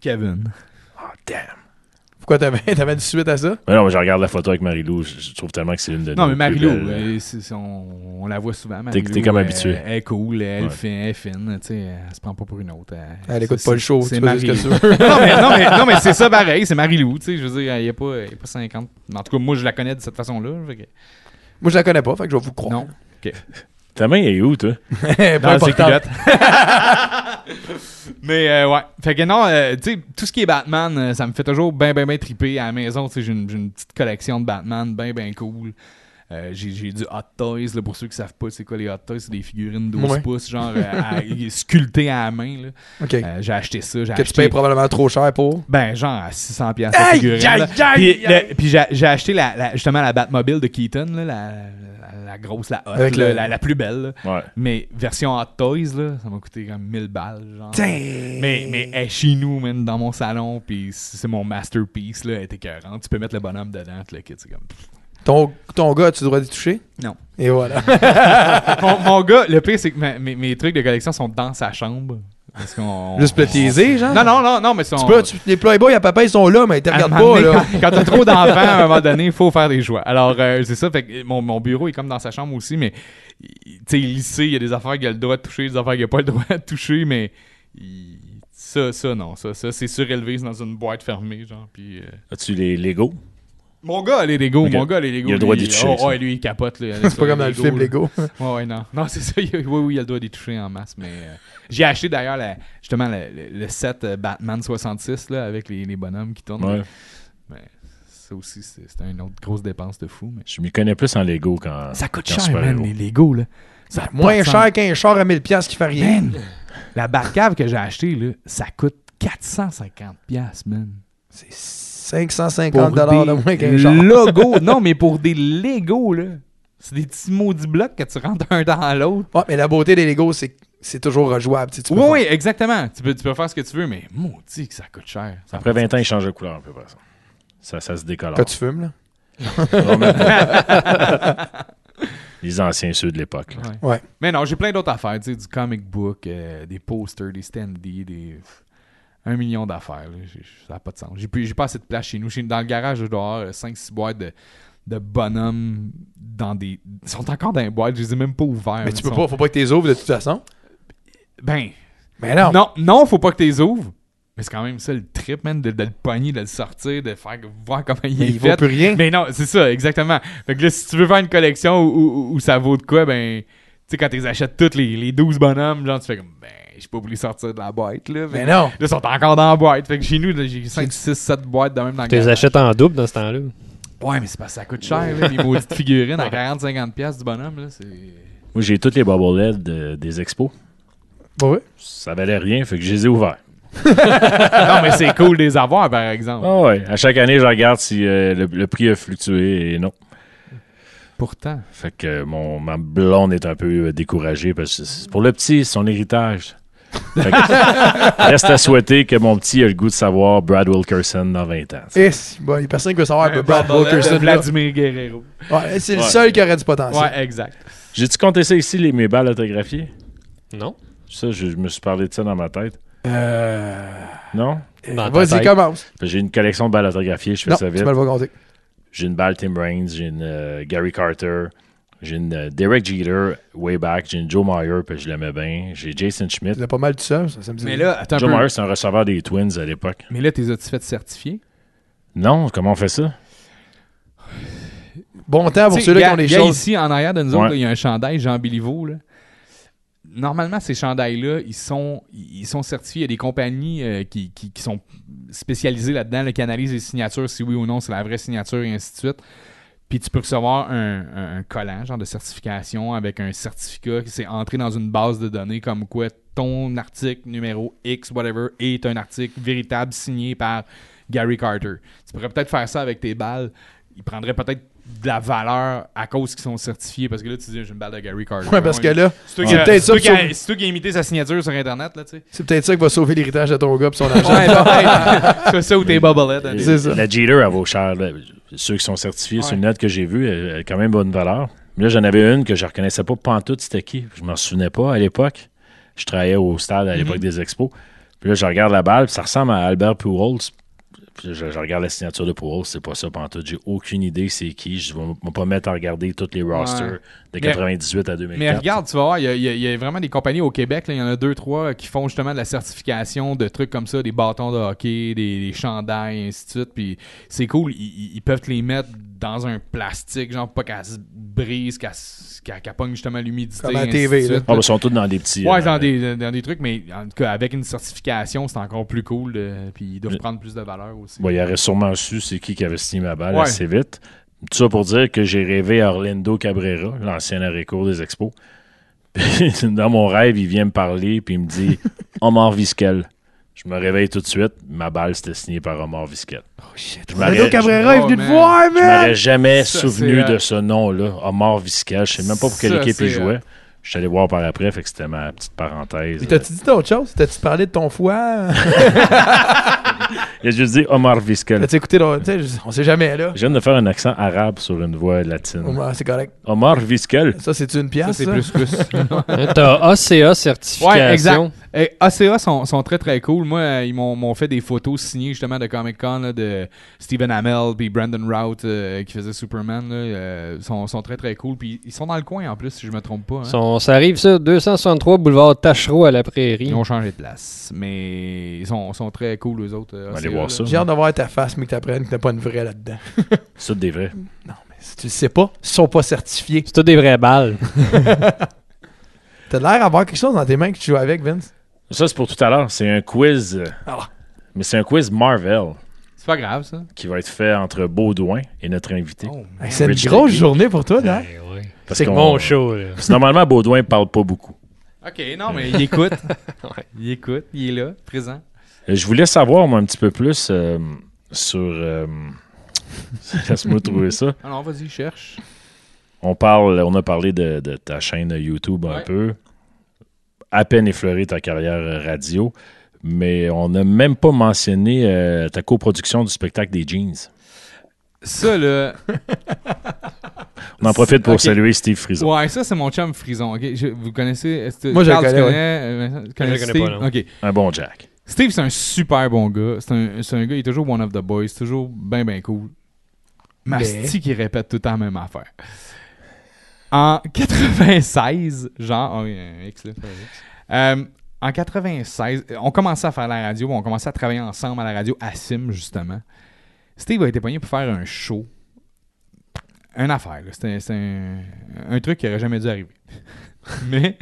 [SPEAKER 4] Kevin.
[SPEAKER 1] Oh, damn.
[SPEAKER 2] Pourquoi t'avais, t'avais une suite à ça?
[SPEAKER 1] Mais Ben non, mais je regarde la photo avec Marie-Lou, je je trouve tellement que c'est une de
[SPEAKER 4] Non,
[SPEAKER 1] nos
[SPEAKER 4] mais
[SPEAKER 1] plus
[SPEAKER 4] Marie-Lou,
[SPEAKER 1] belles, euh,
[SPEAKER 4] euh, c'est- c'est- on, on la voit souvent.
[SPEAKER 1] T'es-
[SPEAKER 4] Marie-Lou,
[SPEAKER 1] t'es comme
[SPEAKER 4] euh,
[SPEAKER 1] habitué.
[SPEAKER 4] Elle est cool, elle,
[SPEAKER 1] Ouais.
[SPEAKER 4] fin, elle est fine, tu sais, elle se prend pas pour une autre.
[SPEAKER 2] Elle
[SPEAKER 4] c'est-
[SPEAKER 2] écoute pas le show,
[SPEAKER 4] C'est
[SPEAKER 2] tu peux dire ce
[SPEAKER 4] Marie-Lou.
[SPEAKER 2] que tu
[SPEAKER 4] non, mais, non, mais, non, mais c'est ça pareil, c'est Marie-Lou, tu sais, je veux dire, elle est pas, elle est pas 50. Mais En tout cas, moi, je la connais de cette façon-là. fait que-
[SPEAKER 2] Moi, je la connais pas, fait que je vais vous croire.
[SPEAKER 4] Non.
[SPEAKER 1] Ta main est où, toi?
[SPEAKER 2] Peu
[SPEAKER 4] Dans ses
[SPEAKER 2] importe.
[SPEAKER 4] culottes. mais euh, ouais. Fait que non, euh, tu sais, tout ce qui est Batman, euh, ça me fait toujours bien, bien, bien triper à la maison. Tu sais, j'ai une, j'ai une petite collection de Batman, bien, bien cool. Euh, j'ai j'ai du Hot Toys, là, pour ceux qui savent pas c'est quoi les Hot Toys, c'est des figurines 12
[SPEAKER 2] Ouais.
[SPEAKER 4] pouces, genre euh, à- sculptées à la main. là.
[SPEAKER 2] OK.
[SPEAKER 4] Euh, j'ai acheté ça, j'ai
[SPEAKER 2] que
[SPEAKER 4] acheté...
[SPEAKER 2] tu payes probablement trop cher pour.
[SPEAKER 4] Ben, genre à 600 piastres la
[SPEAKER 2] Aïe,
[SPEAKER 4] figurine.
[SPEAKER 2] aïe,
[SPEAKER 4] là.
[SPEAKER 2] aïe,
[SPEAKER 4] Puis,
[SPEAKER 2] aïe.
[SPEAKER 4] le- puis j'ai, j'ai acheté la, la- justement la Batmobile de Keaton, là, la, la- la grosse, la hot,
[SPEAKER 2] Avec
[SPEAKER 4] là,
[SPEAKER 2] le-
[SPEAKER 4] la, la plus belle. là.
[SPEAKER 1] Ouais.
[SPEAKER 4] Mais version Hot Toys, là, ça m'a coûté comme 1000 balles. Genre. Mais, mais elle est chez nous, man, dans mon salon, puis c- c'est mon masterpiece, là, elle est écœurante. Tu peux mettre le bonhomme dedans, tu le quittes, c'est comme...
[SPEAKER 2] Ton, ton gars, tu dois d'y toucher?
[SPEAKER 4] Non.
[SPEAKER 2] Et voilà.
[SPEAKER 4] mon, mon gars, le pire, c'est que ma- mes, mes trucs de collection sont dans sa chambre. Parce qu'on...
[SPEAKER 2] Juste pour le teaser, genre?
[SPEAKER 4] Non, non, non, non, mais sont...
[SPEAKER 2] Tu peux, tu, les Playboy à papa, ils sont là, mais ils te
[SPEAKER 4] À un
[SPEAKER 2] regardent
[SPEAKER 4] moment
[SPEAKER 2] pas,
[SPEAKER 4] donné,
[SPEAKER 2] là.
[SPEAKER 4] Quand, quand t'as trop d'enfants, à un moment donné, il faut faire des choix. Alors, euh, c'est ça. Fait que mon, mon bureau est comme dans sa chambre aussi, mais il- tu sais, lycée, il y a des affaires qu'il a le droit de toucher, des affaires qu'il a pas le droit de toucher, mais il- ça, ça, non. Ça, ça c'est surélevé, c'est dans une boîte fermée, genre. Puis, euh,
[SPEAKER 1] As-tu les Lego?
[SPEAKER 4] Mon gars, les Lego,
[SPEAKER 1] Ok.
[SPEAKER 4] mon gars, les Lego.
[SPEAKER 1] Il a le droit
[SPEAKER 4] lui,
[SPEAKER 1] d'y toucher,
[SPEAKER 4] oh,
[SPEAKER 1] ça.
[SPEAKER 4] ouais, lui, il capote. là.
[SPEAKER 2] C'est pas comme dans le film Lego.
[SPEAKER 4] Ouais, ouais, non. Non, c'est ça. il- Oui, oui, il a le droit d'y toucher en masse. Mais euh, j'ai acheté d'ailleurs la- justement le, le- le set euh, Batman 66 là, avec les, les bonhommes qui tournent.
[SPEAKER 1] Ouais.
[SPEAKER 4] Ça aussi, c'est c'est une autre grosse dépense de fou. Mais...
[SPEAKER 1] Je m'y connais plus en Lego qu'en.
[SPEAKER 4] Ça coûte
[SPEAKER 1] Qu'un
[SPEAKER 4] cher, man,
[SPEAKER 1] super-héros.
[SPEAKER 4] les Lego, là. Ça a pas
[SPEAKER 2] Moins
[SPEAKER 4] de sens.
[SPEAKER 2] cher qu'un char à 1000$ qui fait rien.
[SPEAKER 4] Man, la barcave que j'ai achetée, là, ça coûte 450 pièces, man.
[SPEAKER 2] C'est 550$ dollars de moins qu'un char.
[SPEAKER 4] logos. non, mais pour des Lego, là. C'est des petits maudits blocs que tu rentres un dans l'autre.
[SPEAKER 2] Ouais, mais la beauté des Lego, c'est que c'est toujours rejouable. tu sais, tu peux
[SPEAKER 4] Oui,
[SPEAKER 2] faire-
[SPEAKER 4] oui, exactement. Tu peux, tu peux faire ce que tu veux, mais maudit que ça coûte cher. Ça
[SPEAKER 1] Après
[SPEAKER 4] coûte-
[SPEAKER 1] 20 ans, ils changent de couleur un peu, par exemple. Ça, ça se décolore.
[SPEAKER 2] Quand tu fumes, là.
[SPEAKER 1] Non, même pas. les anciens ceux de l'époque. là.
[SPEAKER 4] Ouais.
[SPEAKER 2] Ouais.
[SPEAKER 4] Mais non, j'ai plein d'autres affaires, tu sais, du comic book, euh, des posters, des standees, des... pff, Un million d'affaires, là. J'ai- j'ai- ça n'a pas de sens. J'ai plus- j'ai pas assez de place chez nous. Chez- Dans le garage, je dois avoir 5-6 boîtes de, de bonhommes dans des... Ils sont encore dans les boîtes, je les ai même pas ouverts.
[SPEAKER 2] Mais
[SPEAKER 4] Ils
[SPEAKER 2] tu peux
[SPEAKER 4] sont-
[SPEAKER 2] pas, faut pas que t'es ouvres de toute façon.
[SPEAKER 4] Ben,
[SPEAKER 2] Mais non.
[SPEAKER 4] non, non, faut pas que tu les ouvres. Mais c'est quand même ça le trip, man, de, de le pogner, de le sortir, de faire voir comment il
[SPEAKER 2] Mais
[SPEAKER 4] est
[SPEAKER 2] il
[SPEAKER 4] fait.
[SPEAKER 2] vaut plus rien.
[SPEAKER 4] Mais non, c'est ça, exactement. Fait que là, si tu veux faire une collection où, où- où ça vaut de quoi, ben, tu sais, quand tu les achètes toutes les, les 12 bonhommes, genre, tu fais comme, ben, j'ai pas voulu sortir de la boîte, là. Fait
[SPEAKER 2] Mais
[SPEAKER 4] que
[SPEAKER 2] non.
[SPEAKER 4] Là, ils sont encore dans la boîte. Fait que chez nous, là, j'ai 5, 6, 7 boîtes de même dans le
[SPEAKER 3] Tu les
[SPEAKER 4] garage.
[SPEAKER 3] achètes en double dans ce temps-là.
[SPEAKER 4] Ouais, mais c'est parce que ça coûte cher, là, les maudites figurines à 40-50$ piastres du bonhomme, là. C'est.
[SPEAKER 1] Moi, j'ai toutes les bobbleheads de- des expos.
[SPEAKER 2] Bah oui.
[SPEAKER 1] Ça valait rien, fait que je les ai ouverts.
[SPEAKER 4] non, mais c'est cool de les avoir, par exemple.
[SPEAKER 1] Ah ouais. À chaque année, je regarde si euh, le, le prix a fluctué et non.
[SPEAKER 4] Pourtant.
[SPEAKER 1] Fait que mon, ma blonde est un peu euh, découragée parce que c'est pour le petit, c'est son héritage. Fait que reste à souhaiter que mon petit a le goût de savoir Brad Wilkerson dans 20 ans.
[SPEAKER 2] Eh, si, bon, il y a personne qui veut savoir. Bob Wilkerson, là.
[SPEAKER 4] Vladimir Guerrero.
[SPEAKER 2] Ouais, Ah, c'est le
[SPEAKER 1] Ouais.
[SPEAKER 2] seul qui aurait du potentiel.
[SPEAKER 4] Ouais, exact.
[SPEAKER 1] J'ai-tu compté ça ici, les, mes balles autographiées?
[SPEAKER 3] Non.
[SPEAKER 1] Ça, je, je me suis parlé de ça dans ma tête.
[SPEAKER 2] Euh,
[SPEAKER 1] Non?
[SPEAKER 3] Dans ta
[SPEAKER 2] Vas-y,
[SPEAKER 3] tête.
[SPEAKER 2] commence.
[SPEAKER 1] Parce que J'ai une collection de balles autographiées, je fais
[SPEAKER 2] Non, tu
[SPEAKER 1] ça
[SPEAKER 2] me
[SPEAKER 1] vite.
[SPEAKER 2] le vas compter.
[SPEAKER 1] J'ai une balle Tim Raines, j'ai une euh, Gary Carter, j'ai une euh, Derek Jeter, way back, j'ai une Joe Meyer, puis je l'aimais bien. J'ai Jason Schmidt.
[SPEAKER 2] Tu l'as pas mal tout seul, ça, ça me dit.
[SPEAKER 4] Mais là, attends un
[SPEAKER 1] Joe
[SPEAKER 4] peu.
[SPEAKER 1] Meyer, c'est un receveur des Twins à l'époque.
[SPEAKER 4] Mais là, t'es as-tu fait certifier?
[SPEAKER 1] Non, comment on fait ça?
[SPEAKER 2] bon temps pour
[SPEAKER 4] Tu sais,
[SPEAKER 2] ceux-là
[SPEAKER 4] gars-
[SPEAKER 2] qui ont des
[SPEAKER 4] gars,
[SPEAKER 2] choses.
[SPEAKER 4] ici, en arrière de nous autres,
[SPEAKER 1] Ouais.
[SPEAKER 4] là, il y a un chandail Jean Béliveau. Là. Normalement, ces chandails-là, ils sont, ils sont certifiés. Il y a des compagnies euh, qui, qui- qui sont spécialisées là-dedans, là, qui analysent les signatures, si oui ou non c'est la vraie signature, et ainsi de suite. Puis tu peux recevoir un, un- un collant, genre de certification, avec un certificat qui s'est entré dans une base de données comme quoi ton article numéro X, whatever, est un article véritable signé par Gary Carter. Tu pourrais peut-être faire ça avec tes balles. Ils prendraient peut-être de la valeur à cause qu'ils sont certifiés. Parce que là, tu dis, j'ai une balle de Gary Carter.
[SPEAKER 2] Ouais, parce que là,
[SPEAKER 4] c'est toi
[SPEAKER 2] c'est
[SPEAKER 4] qui-
[SPEAKER 2] peut-être
[SPEAKER 4] c'est
[SPEAKER 2] ça
[SPEAKER 4] toi qui
[SPEAKER 2] que
[SPEAKER 4] a- c'est toi qui as imité sa signature sur Internet, là, tu sais.
[SPEAKER 2] c'est peut-être ça qui va sauver l'héritage de ton gars pis son argent.
[SPEAKER 4] Ouais, peut-être. C'est ça ou tes bubbleheads. hein.
[SPEAKER 2] C'est ça.
[SPEAKER 1] La Jeter, elle vaut cher. là. Ceux qui sont certifiés
[SPEAKER 4] Ouais.
[SPEAKER 1] sur une note que j'ai vue, elle elle a quand même bonne valeur. Mais là, j'en avais une que je reconnaissais pas pantoute, c'était qui. Je m'en souvenais pas à l'époque.
[SPEAKER 4] Mhm.
[SPEAKER 1] Je travaillais au stade à l'époque des expos. Puis là, je regarde la balle, puis ça ressemble à Albert Pujols. Puis Je, je regarde la signature de Poirot, c'est pas ça pantoute. J'ai aucune idée c'est qui. Je vais m- m- pas mettre à regarder tous les rosters de 98 à 2004.
[SPEAKER 4] Mais regarde, tu vas voir, il y, a- il y a- il y a vraiment des compagnies au Québec, là, il y en a deux, trois qui font justement de la certification de trucs comme ça, des bâtons de hockey, des, des chandails, et ainsi de suite. Puis c'est cool, ils- ils, ils peuvent te les mettre dans un plastique, genre pas qu'elle se brise, qu'elle se- qu'elle qu'elle pogne justement l'humidité.
[SPEAKER 2] Comme à
[SPEAKER 4] ainsi de
[SPEAKER 2] TV,
[SPEAKER 4] suite,
[SPEAKER 2] là.
[SPEAKER 1] Ah, ben, ils sont tous dans des petits.
[SPEAKER 4] Ouais,
[SPEAKER 1] euh,
[SPEAKER 4] dans des, dans des trucs, mais en tout cas, avec une certification, c'est encore plus cool. euh, puis ils doivent
[SPEAKER 1] Mais-
[SPEAKER 4] prendre plus de valeur aussi.
[SPEAKER 1] Bon, il aurait sûrement su c'est qui qui avait signé ma balle
[SPEAKER 4] Ouais.
[SPEAKER 1] assez vite. Tout ça pour dire que j'ai rêvé à Orlando Cabrera, l'ancien arrêt court des Expos. Puis, dans mon rêve, il vient me parler puis il me dit Omar Vizquel. Je me réveille tout de suite, ma balle c'était signée par Omar Vizquel. Je
[SPEAKER 2] Orlando
[SPEAKER 1] m'aurais-
[SPEAKER 2] Cabrera est
[SPEAKER 4] Oh,
[SPEAKER 2] venu te
[SPEAKER 4] man.
[SPEAKER 2] voir,
[SPEAKER 1] Je
[SPEAKER 2] man!
[SPEAKER 1] m'aurais jamais
[SPEAKER 4] Ça,
[SPEAKER 1] souvenu
[SPEAKER 4] c'est, euh,
[SPEAKER 1] de ce nom-là, Omar Vizquel. Je sais même pas pour quelle
[SPEAKER 4] Ça,
[SPEAKER 1] équipe il
[SPEAKER 4] c'est, euh,
[SPEAKER 1] jouait. Je suis allé voir par après, fait que c'était ma petite parenthèse.
[SPEAKER 2] Mais T'as-tu dit d'autres choses? T'as-tu parlé de ton foie?
[SPEAKER 1] Il a juste dit Omar Vizquel.
[SPEAKER 2] T'as-tu écouté? d'autres- tu sais, On sait jamais, là.
[SPEAKER 1] Je viens de faire un accent arabe sur une voix latine.
[SPEAKER 2] Ouais, C'est correct.
[SPEAKER 1] Omar Vizquel.
[SPEAKER 2] Ça, c'est-tu une pièce?
[SPEAKER 4] Ça, c'est
[SPEAKER 2] ça?
[SPEAKER 4] plus plus.
[SPEAKER 3] Hein, T'as ACA certification.
[SPEAKER 4] Ouais, exact. Eh, ACA sont, sont très très cool. Moi, euh, ils m'ont m'ont fait des photos signées justement de Comic Con de Stephen Amell puis Brandon Routh euh, qui faisait Superman. Là, euh, sont, sont très très cool. Puis ils sont dans le coin en plus, si je me trompe pas. hein.
[SPEAKER 3] Son- ça arrive ça, 263 boulevard Tachereau à la Prairie.
[SPEAKER 4] Ils ont changé de place, mais ils sont, sont très cool eux autres. euh,
[SPEAKER 1] On va
[SPEAKER 4] ACA,
[SPEAKER 1] aller voir
[SPEAKER 4] là.
[SPEAKER 1] ça.
[SPEAKER 2] J'ai hâte d'avoir ta face, mais que t'apprennes que t'as pas une vraie là-dedans.
[SPEAKER 1] C'est tout des vrais.
[SPEAKER 2] Si tu le sais pas, ils sont pas certifiés.
[SPEAKER 3] C'est tout des vraies balles.
[SPEAKER 2] T'as l'air d'avoir quelque chose dans tes mains que tu joues avec, Vince.
[SPEAKER 1] Ça, c'est pour tout à l'heure. C'est un quiz. euh,
[SPEAKER 2] Ah.
[SPEAKER 1] Mais c'est un quiz Marvel
[SPEAKER 4] C'est pas grave ça.
[SPEAKER 1] qui va être fait entre Baudouin et notre invité.
[SPEAKER 2] Hey, c'est une
[SPEAKER 1] Rich
[SPEAKER 2] grosse
[SPEAKER 1] Dickie.
[SPEAKER 2] journée pour toi, là.
[SPEAKER 1] Parce
[SPEAKER 3] C'est
[SPEAKER 1] qu'on-
[SPEAKER 3] mon Ben show. là.
[SPEAKER 1] Parce que normalement, Baudouin parle pas beaucoup.
[SPEAKER 4] Ok, non mais il écoute. Il écoute, il est là, présent.
[SPEAKER 1] Euh, Je voulais savoir, moi, un petit peu plus euh, sur. euh, Laisse-moi trouver ça.
[SPEAKER 4] Alors vas-y, cherche.
[SPEAKER 1] On, parle, on a parlé de, de ta chaîne YouTube un
[SPEAKER 4] Ouais.
[SPEAKER 1] peu. À peine effleuré ta carrière euh, radio. Mais on n'a même pas mentionné euh, ta coproduction du spectacle des jeans.
[SPEAKER 4] Ça là.
[SPEAKER 1] On en profite pour
[SPEAKER 4] Ok.
[SPEAKER 1] saluer Steve Frison.
[SPEAKER 4] Ouais, ça c'est mon chum Frison. ok? Je- vous connaissez est-ce que-
[SPEAKER 2] Moi, je le
[SPEAKER 4] Carl, tu
[SPEAKER 2] connais, ouais.
[SPEAKER 4] connais, euh, tu connais
[SPEAKER 3] Je le connais pas,
[SPEAKER 4] Steve?
[SPEAKER 3] non.
[SPEAKER 4] Ok.
[SPEAKER 1] Un bon Jack.
[SPEAKER 4] Steve, c'est un super bon gars. C'est un, c'est un gars, il est toujours one of the boys, toujours bien, bien cool. Masti qui répète tout le temps la même affaire. En 96, genre, oh, il y a un X là. Euh, en 96, on commençait à faire la radio, on commençait à travailler ensemble à la radio à Sim, justement. Steve a été pogné pour faire un show. Une affaire, là. C'était c'était un, un truc qui aurait jamais dû arriver. Mais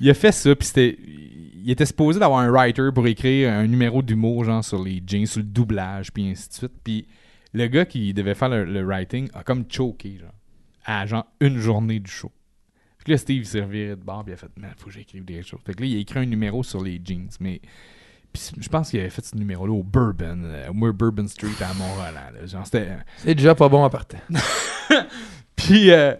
[SPEAKER 4] il a fait ça, puis c'était. Il était supposé d'avoir un writer pour écrire un numéro d'humour, genre sur les jeans, sur le doublage, puis ainsi de suite. Puis le gars qui devait faire le, le writing a comme choqué, genre, à genre une journée du show. Puis là, Steve s'est reviré de bord, puis il a fait, man, faut que j'écrive des choses. Fait que là, il a écrit un numéro sur les jeans, mais. Puis je pense qu'il avait fait ce numéro-là au Bourbon, euh, au Bourbon Street à Montréal. là. Genre, c'était.
[SPEAKER 2] C'est déjà pas bon à partir.
[SPEAKER 4] Puis, euh,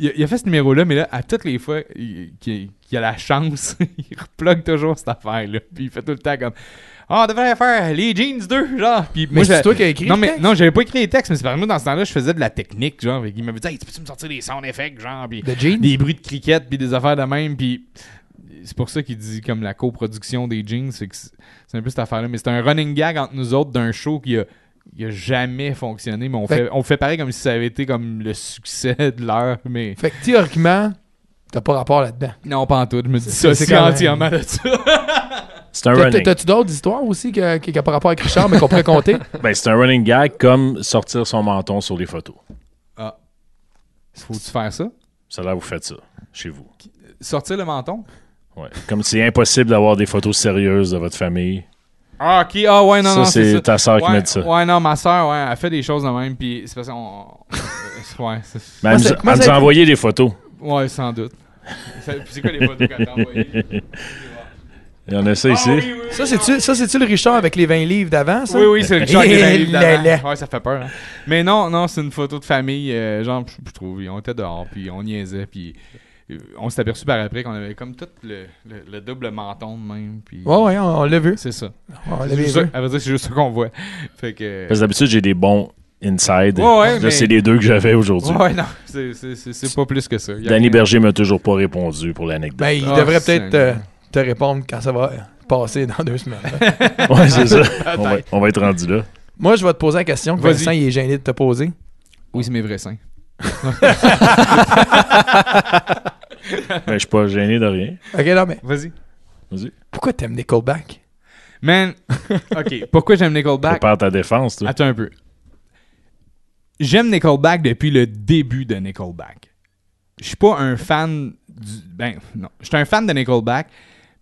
[SPEAKER 4] il, a, il a fait ce numéro-là, mais là, à toutes les fois il- qu'il qu'il a la chance, il replogue toujours cette affaire-là. Puis, il fait tout le temps comme Ah, on devrait faire les Jeans 2, genre. Puis, moi,
[SPEAKER 2] Mais c'est
[SPEAKER 4] j'avais-
[SPEAKER 2] toi qui as écrit
[SPEAKER 4] Non,
[SPEAKER 2] le
[SPEAKER 4] mais
[SPEAKER 2] texte?
[SPEAKER 4] non, j'avais pas écrit les textes, mais c'est parce que moi, dans ce temps-là, je faisais de la technique, genre. Fait qu'il m'avait dit Hey, tu peux-tu me sortir des sound effects, genre. Puis,
[SPEAKER 2] De jeans?
[SPEAKER 4] des bruits de cricket, puis des affaires de même. Puis, c'est pour ça qu'il dit comme la coproduction des Jeans. C'est que c'est c'est un peu cette affaire-là. Mais c'est un running gag entre nous autres d'un show qui a. il a jamais fonctionné, mais on
[SPEAKER 2] Fait-
[SPEAKER 4] fait, on fait pareil comme si ça avait été comme le succès de l'heure, mais
[SPEAKER 2] Fait que théoriquement, t'as pas rapport là-dedans.
[SPEAKER 4] non, pas en tout. Je me dis
[SPEAKER 2] C'est-
[SPEAKER 4] ça,
[SPEAKER 2] c'est
[SPEAKER 4] c'est
[SPEAKER 2] quand même-
[SPEAKER 4] entièrement de ça.
[SPEAKER 1] C'est un
[SPEAKER 2] T'as-
[SPEAKER 1] running.
[SPEAKER 2] T'as-tu d'autres histoires aussi que- qui qui a pas rapport avec Richard, mais qu'on pourrait compter?
[SPEAKER 1] Ben, c'est un running gag comme sortir son menton sur les photos.
[SPEAKER 4] Faut-tu faire ça?
[SPEAKER 1] Ça là, vous faites ça chez vous.
[SPEAKER 4] Sortir le menton?
[SPEAKER 1] Ouais. Comme c'est impossible d'avoir des photos sérieuses de votre famille.
[SPEAKER 4] Ah, ok. Ah, ouais, non,
[SPEAKER 1] ça,
[SPEAKER 4] non, c'est
[SPEAKER 1] c'est
[SPEAKER 4] ça.
[SPEAKER 1] ta soeur qui
[SPEAKER 4] ouais,
[SPEAKER 1] m'a dit ça.
[SPEAKER 4] ouais, non, ma soeur, ouais, elle fait des choses de même, puis c'est parce qu'on. ouais, c'est-
[SPEAKER 1] Mais elle
[SPEAKER 2] Moi,
[SPEAKER 1] nous,
[SPEAKER 2] c'est-
[SPEAKER 1] a-
[SPEAKER 2] moi,
[SPEAKER 1] elle nous
[SPEAKER 2] c'est-
[SPEAKER 1] a envoyé des photos.
[SPEAKER 4] ouais, sans doute. C'est puis c'est quoi les photos qu'elle t'a envoyées?
[SPEAKER 1] Il y en a
[SPEAKER 4] Ah
[SPEAKER 1] ça ici.
[SPEAKER 2] Ça, c'est-tu ça, c'est-tu le Richard avec les 20 livres d'avant, ça?
[SPEAKER 4] Oui, oui, c'est le chat qui est dans les livres
[SPEAKER 2] Là, là.
[SPEAKER 4] d'avant. Ouais, ça fait peur. hein. Mais non, non, c'est une photo de famille. euh, genre, je, je trouve, on était dehors, puis on niaisait, puis euh, on s'est aperçu par après qu'on avait comme tout le, le- le double menton de même. Puis
[SPEAKER 2] Ouais, ouais, on, on l'a vu.
[SPEAKER 4] C'est ça.
[SPEAKER 2] On
[SPEAKER 4] C'est
[SPEAKER 2] l'avait
[SPEAKER 4] juste ça.
[SPEAKER 2] vu.
[SPEAKER 4] Elle veut dire que c'est juste ça qu'on voit. Fait que.
[SPEAKER 1] Parce que d'habitude, j'ai des bons inside.
[SPEAKER 4] Ouais, ouais,
[SPEAKER 1] là,
[SPEAKER 4] mais-
[SPEAKER 1] c'est les deux que j'avais aujourd'hui.
[SPEAKER 4] Ouais, non, c'est- c'est c'est- c'est pas plus que ça. Il y a
[SPEAKER 1] Danny
[SPEAKER 4] rien.
[SPEAKER 1] Berger m'a toujours pas répondu pour l'anecdote.
[SPEAKER 2] Ben, il
[SPEAKER 4] Ah,
[SPEAKER 2] devrait
[SPEAKER 4] Seigneur.
[SPEAKER 2] peut-être euh, te répondre quand ça va passer dans deux semaines.
[SPEAKER 1] Ouais, c'est ça. on, va, on va être rendu là.
[SPEAKER 2] Moi, je vais te poser la question que
[SPEAKER 4] Vas-y.
[SPEAKER 2] Vincent il est gêné de te poser.
[SPEAKER 4] Oui, c'est mes vrais seins.
[SPEAKER 1] Mais je suis pas gêné de rien.
[SPEAKER 2] Ok, non, mais
[SPEAKER 4] Vas-y.
[SPEAKER 1] Vas-y.
[SPEAKER 2] pourquoi t'aimes Nickelback?
[SPEAKER 4] Man, OK, pourquoi j'aime Nickelback?
[SPEAKER 1] Prépare ta défense, toi.
[SPEAKER 4] Attends un peu. J'aime Nickelback depuis le début de Nickelback. Je suis pas un fan du. Ben, non. Je suis un fan de Nickelback,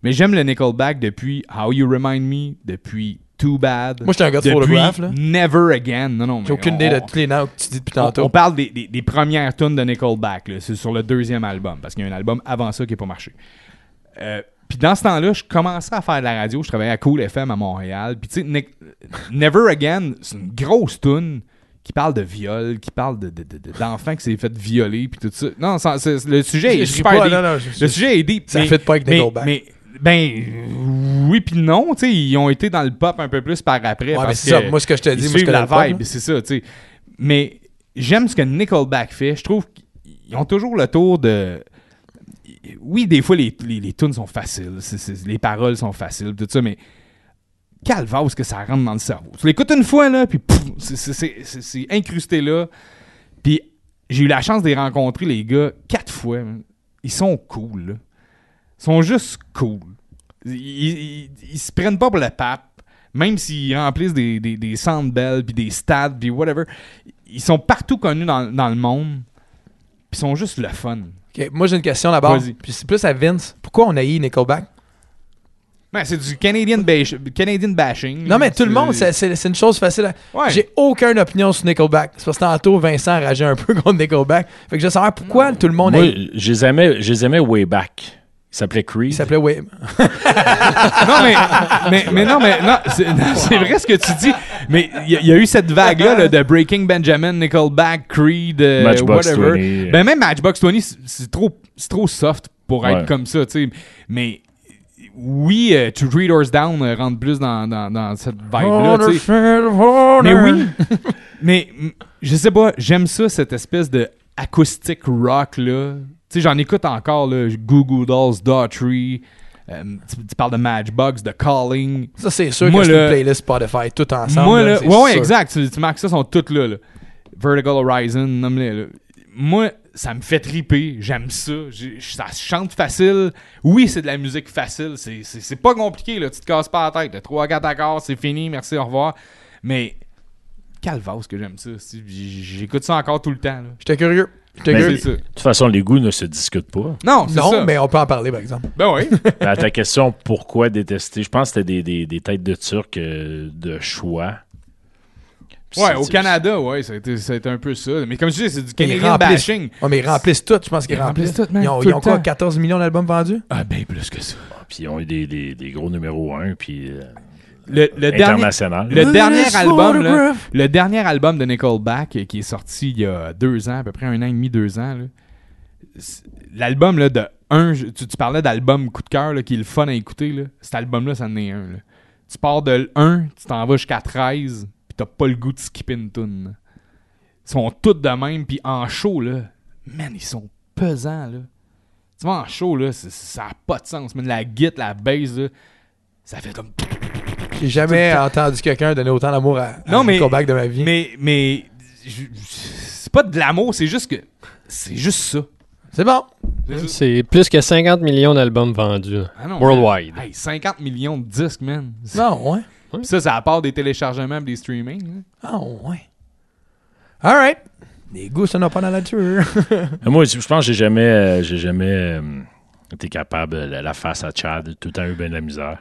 [SPEAKER 4] mais j'aime le Nickelback depuis How You Remind Me, depuis Too Bad.
[SPEAKER 2] Moi, j'étais un gars de
[SPEAKER 4] depuis
[SPEAKER 2] photographe, là.
[SPEAKER 4] Never Again. Non, non, mais
[SPEAKER 2] J'ai aucune
[SPEAKER 4] on-
[SPEAKER 2] idée de
[SPEAKER 4] on-
[SPEAKER 2] tous les noms que tu dis depuis
[SPEAKER 4] on- On
[SPEAKER 2] tantôt.
[SPEAKER 4] parle des, des- des premières tunes de Nickelback. là. C'est sur le deuxième album, parce qu'il y a un album avant ça qui n'a pas marché. Euh, puis dans ce temps-là, je commençais à faire de la radio. Je travaillais à Cool FM à Montréal. Puis tu sais, Nic- Never Again, c'est une grosse tune qui parle de viol, qui parle de, de- de- de- d'enfants qui s'est fait violer, puis tout ça. Non, ça- c'est- le sujet est
[SPEAKER 2] Je ris
[SPEAKER 4] super
[SPEAKER 2] pas,
[SPEAKER 4] deep.
[SPEAKER 2] non, non, je-
[SPEAKER 4] Le sujet est deep.
[SPEAKER 2] Ça
[SPEAKER 4] mais-
[SPEAKER 2] fit pas avec
[SPEAKER 4] mais-
[SPEAKER 2] Nickelback.
[SPEAKER 4] Mais, ben, euh, oui puis non, tu sais, ils ont été dans le pop un peu plus par après.
[SPEAKER 2] Ouais,
[SPEAKER 4] parce
[SPEAKER 2] mais c'est ça.
[SPEAKER 4] que-
[SPEAKER 2] Moi, ce que je te
[SPEAKER 4] ils
[SPEAKER 2] dis, moi, je
[SPEAKER 4] suivent
[SPEAKER 2] connais
[SPEAKER 4] la
[SPEAKER 2] le pop,
[SPEAKER 4] vibe,
[SPEAKER 2] là.
[SPEAKER 4] c'est ça, tu sais. Mais j'aime ce que Nickelback fait. Je trouve qu'ils ont toujours le tour de. Oui, des fois, les, les, les tunes sont faciles, c'est- c'est- les paroles sont faciles, tout ça, mais calvasse que ça rentre dans le cerveau. Tu l'écoutes une fois, là, puis pouf, c'est- c'est- c'est c'est- c'est incrusté là. Puis j'ai eu la chance de les rencontrer, les gars, quatre fois. man. Ils sont cool, là. Ils sont juste cool. Ils, ils- ils- ils se prennent pas pour le pape, même s'ils remplissent des, des, des sandbells, puis des stades, puis whatever. Ils sont partout connus dans, dans le monde, puis ils sont juste le fun.
[SPEAKER 2] Ok, Moi, j'ai une question là-bas.
[SPEAKER 4] Vas-y.
[SPEAKER 2] Puis c'est plus à Vince. Pourquoi on haït Nickelback?
[SPEAKER 4] Ouais, c'est du Canadian, bash- Canadian bashing.
[SPEAKER 2] Non, mais tout le monde, c'est
[SPEAKER 4] c'est
[SPEAKER 2] c'est- c'est une chose facile. à-
[SPEAKER 4] Ouais.
[SPEAKER 2] J'ai aucune opinion sur Nickelback. C'est parce que tantôt, Vincent rageait un peu contre Nickelback. Fait que je veux savoir pourquoi tout le monde
[SPEAKER 1] Moi,
[SPEAKER 2] haït.
[SPEAKER 1] je les aimais, je les aimais way back. Ils s'appelaient Creed.
[SPEAKER 2] Il s'appelait Wave.
[SPEAKER 4] Non, mais, mais, mais non, mais non, c'est non, c'est vrai ce que tu dis. Mais il y, a- il y a eu cette vague-là là, de Breaking Benjamin, Nickelback, Creed, euh,
[SPEAKER 1] Matchbox
[SPEAKER 4] whatever.
[SPEAKER 1] 20.
[SPEAKER 4] Ben même Matchbox 20, c'est- c'est trop, c'est trop soft pour
[SPEAKER 1] Ouais.
[SPEAKER 4] être comme ça, tu sais. Mais oui, euh, To Three Doors Down euh, rentre plus dans, dans, dans cette vibe-là, tu sais. Mais oui, mais mm, je sais pas, j'aime ça, cette espèce de acoustic rock là. Tu sais, j'en écoute encore là, Goo Goo Dolls, Daughtry, euh, tu, tu parles de Matchbox, de Calling.
[SPEAKER 2] Ça, c'est sûr
[SPEAKER 4] Moi,
[SPEAKER 2] que c'est
[SPEAKER 4] là-
[SPEAKER 2] une playlist Spotify, tout ensemble.
[SPEAKER 4] Moi
[SPEAKER 2] là,
[SPEAKER 4] là,
[SPEAKER 2] c'est
[SPEAKER 4] ouais, ouais
[SPEAKER 2] sûr.
[SPEAKER 4] exact, tu, tu marques ça, sont toutes là, là. Vertical Horizon, nomme-les là. Moi, ça me fait triper, j'aime ça, J'ai- ça se chante facile. Oui, c'est de la musique facile, c'est- c'est c'est pas compliqué là, tu te casses pas la tête, 3 4 accords, c'est fini, merci, au revoir. Mais calvasse que j'aime ça. c'est- j- J'écoute ça encore tout le temps. là.
[SPEAKER 2] J'étais curieux. J'étais
[SPEAKER 1] Mais
[SPEAKER 2] curieux.
[SPEAKER 4] C'est ça.
[SPEAKER 1] De toute façon, les goûts ne se discutent pas.
[SPEAKER 4] Non, Ben, c'est
[SPEAKER 2] Non,
[SPEAKER 4] ça.
[SPEAKER 2] mais on peut en parler, par exemple.
[SPEAKER 4] Ben oui.
[SPEAKER 1] À ta question, pourquoi détester Je pense que c'était des, des, des têtes de Turcs euh, de choix. Puis
[SPEAKER 4] ouais,
[SPEAKER 1] c'est-
[SPEAKER 4] au
[SPEAKER 1] c'est-
[SPEAKER 4] Canada, ouais, ça a, été, ça a été un peu ça. Mais comme je dis, c'est du
[SPEAKER 2] Ils
[SPEAKER 4] Canadian
[SPEAKER 2] remplissent-
[SPEAKER 4] bashing.
[SPEAKER 2] Ouais, mais ils remplissent tout, je pense qu'ils
[SPEAKER 4] Ils remplissent
[SPEAKER 2] remplissent.
[SPEAKER 4] tout, man,
[SPEAKER 2] ils ont,
[SPEAKER 4] tout
[SPEAKER 2] ils
[SPEAKER 4] le
[SPEAKER 2] ont quoi,
[SPEAKER 4] temps.
[SPEAKER 2] 14 millions d'albums vendus?
[SPEAKER 4] Ah ben plus que ça.
[SPEAKER 1] Puis ils ont eu des, des, des gros numéros 1, puis euh,
[SPEAKER 4] Le, le dernier,
[SPEAKER 1] international.
[SPEAKER 4] le dernier
[SPEAKER 2] This
[SPEAKER 4] album, là,
[SPEAKER 2] photograph.
[SPEAKER 4] le dernier album de Nickelback euh, qui est sorti il y a deux ans, à peu près un an et demi, deux ans. là, c'est- L'album là, de un, je- tu, tu parlais d'album coup de cœur là, qui est le fun à écouter. Là. Cet album-là, ça en est un. là. Tu pars de 1, tu t'en vas jusqu'à 13, puis t'as pas le goût de skipper une tune. là. Ils sont toutes de même, puis en show, là, man, ils sont pesants, là. Tu vois, en show, là, c'est- ça n'a pas de sens. Même la guitare, la bass, là, ça fait comme...
[SPEAKER 2] J'ai jamais entendu quelqu'un donner autant d'amour à, à
[SPEAKER 4] Non, mais-
[SPEAKER 2] Nickelback de ma vie.
[SPEAKER 4] Mais, mais je- je- c'est pas de l'amour, c'est juste que c'est juste ça.
[SPEAKER 2] C'est bon.
[SPEAKER 3] C'est plus que 50 millions d'albums vendus.
[SPEAKER 4] Ah non,
[SPEAKER 3] Worldwide.
[SPEAKER 4] Hey, 50 millions de disques, man.
[SPEAKER 2] Non, Ah, ouais.
[SPEAKER 4] Puis Ça, c'est à part des téléchargements et des streamings. hein.
[SPEAKER 2] Ah, ouais. All right. Les goûts, ça n'a pas dans la nature.
[SPEAKER 1] Euh, Moi, je pense que j'ai jamais, euh, j'ai jamais euh, été capable, euh, la, la face à Chad, tout le temps eu bien de la misère.
[SPEAKER 4] là.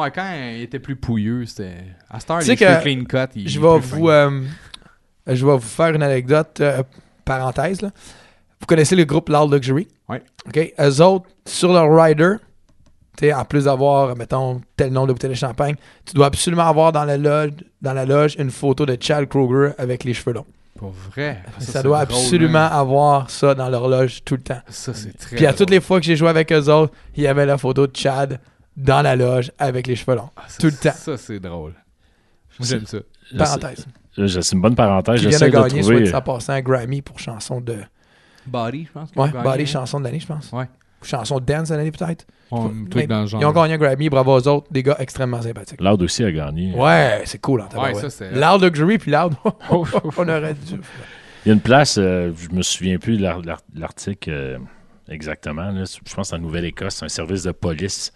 [SPEAKER 4] Ouais, quand il était plus pouilleux, c'était. À Star,
[SPEAKER 2] Tu
[SPEAKER 4] les
[SPEAKER 2] sais
[SPEAKER 4] cheveux
[SPEAKER 2] que
[SPEAKER 4] clean cut. il-
[SPEAKER 2] je
[SPEAKER 4] il est
[SPEAKER 2] vais
[SPEAKER 4] plus
[SPEAKER 2] vous
[SPEAKER 4] fin.
[SPEAKER 2] euh, je vais vous faire une anecdote euh, parenthèse là. Vous connaissez le groupe Loud Luxury
[SPEAKER 4] Ouais.
[SPEAKER 2] OK, eux autres sur leur rider tu sais, en plus d'avoir mettons tel nombre de bouteilles de champagne, tu dois absolument avoir dans la loge dans la loge une photo de Chad Kroger avec les cheveux longs.
[SPEAKER 4] Pour vrai.
[SPEAKER 2] Ça,
[SPEAKER 4] Ah, c'est
[SPEAKER 2] doit
[SPEAKER 4] drôle,
[SPEAKER 2] absolument
[SPEAKER 4] hein.
[SPEAKER 2] avoir ça dans leur loge tout le temps.
[SPEAKER 4] Ça, c'est très.
[SPEAKER 2] Puis à
[SPEAKER 4] drôle.
[SPEAKER 2] toutes les fois que j'ai joué avec eux autres, il y avait la photo de Chad dans la loge avec les cheveux longs.
[SPEAKER 4] Ah, ça,
[SPEAKER 2] tout le temps.
[SPEAKER 4] Ça, c'est drôle. Moi, j'aime ça.
[SPEAKER 1] Je sais-
[SPEAKER 2] Parenthèse.
[SPEAKER 1] je- C'est une bonne parenthèse.
[SPEAKER 2] Qui vient de
[SPEAKER 1] J'essaie de
[SPEAKER 2] gagner, soit
[SPEAKER 1] trouver.
[SPEAKER 2] dit en passant, un Grammy pour chanson de
[SPEAKER 4] Body, je pense. que hein.
[SPEAKER 2] Ouais,
[SPEAKER 4] vous
[SPEAKER 2] Body,
[SPEAKER 4] gagnez.
[SPEAKER 2] chanson de l'année, je pense.
[SPEAKER 4] Ouais.
[SPEAKER 2] chanson de dance à l'année peut-être.
[SPEAKER 8] On,
[SPEAKER 2] Mais-
[SPEAKER 8] truc dans le genre.
[SPEAKER 2] Ils ont gagné un Grammy, bravo aux autres, des gars extrêmement sympathiques.
[SPEAKER 1] Loud euh, aussi a gagné.
[SPEAKER 2] Ouais, c'est cool. en tabarouette.
[SPEAKER 4] Ouais, ça, c'est-
[SPEAKER 2] Loud Luxury, puis Loud, on aurait dû.
[SPEAKER 1] Il y a une place, euh, je me souviens plus de l'ar- l'ar- l'article euh, exactement. là. Je pense que c'est en Nouvelle-Écosse, c'est un service de police.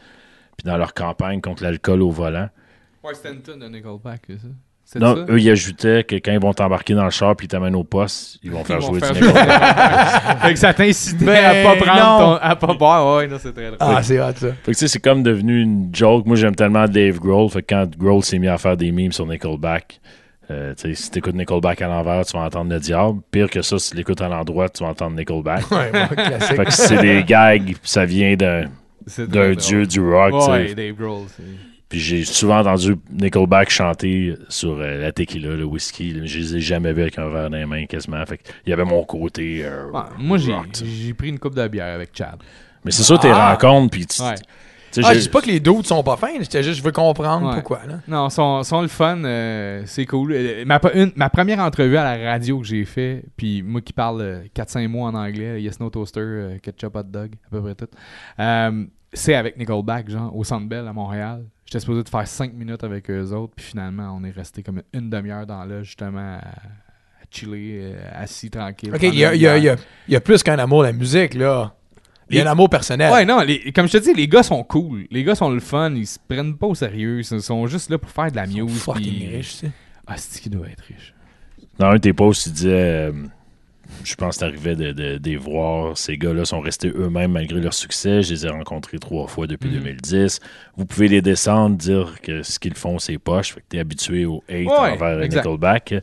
[SPEAKER 1] Puis dans leur campagne contre l'alcool au volant.
[SPEAKER 8] Ouais, c'était une tonne de Nickelback, c'est ça. C'est
[SPEAKER 1] Non,
[SPEAKER 8] ça?
[SPEAKER 1] eux, ils ajoutaient que quand ils vont t'embarquer dans le char puis ils t'amènent au poste, ils vont faire
[SPEAKER 8] vont
[SPEAKER 1] jouer
[SPEAKER 8] faire
[SPEAKER 1] du
[SPEAKER 8] jouer.
[SPEAKER 1] Nickelback.
[SPEAKER 4] fait que ça t'incitait
[SPEAKER 2] Ben
[SPEAKER 4] à pas prendre
[SPEAKER 2] non.
[SPEAKER 4] ton. à pas boire. Ouais, non, c'est très drôle.
[SPEAKER 2] Ah, c'est hot, ça.
[SPEAKER 1] Fait que tu sais, c'est comme devenu une joke. Moi, j'aime tellement Dave Grohl. Fait que quand Grohl s'est mis à faire des memes sur Nickelback, euh, tu sais, si t'écoutes Nickelback à l'envers, tu vas entendre le diable. Pire que ça, si tu l'écoutes à l'endroit, tu vas entendre Nickelback.
[SPEAKER 2] Ouais, bon, classique.
[SPEAKER 1] fait que c'est des gags, ça vient d'un
[SPEAKER 4] C'est très
[SPEAKER 1] d'un
[SPEAKER 4] drôle.
[SPEAKER 1] dieu du rock. tu sais.
[SPEAKER 4] Ouais, Dave Grohl. c'est-
[SPEAKER 1] Puis j'ai souvent entendu Nickelback chanter sur euh, la tequila, le whisky. Je les ai jamais vus avec un verre dans les mains quasiment. Fait que il y avait mon côté. euh,
[SPEAKER 4] Ouais, moi, j'ai,
[SPEAKER 1] rock, tu sais.
[SPEAKER 4] j'ai pris une coupe de bière avec Chad.
[SPEAKER 1] Mais c'est sûr, tes
[SPEAKER 2] Ah!
[SPEAKER 1] rencontres, puis tu-
[SPEAKER 4] Ouais.
[SPEAKER 1] tu sais,
[SPEAKER 2] Ah,
[SPEAKER 1] j'ai-
[SPEAKER 2] je dis pas que les doutes sont pas fins, j'étais juste, je veux comprendre
[SPEAKER 4] Ouais.
[SPEAKER 2] pourquoi. Là.
[SPEAKER 4] Non, sont, sont le fun, euh, c'est cool. Euh, Ma, pre- une- ma première entrevue à la radio que j'ai fait, puis moi qui parle euh, 4-5 mots en anglais, Yes No Toaster, euh, Ketchup Hot Dog, à peu près tout, euh, c'est avec Nickelback, genre, au Centre Bell à Montréal. J'étais supposé de faire 5 minutes avec eux autres, puis finalement, on est resté comme une demi-heure dans là, justement, à, à chiller, euh, assis tranquille.
[SPEAKER 2] Ok,
[SPEAKER 4] prendre
[SPEAKER 2] il y a,
[SPEAKER 4] une
[SPEAKER 2] il y a- il y
[SPEAKER 4] bière.
[SPEAKER 2] a- il y a plus qu'un amour de la musique, là. Il y a un amour personnel.
[SPEAKER 4] Ouais, non, les- comme je te dis, les gars sont cool. Les gars sont le fun, ils se prennent pas au sérieux, ils sont juste là pour faire de la
[SPEAKER 2] Ils sont
[SPEAKER 4] muse.
[SPEAKER 2] fucking
[SPEAKER 4] puis-
[SPEAKER 2] riche, tu sais.
[SPEAKER 4] Ah, c'est qui doit être riche.
[SPEAKER 1] Dans un de tes posts, tu disais, euh, je pense que t'arrivais de, de, de les voir, ces gars-là sont restés eux-mêmes malgré leur succès. Je les ai rencontrés trois fois depuis 2010. Vous pouvez les descendre, dire que ce qu'ils font, c'est poche. Fait que t'es habitué au hate
[SPEAKER 4] Ouais,
[SPEAKER 1] envers
[SPEAKER 4] exact.
[SPEAKER 1] Nickelback.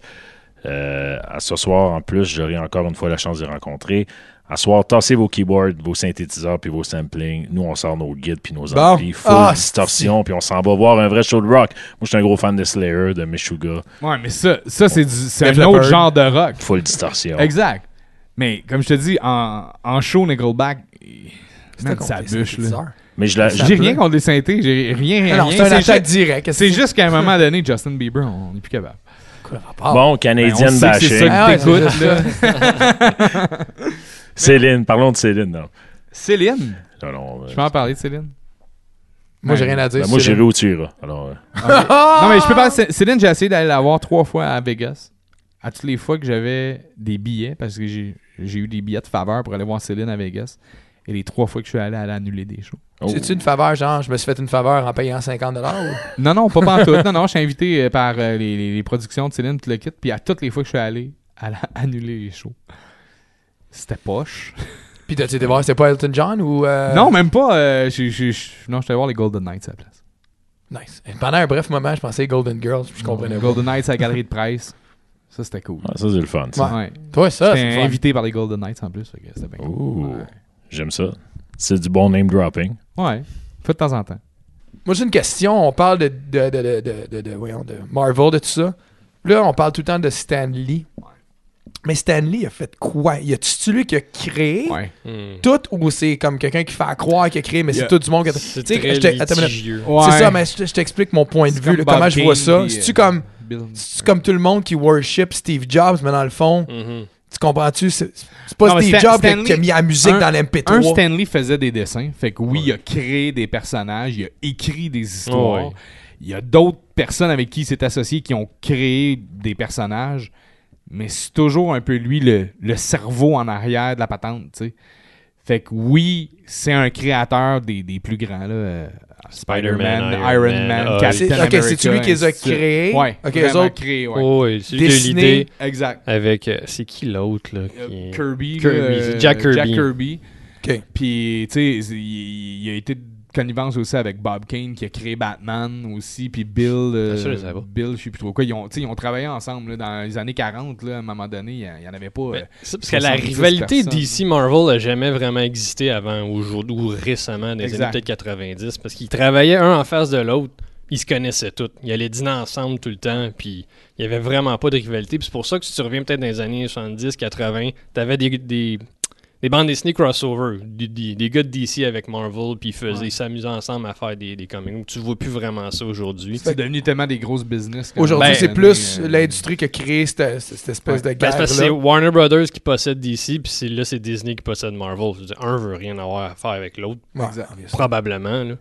[SPEAKER 1] Euh, à ce soir, en plus, j'aurai encore une fois la chance de les rencontrer. À ce soir, tassez vos keyboards, vos synthétiseurs puis vos samplings. Nous, on sort nos guides puis nos
[SPEAKER 2] Bon.
[SPEAKER 1] amplis. Full
[SPEAKER 2] Ah,
[SPEAKER 1] distorsion, puis on s'en va voir un vrai show de rock. Moi, je suis un gros fan de Slayer, de Meshuggah.
[SPEAKER 4] Ouais, mais ça, ça c'est, du, c'est
[SPEAKER 2] Def
[SPEAKER 4] un autre
[SPEAKER 2] Leppard.
[SPEAKER 4] genre de rock.
[SPEAKER 1] Full distortion.
[SPEAKER 4] Exact. Mais comme je te dis, en, en show Nickelback, il-
[SPEAKER 2] C'était
[SPEAKER 4] man,
[SPEAKER 2] contre
[SPEAKER 4] ça
[SPEAKER 2] les
[SPEAKER 4] bûche. Là.
[SPEAKER 2] synthétiseurs.
[SPEAKER 1] Mais je la,
[SPEAKER 4] J'ai rien contre les synthés, j'ai rien, rien.
[SPEAKER 2] Ah Non, c'est un
[SPEAKER 4] c'est,
[SPEAKER 2] attaque
[SPEAKER 4] juste,
[SPEAKER 2] direct.
[SPEAKER 4] c'est juste qu'à un moment donné, Justin Bieber, on n'est plus capable.
[SPEAKER 2] quoi le rapport?
[SPEAKER 1] Bon, Canadienne
[SPEAKER 4] Ah. Ben, on sait que
[SPEAKER 1] bashing.
[SPEAKER 4] c'est ça
[SPEAKER 2] Ah ouais,
[SPEAKER 4] t'écoutes,
[SPEAKER 2] c'est
[SPEAKER 4] là.
[SPEAKER 2] juste
[SPEAKER 1] Céline, parlons de Céline. Non.
[SPEAKER 4] Céline,
[SPEAKER 1] Non, non, euh,
[SPEAKER 4] je peux en parler de Céline?
[SPEAKER 2] Moi, j'ai rien à dire.
[SPEAKER 1] ben, moi,
[SPEAKER 2] c'est
[SPEAKER 1] j'irai
[SPEAKER 2] le-
[SPEAKER 1] où tu iras. Alors, euh,
[SPEAKER 2] Ah!
[SPEAKER 4] Non, mais je peux parler. de Cé- Céline, j'ai essayé d'aller la voir trois fois à Vegas. À toutes les fois que j'avais des billets, parce que j'ai, j'ai eu des billets de faveur pour aller voir Céline à Vegas. Et les trois fois que je suis allé, elle a annulé des shows.
[SPEAKER 1] oh.
[SPEAKER 2] C'est-tu une faveur, genre, je me suis fait une faveur en payant 50 ou-
[SPEAKER 4] Non, non, pas pantoute. non, non, je suis invité euh, par euh, les, les- les productions de Céline, tout le kit. Puis à toutes les fois que je suis allé, elle a annulé les shows. C'était poche.
[SPEAKER 2] Puis t'as-tu été voir, c'était pas Elton John ou. euh,
[SPEAKER 4] Non, même pas. euh, j'ai- j'ai- j'ai- non, je suis allé voir les Golden Knights à la place.
[SPEAKER 2] Nice. Et Pendant un bref moment, je pensais Golden Girls, puis je comprenais
[SPEAKER 4] Les
[SPEAKER 2] pas.
[SPEAKER 4] Golden Knights à la galerie de presse. Ça, c'était cool.
[SPEAKER 1] Ah, ça, c'est le fun. ça.
[SPEAKER 2] Ouais.
[SPEAKER 4] Ouais.
[SPEAKER 2] Toi, ça, c'est
[SPEAKER 4] J'étais
[SPEAKER 2] le fun.
[SPEAKER 4] invité par les Golden Knights en plus. fait que C'était bien cool.
[SPEAKER 1] Ouh, J'aime ça. C'est du bon name dropping.
[SPEAKER 4] Ouais. Fait de temps en temps.
[SPEAKER 2] Moi, j'ai une question. On parle de, de, de, de, de, de- de- voyons, de Marvel, de tout ça. Là, on parle tout le temps de Stan Lee. Mais Stan Lee a fait quoi? Y a-tu lui qui a créé
[SPEAKER 4] Ouais.
[SPEAKER 3] Hmm.
[SPEAKER 2] tout ou c'est comme quelqu'un qui fait à croire qu'il a créé, mais
[SPEAKER 3] Yeah.
[SPEAKER 2] c'est tout du monde qui a...
[SPEAKER 3] C'est
[SPEAKER 2] Tu sais,
[SPEAKER 3] très
[SPEAKER 2] je te- attends une minute.
[SPEAKER 3] litigieux.
[SPEAKER 2] C'est ça, mais je, te- je t'explique mon point de
[SPEAKER 4] C'est
[SPEAKER 2] vue,
[SPEAKER 4] comme
[SPEAKER 2] là,
[SPEAKER 4] Bob
[SPEAKER 2] comment je vois
[SPEAKER 4] Kane,
[SPEAKER 2] ça.
[SPEAKER 4] puis,
[SPEAKER 2] C'est-tu
[SPEAKER 4] euh,
[SPEAKER 2] comme,
[SPEAKER 4] Bill-
[SPEAKER 2] c'est-tu comme tout le monde qui worship Steve Jobs, mais dans le fond,
[SPEAKER 3] Mhm.
[SPEAKER 2] tu comprends-tu? C'est c'est pas
[SPEAKER 4] Non, mais
[SPEAKER 2] Steve
[SPEAKER 4] Stan-
[SPEAKER 2] Jobs
[SPEAKER 4] Stan
[SPEAKER 2] qui a
[SPEAKER 4] Lee-
[SPEAKER 2] mis la musique
[SPEAKER 4] un-
[SPEAKER 2] dans l'MP3.
[SPEAKER 4] Un, Stanley faisait des dessins. Fait que oui, il a créé des personnages, il a écrit des histoires.
[SPEAKER 3] Ouais.
[SPEAKER 4] Il y a d'autres personnes avec qui il s'est associé qui ont créé des personnages. Mais c'est toujours un peu lui le, le cerveau en arrière de la patente, tu sais. Fait que oui, c'est un créateur des, des plus grands, là. euh, Spider-Man, Iron, Man, Captain
[SPEAKER 2] C'est- ok,
[SPEAKER 4] America,
[SPEAKER 2] c'est-tu lui qui les a
[SPEAKER 4] ainsi de suite.
[SPEAKER 2] créés?
[SPEAKER 4] Ouais,
[SPEAKER 2] Ok,
[SPEAKER 4] vraiment
[SPEAKER 2] eux autres-
[SPEAKER 4] créés, ouais.
[SPEAKER 3] Oh, ouais, c'est lui qui a eu
[SPEAKER 2] Dessiné.
[SPEAKER 3] l'idée
[SPEAKER 4] Exact.
[SPEAKER 3] avec. euh, c'est qui l'autre, là qui-
[SPEAKER 4] Kirby.
[SPEAKER 3] Kirby,
[SPEAKER 4] là, euh,
[SPEAKER 3] c'est Jack Kirby.
[SPEAKER 4] Jack Kirby.
[SPEAKER 2] Ok.
[SPEAKER 4] Puis, tu sais, il, il a été de connivence aussi avec Bob Kane qui a créé Batman aussi. Puis Bill. euh,
[SPEAKER 3] Ah, ça, je le savais pas.
[SPEAKER 4] Bill, je sais plus trop quoi. Ils ont, tu sais, ils ont travaillé ensemble là, dans les années 40. Là, à un moment donné, il y en- il y en avait pas. euh,
[SPEAKER 3] Mais C'est parce que la
[SPEAKER 4] 70
[SPEAKER 3] rivalité
[SPEAKER 4] personnes.
[SPEAKER 3] DC Marvel n'a jamais vraiment existé avant aujourd'hui ou récemment, dans les
[SPEAKER 4] Exact.
[SPEAKER 3] années peut-être 90, parce qu'ils travaillaient un en face de l'autre, ils se connaissaient tous, ils allaient dîner ensemble tout le temps, puis il n'y avait vraiment pas de rivalité. Puis c'est pour ça que si tu reviens peut-être dans les années 70, 80, tu avais des, des, des bandes dessinées crossover. Des, des- des gars de DC avec Marvel, puis ils faisaient, ils s'amusaient ensemble à faire des, des comics. books. Tu vois plus vraiment ça aujourd'hui.
[SPEAKER 4] C'est devenu tellement des grosses business. que-
[SPEAKER 2] Aujourd'hui,
[SPEAKER 4] Ben,
[SPEAKER 2] c'est plus
[SPEAKER 4] euh,
[SPEAKER 2] l'industrie qui a créé cette, cette- cette espèce de
[SPEAKER 3] Ben, c'est
[SPEAKER 2] guerre.
[SPEAKER 3] parce que c'est Warner Brothers qui possède DC, puis c'est- là, c'est Disney qui possède Marvel. Je veux dire, un veut rien avoir à faire avec l'autre, probablement. là.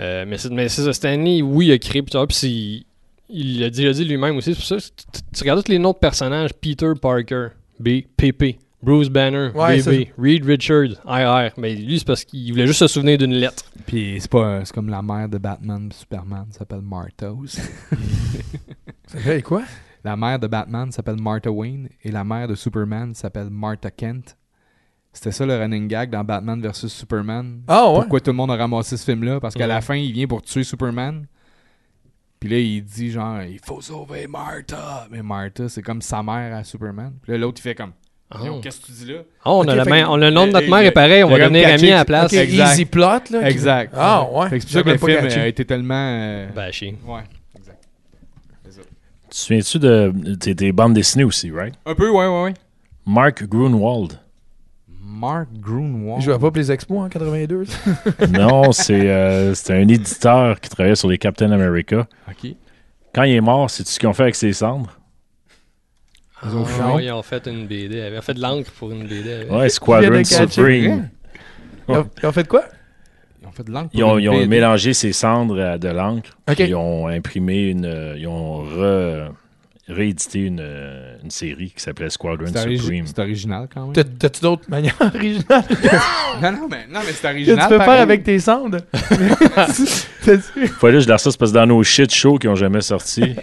[SPEAKER 3] Euh, mais c'est mais c'est ça, Stanley, oui, il a créé Peter, puis c'est- il l'a dit, il l'a dit lui-même aussi. C'est pour ça que tu, tu- tu regardes tous les noms de personnages Peter Parker, B, PP, Bruce Banner,
[SPEAKER 2] Ouais,
[SPEAKER 3] BB, Reed Richards, IR. Mais lui, c'est parce qu'il voulait juste se souvenir d'une lettre.
[SPEAKER 4] Puis c'est pas, c'est comme la mère de Batman, Superman, ça s'appelle Martha aussi.
[SPEAKER 2] C'est quoi?
[SPEAKER 4] La mère de Batman s'appelle Martha Wayne et la mère de Superman s'appelle Martha Kent. C'était ça le running gag dans Batman vs Superman.
[SPEAKER 2] Ah ouais?
[SPEAKER 4] Pourquoi tout le monde a ramassé ce film-là? Parce qu'à
[SPEAKER 3] Ouais.
[SPEAKER 4] la fin, il vient pour tuer Superman. Puis là, il dit genre, il faut sauver Martha. Mais Martha, c'est comme sa mère à Superman. Puis là, l'autre, il fait comme,
[SPEAKER 3] Ah.
[SPEAKER 4] Yo, qu'est-ce que tu dis là?
[SPEAKER 3] Oh, on,
[SPEAKER 2] Ok,
[SPEAKER 3] a la
[SPEAKER 2] fait
[SPEAKER 3] main-
[SPEAKER 2] que-
[SPEAKER 3] on a le nom de notre
[SPEAKER 4] Et-
[SPEAKER 3] mère
[SPEAKER 4] et-
[SPEAKER 3] est pareil, on
[SPEAKER 4] il
[SPEAKER 3] va
[SPEAKER 4] a comme
[SPEAKER 3] devenir
[SPEAKER 4] catché-
[SPEAKER 3] amis à la place.
[SPEAKER 2] Ok,
[SPEAKER 4] Exact.
[SPEAKER 2] Easy Plot, là. qui-
[SPEAKER 4] Exact.
[SPEAKER 2] Ah ouais.
[SPEAKER 4] Fait que C'est pour ça que le
[SPEAKER 2] J'avais pas
[SPEAKER 4] film
[SPEAKER 2] catché.
[SPEAKER 4] a été tellement. euh,
[SPEAKER 3] Bâché.
[SPEAKER 4] Ouais.
[SPEAKER 1] Tu te souviens-tu de tes, tes bandes dessinées aussi, right?
[SPEAKER 4] Un peu, ouais, ouais, ouais.
[SPEAKER 1] Mark Grunwald.
[SPEAKER 4] Mark Grunwald.
[SPEAKER 2] Je jouais pas pour les expos en 82.
[SPEAKER 1] non, c'est euh, c'était un éditeur qui travaillait sur les Captain America.
[SPEAKER 4] Ok.
[SPEAKER 1] Quand il est mort, c'est ce qu'ils ont fait avec ses cendres.
[SPEAKER 3] Ah,
[SPEAKER 4] ont fait-
[SPEAKER 3] ouais, ils ont fait une BD. avec- Ils ont fait de l'encre pour une BD. avec.
[SPEAKER 1] Ouais, Squadron
[SPEAKER 2] catcher,
[SPEAKER 1] Supreme.
[SPEAKER 2] Ils ont- ils ont fait quoi?
[SPEAKER 4] Ils ont fait de l'encre.
[SPEAKER 1] Ils
[SPEAKER 4] pour
[SPEAKER 1] ont,
[SPEAKER 4] une
[SPEAKER 1] ils ont
[SPEAKER 4] BD.
[SPEAKER 1] mélangé ses cendres à de l'encre.
[SPEAKER 2] Ok.
[SPEAKER 1] Ils ont imprimé une. euh, Ils ont re- réédité une, euh, une série qui s'appelait Squadron
[SPEAKER 4] C'est origi-
[SPEAKER 1] Supreme.
[SPEAKER 4] c'est original quand même.
[SPEAKER 2] T'as- T'as-tu d'autres manières originales
[SPEAKER 4] Non, non, mais, non, mais c'est
[SPEAKER 2] que
[SPEAKER 4] original.
[SPEAKER 2] tu peux faire
[SPEAKER 4] pareil.
[SPEAKER 2] avec tes cendres? T'as-tu-
[SPEAKER 1] Faut juste dire ça, c'est parce que dans nos shit shows qui ont jamais sorti,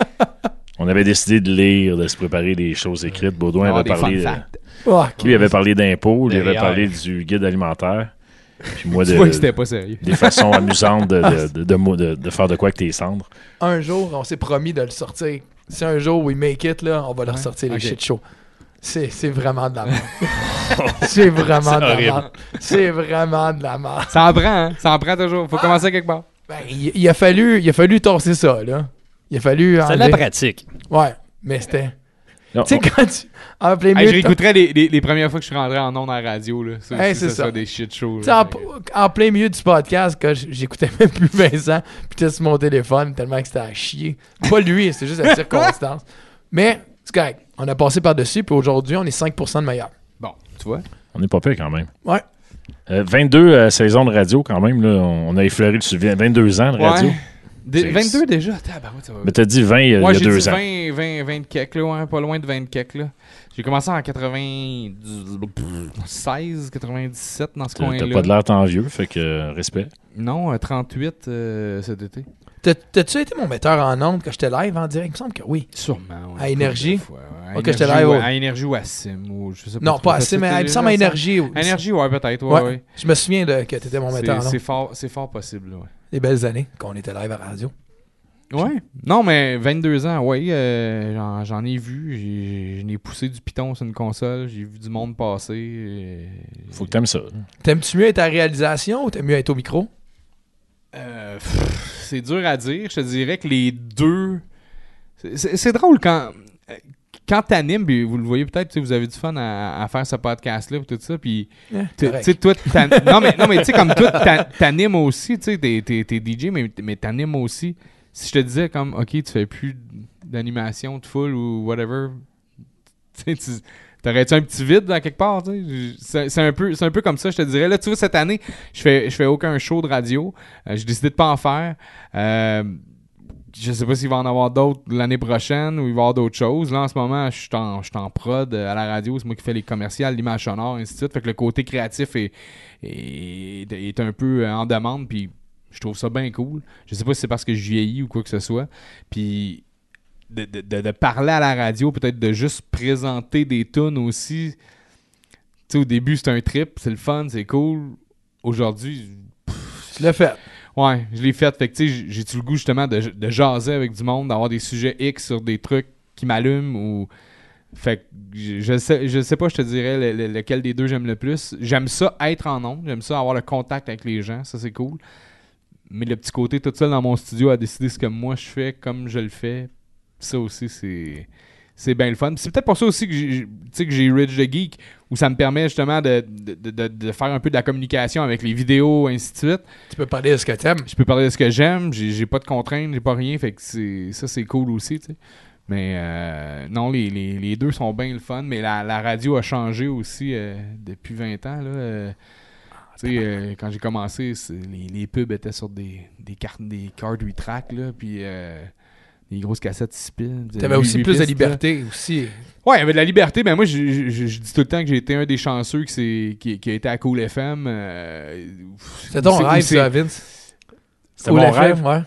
[SPEAKER 1] on avait décidé de lire, de se préparer des choses écrites. Baudouin
[SPEAKER 4] Ah,
[SPEAKER 1] avait
[SPEAKER 4] des fun
[SPEAKER 1] parlé. euh,
[SPEAKER 4] facts.
[SPEAKER 2] Oh,
[SPEAKER 1] Qui lui avait parlé d'impôts, lui
[SPEAKER 3] Des
[SPEAKER 1] avait
[SPEAKER 3] REER.
[SPEAKER 1] parlé du guide alimentaire. Puis moi,
[SPEAKER 4] Tu
[SPEAKER 1] euh, de-
[SPEAKER 4] vois que c'était pas sérieux.
[SPEAKER 1] des façons amusantes de, de, de- de mo- de- de faire de quoi avec tes cendres.
[SPEAKER 2] un jour, on s'est promis de le sortir. Si un jour we make it, là, on va le
[SPEAKER 4] Ouais.
[SPEAKER 2] ressortir,
[SPEAKER 4] Ok.
[SPEAKER 2] les shit shows. C'est c'est vraiment de la merde. c'est vraiment de la
[SPEAKER 1] horrible.
[SPEAKER 2] merde. C'est vraiment de la merde.
[SPEAKER 4] Ça en prend, hein. Ça en prend toujours. Faut commencer quelque part.
[SPEAKER 2] Ben, il, il a fallu, il a fallu torser ça, là. Il a fallu.
[SPEAKER 3] C'est de la
[SPEAKER 2] enlever-
[SPEAKER 3] pratique.
[SPEAKER 2] Ouais, mais c'était.
[SPEAKER 1] Non,
[SPEAKER 2] Tu sais,
[SPEAKER 1] on-
[SPEAKER 2] quand tu. En plein
[SPEAKER 4] Hey,
[SPEAKER 2] milieu.
[SPEAKER 4] je
[SPEAKER 2] de-
[SPEAKER 4] réécouterais les, les, les premières fois que je suis rentré en ondes à la radio. Là. Ça,
[SPEAKER 2] Hey,
[SPEAKER 4] aussi,
[SPEAKER 2] c'est
[SPEAKER 4] ça.
[SPEAKER 2] ça.
[SPEAKER 4] sera des shit shows.
[SPEAKER 2] tu sais,
[SPEAKER 4] là.
[SPEAKER 2] en, en plein milieu du podcast, quand j- j'écoutais même plus Vincent, puis t'es sur mon téléphone tellement que c'était à chier. Pas lui, c'est juste la circonstance. Mais, c'est correct. On a passé par-dessus, puis aujourd'hui, on est 5% de meilleur.
[SPEAKER 4] Bon, tu vois.
[SPEAKER 1] on n'est pas pire quand même.
[SPEAKER 2] Ouais.
[SPEAKER 1] Euh, 22 euh, saisons de radio quand même. Là, on on a effleuré le sujet. 22 ans de radio.
[SPEAKER 4] Ouais. Dé-
[SPEAKER 1] C'est-
[SPEAKER 4] 22 déjà. Tabarouette, ça va
[SPEAKER 1] Mais t'as dit 20 il y a,
[SPEAKER 4] Moi,
[SPEAKER 1] il y a
[SPEAKER 4] j'ai
[SPEAKER 1] deux
[SPEAKER 4] dit
[SPEAKER 1] ans.
[SPEAKER 4] 20, 20, 20 quelques, là, ouais, pas loin de 20 quelques, là. J'ai commencé en 96, 97, dans ce
[SPEAKER 1] T'as
[SPEAKER 4] coin-là.
[SPEAKER 1] t'as pas de l'air tant vieux, fait que euh, respect.
[SPEAKER 4] Non, euh, 38 euh, cet été.
[SPEAKER 2] T'as- T'as-tu été mon metteur en ondes quand j'étais live en direct? Il me semble que oui.
[SPEAKER 4] Sûrement. ouais,
[SPEAKER 2] À
[SPEAKER 4] une
[SPEAKER 2] Énergie?
[SPEAKER 4] couple de fois, ouais. À
[SPEAKER 2] Ok, j'étais
[SPEAKER 4] Énergie
[SPEAKER 2] là,
[SPEAKER 4] ou-
[SPEAKER 2] ouais.
[SPEAKER 4] À Énergie ou à Sim, ou je sais pas.
[SPEAKER 2] Non,
[SPEAKER 4] trop.
[SPEAKER 2] pas
[SPEAKER 4] Peut-être
[SPEAKER 2] assez, mais il me
[SPEAKER 4] les
[SPEAKER 2] semble
[SPEAKER 4] gens
[SPEAKER 2] à énergie.
[SPEAKER 4] sont- Énergie, ouais, peut-être, ouais,
[SPEAKER 2] Ouais.
[SPEAKER 4] ouais.
[SPEAKER 2] Je me souviens de, que t'étais mon metteur en
[SPEAKER 4] C'est- C'est
[SPEAKER 2] ondes.
[SPEAKER 4] fort, c'est fort possible, ouais.
[SPEAKER 2] Les belles années qu'on était live à la radio.
[SPEAKER 4] Ouais. Non, mais 22 ans, ouais, euh, j'en- j'en ai vu, j'ai- j'en ai poussé du piton sur une console, j'ai vu du monde passer. euh,
[SPEAKER 1] Faut que t'aimes ça.
[SPEAKER 2] T'aimes-tu mieux être à la réalisation ou t'aimes mieux être au micro?
[SPEAKER 4] Euh, pff, c'est dur à dire. Je te dirais que les deux. c'est- C'est c'est drôle quand. euh, Quand t'animes, puis vous le voyez peut-être, tu sais, vous avez du fun à, à faire ce podcast-là, puis tout ça, puis
[SPEAKER 2] Hein,
[SPEAKER 4] tu tu
[SPEAKER 2] correct.
[SPEAKER 4] sais, toi, t'an- non mais, non, mais tu sais, comme toi, t'an- t'animes aussi, tu sais, t'es, t'es- t'es DJ, mais, mais t'animes aussi. Si je te disais comme, ok, tu fais plus d'animation de full ou whatever, tu sais, tu- t'aurais-tu un petit vide dans quelque part, tu sais? Je- C'est, c'est un peu, c'est un peu comme ça, je te dirais. Là, tu vois, cette année, je fais, je fais aucun show de radio. Euh, j'ai décidé de pas en faire. Euh, je sais pas s'il va en avoir d'autres l'année prochaine ou il va y avoir d'autres choses. Là, en ce moment, je suis en, je suis en prod euh, à la radio. C'est moi qui fais les commerciales, l'image sonore, ainsi de suite. Fait que le côté créatif est, est, est un peu euh, en demande. Puis je trouve ça bien cool. Je sais pas si c'est parce que je vieillis ou quoi que ce soit. Puis de, de- de- de parler à la radio, peut-être de juste présenter des tunes aussi. Tu sais, au début, c'est un trip. C'est le fun, c'est cool. Aujourd'hui,
[SPEAKER 2] Tu l'as fait.
[SPEAKER 4] Ouais, je l'ai fait. Fait que, tu sais, j'ai-tu le goût justement de, de jaser avec du monde, d'avoir des sujets X sur des trucs qui m'allument ou. Fait que je, je sais, je sais pas, je te dirais le- le- lequel des deux j'aime le plus. J'aime ça être en ondes, j'aime ça avoir le contact avec les gens, ça c'est cool. Mais le petit côté tout seul dans mon studio à décider ce que moi je fais, comme je le fais, ça aussi c'est. C'est bien le fun. C'est peut-être pour ça aussi que j'ai- tu sais, que j'ai Rich the Geek, où ça me permet justement de, de, de- de faire un peu de la communication avec les vidéos, ainsi de suite.
[SPEAKER 2] Tu peux parler de ce que t'aimes.
[SPEAKER 4] Je peux parler de ce que j'aime, j'ai j'ai pas de contraintes, j'ai pas rien, fait que c'est ça c'est cool aussi, tu sais. Mais euh, non, les, les, les deux sont bien le fun, mais la, la radio a changé aussi euh, depuis 20 ans. Là, euh,
[SPEAKER 2] Ah,
[SPEAKER 4] tu sais, euh, quand j'ai commencé, c'est- les, les pubs étaient sur des, des cartes des cartes 8 tracks, là, puis euh, des grosses cassettes 6 piles.
[SPEAKER 2] T'avais
[SPEAKER 4] huit-
[SPEAKER 2] aussi
[SPEAKER 4] huit
[SPEAKER 2] plus de
[SPEAKER 4] pistes, là.
[SPEAKER 2] liberté aussi.
[SPEAKER 4] Ouais, il y avait de la liberté, mais moi, je, je- je- je dis tout le temps que j'ai été un des chanceux qui, s'est- qui, qui a été à Cool FM. euh,
[SPEAKER 2] C'est ton
[SPEAKER 4] où où
[SPEAKER 2] rêve,
[SPEAKER 4] c'est-
[SPEAKER 2] ça, Vince.
[SPEAKER 1] C'était mon rêve.
[SPEAKER 2] ouais.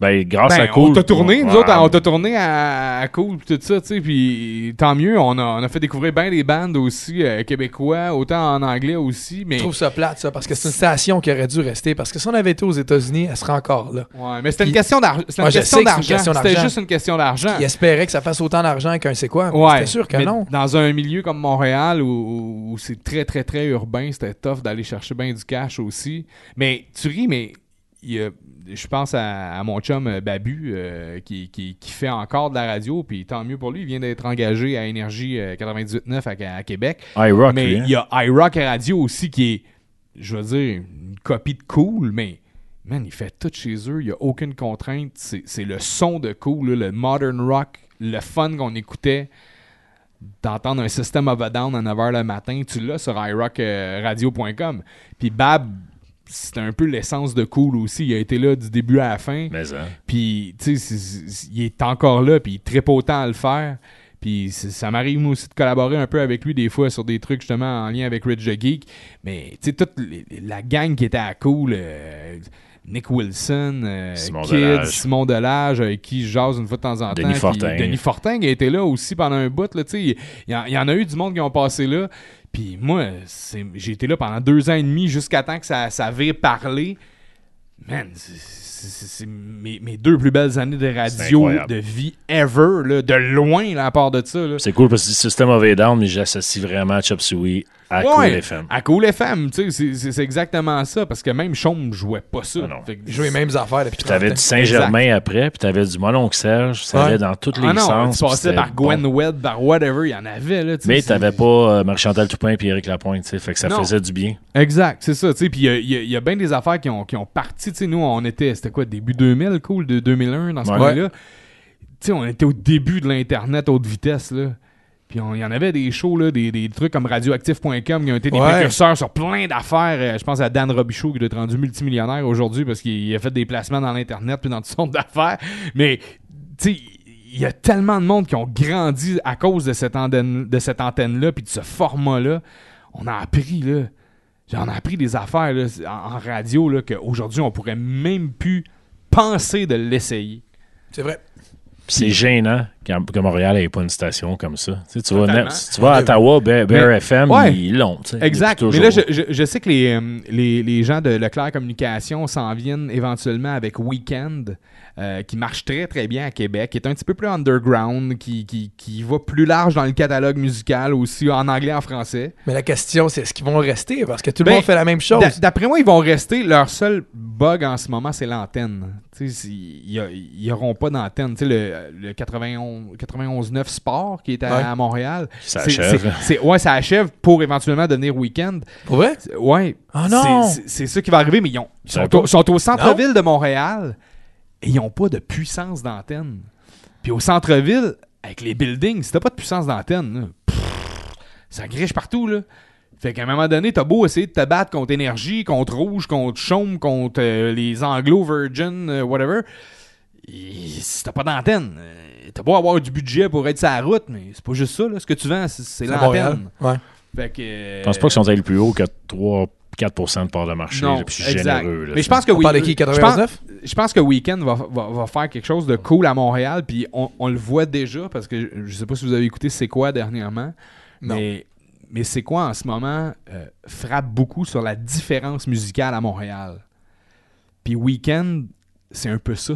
[SPEAKER 1] Ben, grâce
[SPEAKER 4] Ben,
[SPEAKER 1] à Cool.
[SPEAKER 4] On t'a tourné, nous
[SPEAKER 1] Ouais,
[SPEAKER 4] autres, on t'a tourné à, à Cool pis tout ça, tu sais, puis tant mieux, on a, on a fait découvrir bien des bandes aussi euh, québécois, autant en anglais aussi, mais...
[SPEAKER 2] Je trouve ça plate, ça, parce que c'est une station qui aurait dû rester. Parce que si on avait été aux États-Unis, elle serait encore là.
[SPEAKER 4] Ouais, mais c'était une
[SPEAKER 2] Puis-
[SPEAKER 4] question d'argent. C'était
[SPEAKER 2] Ouais,
[SPEAKER 4] une
[SPEAKER 2] je
[SPEAKER 4] question
[SPEAKER 2] sais que c'est une
[SPEAKER 4] d'argent.
[SPEAKER 2] question
[SPEAKER 4] C'était
[SPEAKER 2] d'argent.
[SPEAKER 4] juste une question d'argent.
[SPEAKER 2] Ils espéraient que ça fasse autant d'argent qu'un c'est quoi. mais
[SPEAKER 4] Ouais,
[SPEAKER 2] C'était sûr que
[SPEAKER 4] mais
[SPEAKER 2] non.
[SPEAKER 4] Dans un milieu comme Montréal où, où- où c'est très, très, très urbain, c'était tough d'aller chercher bien du cash aussi. Mais tu ris, mais il y a- je pense à, à mon chum euh, Babu euh, qui, qui- qui fait encore de la radio, puis tant mieux pour lui. Il vient d'être engagé à Énergie euh, 98.9 à, à Québec.
[SPEAKER 1] iRock,
[SPEAKER 4] mais
[SPEAKER 1] lui,
[SPEAKER 4] il
[SPEAKER 1] hein.
[SPEAKER 4] y a iRock Radio aussi qui est, je veux dire, une copie de cool, mais. Man, il fait tout chez eux, il n'y a aucune contrainte. C'est c'est le son de cool, là, le modern rock, le fun qu'on écoutait d'entendre un système of a down à 9h le matin, tu l'as sur euh, iRockRadio.com. Puis Bab, c'est un peu l'essence de cool aussi. Il a été là du début à la fin.
[SPEAKER 1] Mais, hein.
[SPEAKER 4] Puis, tu sais, c'est- c'est- il est encore là, puis il tripe autant à le faire. Puis c'est- ça m'arrive moi aussi de collaborer un peu avec lui des fois sur des trucs justement en lien avec Rich the Geek. Mais tu sais, toute les- la gang qui était à cool, euh, Nick Wilson, euh,
[SPEAKER 1] Simon
[SPEAKER 4] Kid,
[SPEAKER 1] Delage.
[SPEAKER 4] Simon Delage, avec qui je jase une fois de temps en
[SPEAKER 1] Denis
[SPEAKER 4] temps.
[SPEAKER 1] Fortin.
[SPEAKER 4] Puis Denis Fortin qui a été là aussi pendant un bout. Là, tu sais, il, il y en- il y en a eu du monde qui ont passé là. Puis moi, c'est- j'ai été là pendant deux ans et demi jusqu'à temps que ça, ça vire parler. Man, c'est- c'est c'est- c'est mes, mes deux plus belles années de radio,
[SPEAKER 1] incroyable.
[SPEAKER 4] de vie ever, là, de loin là, à part de ça. Là.
[SPEAKER 1] C'est cool parce que c'est System of a Down, mais j'associe vraiment Chop Suey à
[SPEAKER 4] Ouais,
[SPEAKER 1] Cool FM.
[SPEAKER 4] À Cool FM, tu sais, c'est- c'est c'est exactement ça, parce que même Chaume jouait pas ça.
[SPEAKER 1] Ah non.
[SPEAKER 4] Fait que-
[SPEAKER 2] Ils jouent les mêmes affaires depuis
[SPEAKER 1] Puis t'avais du
[SPEAKER 2] 30 ans.
[SPEAKER 1] Saint-Germain après, puis t'avais du Mononcle Serge, ça
[SPEAKER 2] Ouais.
[SPEAKER 1] allait dans tous les
[SPEAKER 4] Ah non,
[SPEAKER 1] sens.
[SPEAKER 4] tu
[SPEAKER 1] puis
[SPEAKER 4] passais
[SPEAKER 1] c'était
[SPEAKER 4] par
[SPEAKER 1] bon.
[SPEAKER 4] Gwen Webb, par whatever, il y en avait, là. tu sais,
[SPEAKER 1] Mais
[SPEAKER 4] c'est-
[SPEAKER 1] t'avais pas euh, Marie-Chantal Toupin et Éric Lapointe, tu sais, fait que ça
[SPEAKER 4] Non.
[SPEAKER 1] faisait du bien.
[SPEAKER 4] Exact, c'est ça, tu sais, puis il y a- il y a, il y a bien des affaires qui ont, qui ont parti, tu sais, nous, on était, c'était quoi, début 2000, cool, de 2001, dans ce
[SPEAKER 1] Ouais.
[SPEAKER 4] coin-là. Tu sais, on était au début de l'Internet haute vitesse, là. Puis on- il y en avait des shows, là, des, des trucs comme radioactif.com qui ont été des
[SPEAKER 2] Ouais.
[SPEAKER 4] précurseurs sur plein d'affaires. Euh, je pense à Dan Robichaud qui doit être rendu multimillionnaire aujourd'hui parce qu'il a fait des placements dans l'Internet puis dans toutes sortes d'affaires. Mais, tu sais, il y a tellement de monde qui ont grandi à cause de cette antenne- de cette antenne-là puis de ce format-là. On a appris, là. J'en ai appris des affaires là, en en radio là, qu'aujourd'hui, on pourrait même plus penser de l'essayer.
[SPEAKER 2] C'est vrai.
[SPEAKER 1] Puis c'est gênant quand- que Montréal n'ait pas une station comme ça. Tu, sais, tu, vas,
[SPEAKER 4] Totalement.
[SPEAKER 1] net- tu vas à Ottawa, Bear, Bear
[SPEAKER 4] Mais-
[SPEAKER 1] FM,
[SPEAKER 4] ouais.
[SPEAKER 1] ils l'ont. tu sais,
[SPEAKER 4] Exact.
[SPEAKER 1] depuis
[SPEAKER 4] Mais là, je,
[SPEAKER 1] toujours.
[SPEAKER 4] je- je sais que les, euh, les, les gens de Leclerc Communication s'en viennent éventuellement avec Weekend, euh, qui marche très très bien à Québec, qui est un petit peu plus underground, qui, qui, qui va plus large dans le catalogue musical aussi, en anglais, en français.
[SPEAKER 2] Mais la question, c'est est-ce qu'ils vont rester? Parce que tout le
[SPEAKER 4] Ben,
[SPEAKER 2] monde fait la même chose.
[SPEAKER 4] D'a- D'après moi, ils vont rester. Leur seul bug en ce moment, c'est l'antenne. Tu sais, Ils y a- ils n'auront pas d'antenne. Tu sais, Le, le 91 91-9 Sport qui est à,
[SPEAKER 2] Ouais.
[SPEAKER 4] à Montréal.
[SPEAKER 1] Ça
[SPEAKER 4] c'est-
[SPEAKER 1] achève.
[SPEAKER 4] c'est- c'est- ouais, ça achève pour éventuellement devenir week-end.
[SPEAKER 2] Pour vrai?
[SPEAKER 4] C'est- Ouais.
[SPEAKER 2] Ah non!
[SPEAKER 4] C'est- C'est c'est ça qui va arriver, mais ils, ont- ils
[SPEAKER 1] Ça
[SPEAKER 4] sont,
[SPEAKER 1] va
[SPEAKER 4] au, sont au centre-ville de Montréal et ils n'ont pas de puissance d'antenne. Puis au centre-ville, avec les buildings, si t'as pas de puissance d'antenne, là, pfff, ça griche partout, là. Fait qu'à un moment donné, t'as beau essayer de te battre contre énergie, contre rouge, contre chaume, contre euh, les anglo-virgin, euh, whatever. Et si t'as pas d'antenne, euh, t'as beau avoir du budget pour être sur la route, mais c'est pas juste ça, là. Ce que tu vends, c'est- c'est
[SPEAKER 2] C'est Montréal.
[SPEAKER 4] l'antenne.
[SPEAKER 2] Ouais.
[SPEAKER 4] Fait que. euh,
[SPEAKER 1] Je pense pas qu'ils sont allés plus haut que 3-4 de part de marché.
[SPEAKER 4] non,
[SPEAKER 1] là, puis je suis
[SPEAKER 4] exact.
[SPEAKER 1] généreux. là,
[SPEAKER 4] mais
[SPEAKER 1] tu
[SPEAKER 4] je pense que
[SPEAKER 2] On parle de
[SPEAKER 4] oui,
[SPEAKER 2] qui,
[SPEAKER 4] je pense-
[SPEAKER 2] 89?
[SPEAKER 4] Je pense que Weekend va, va, va faire quelque chose de cool à Montréal, puis on, on le voit déjà parce que je, je sais pas si vous avez écouté C'est quoi dernièrement,
[SPEAKER 2] Non.
[SPEAKER 4] mais mais C'est quoi en ce moment euh, frappe beaucoup sur la différence musicale à Montréal. Puis Weekend, c'est un peu ça.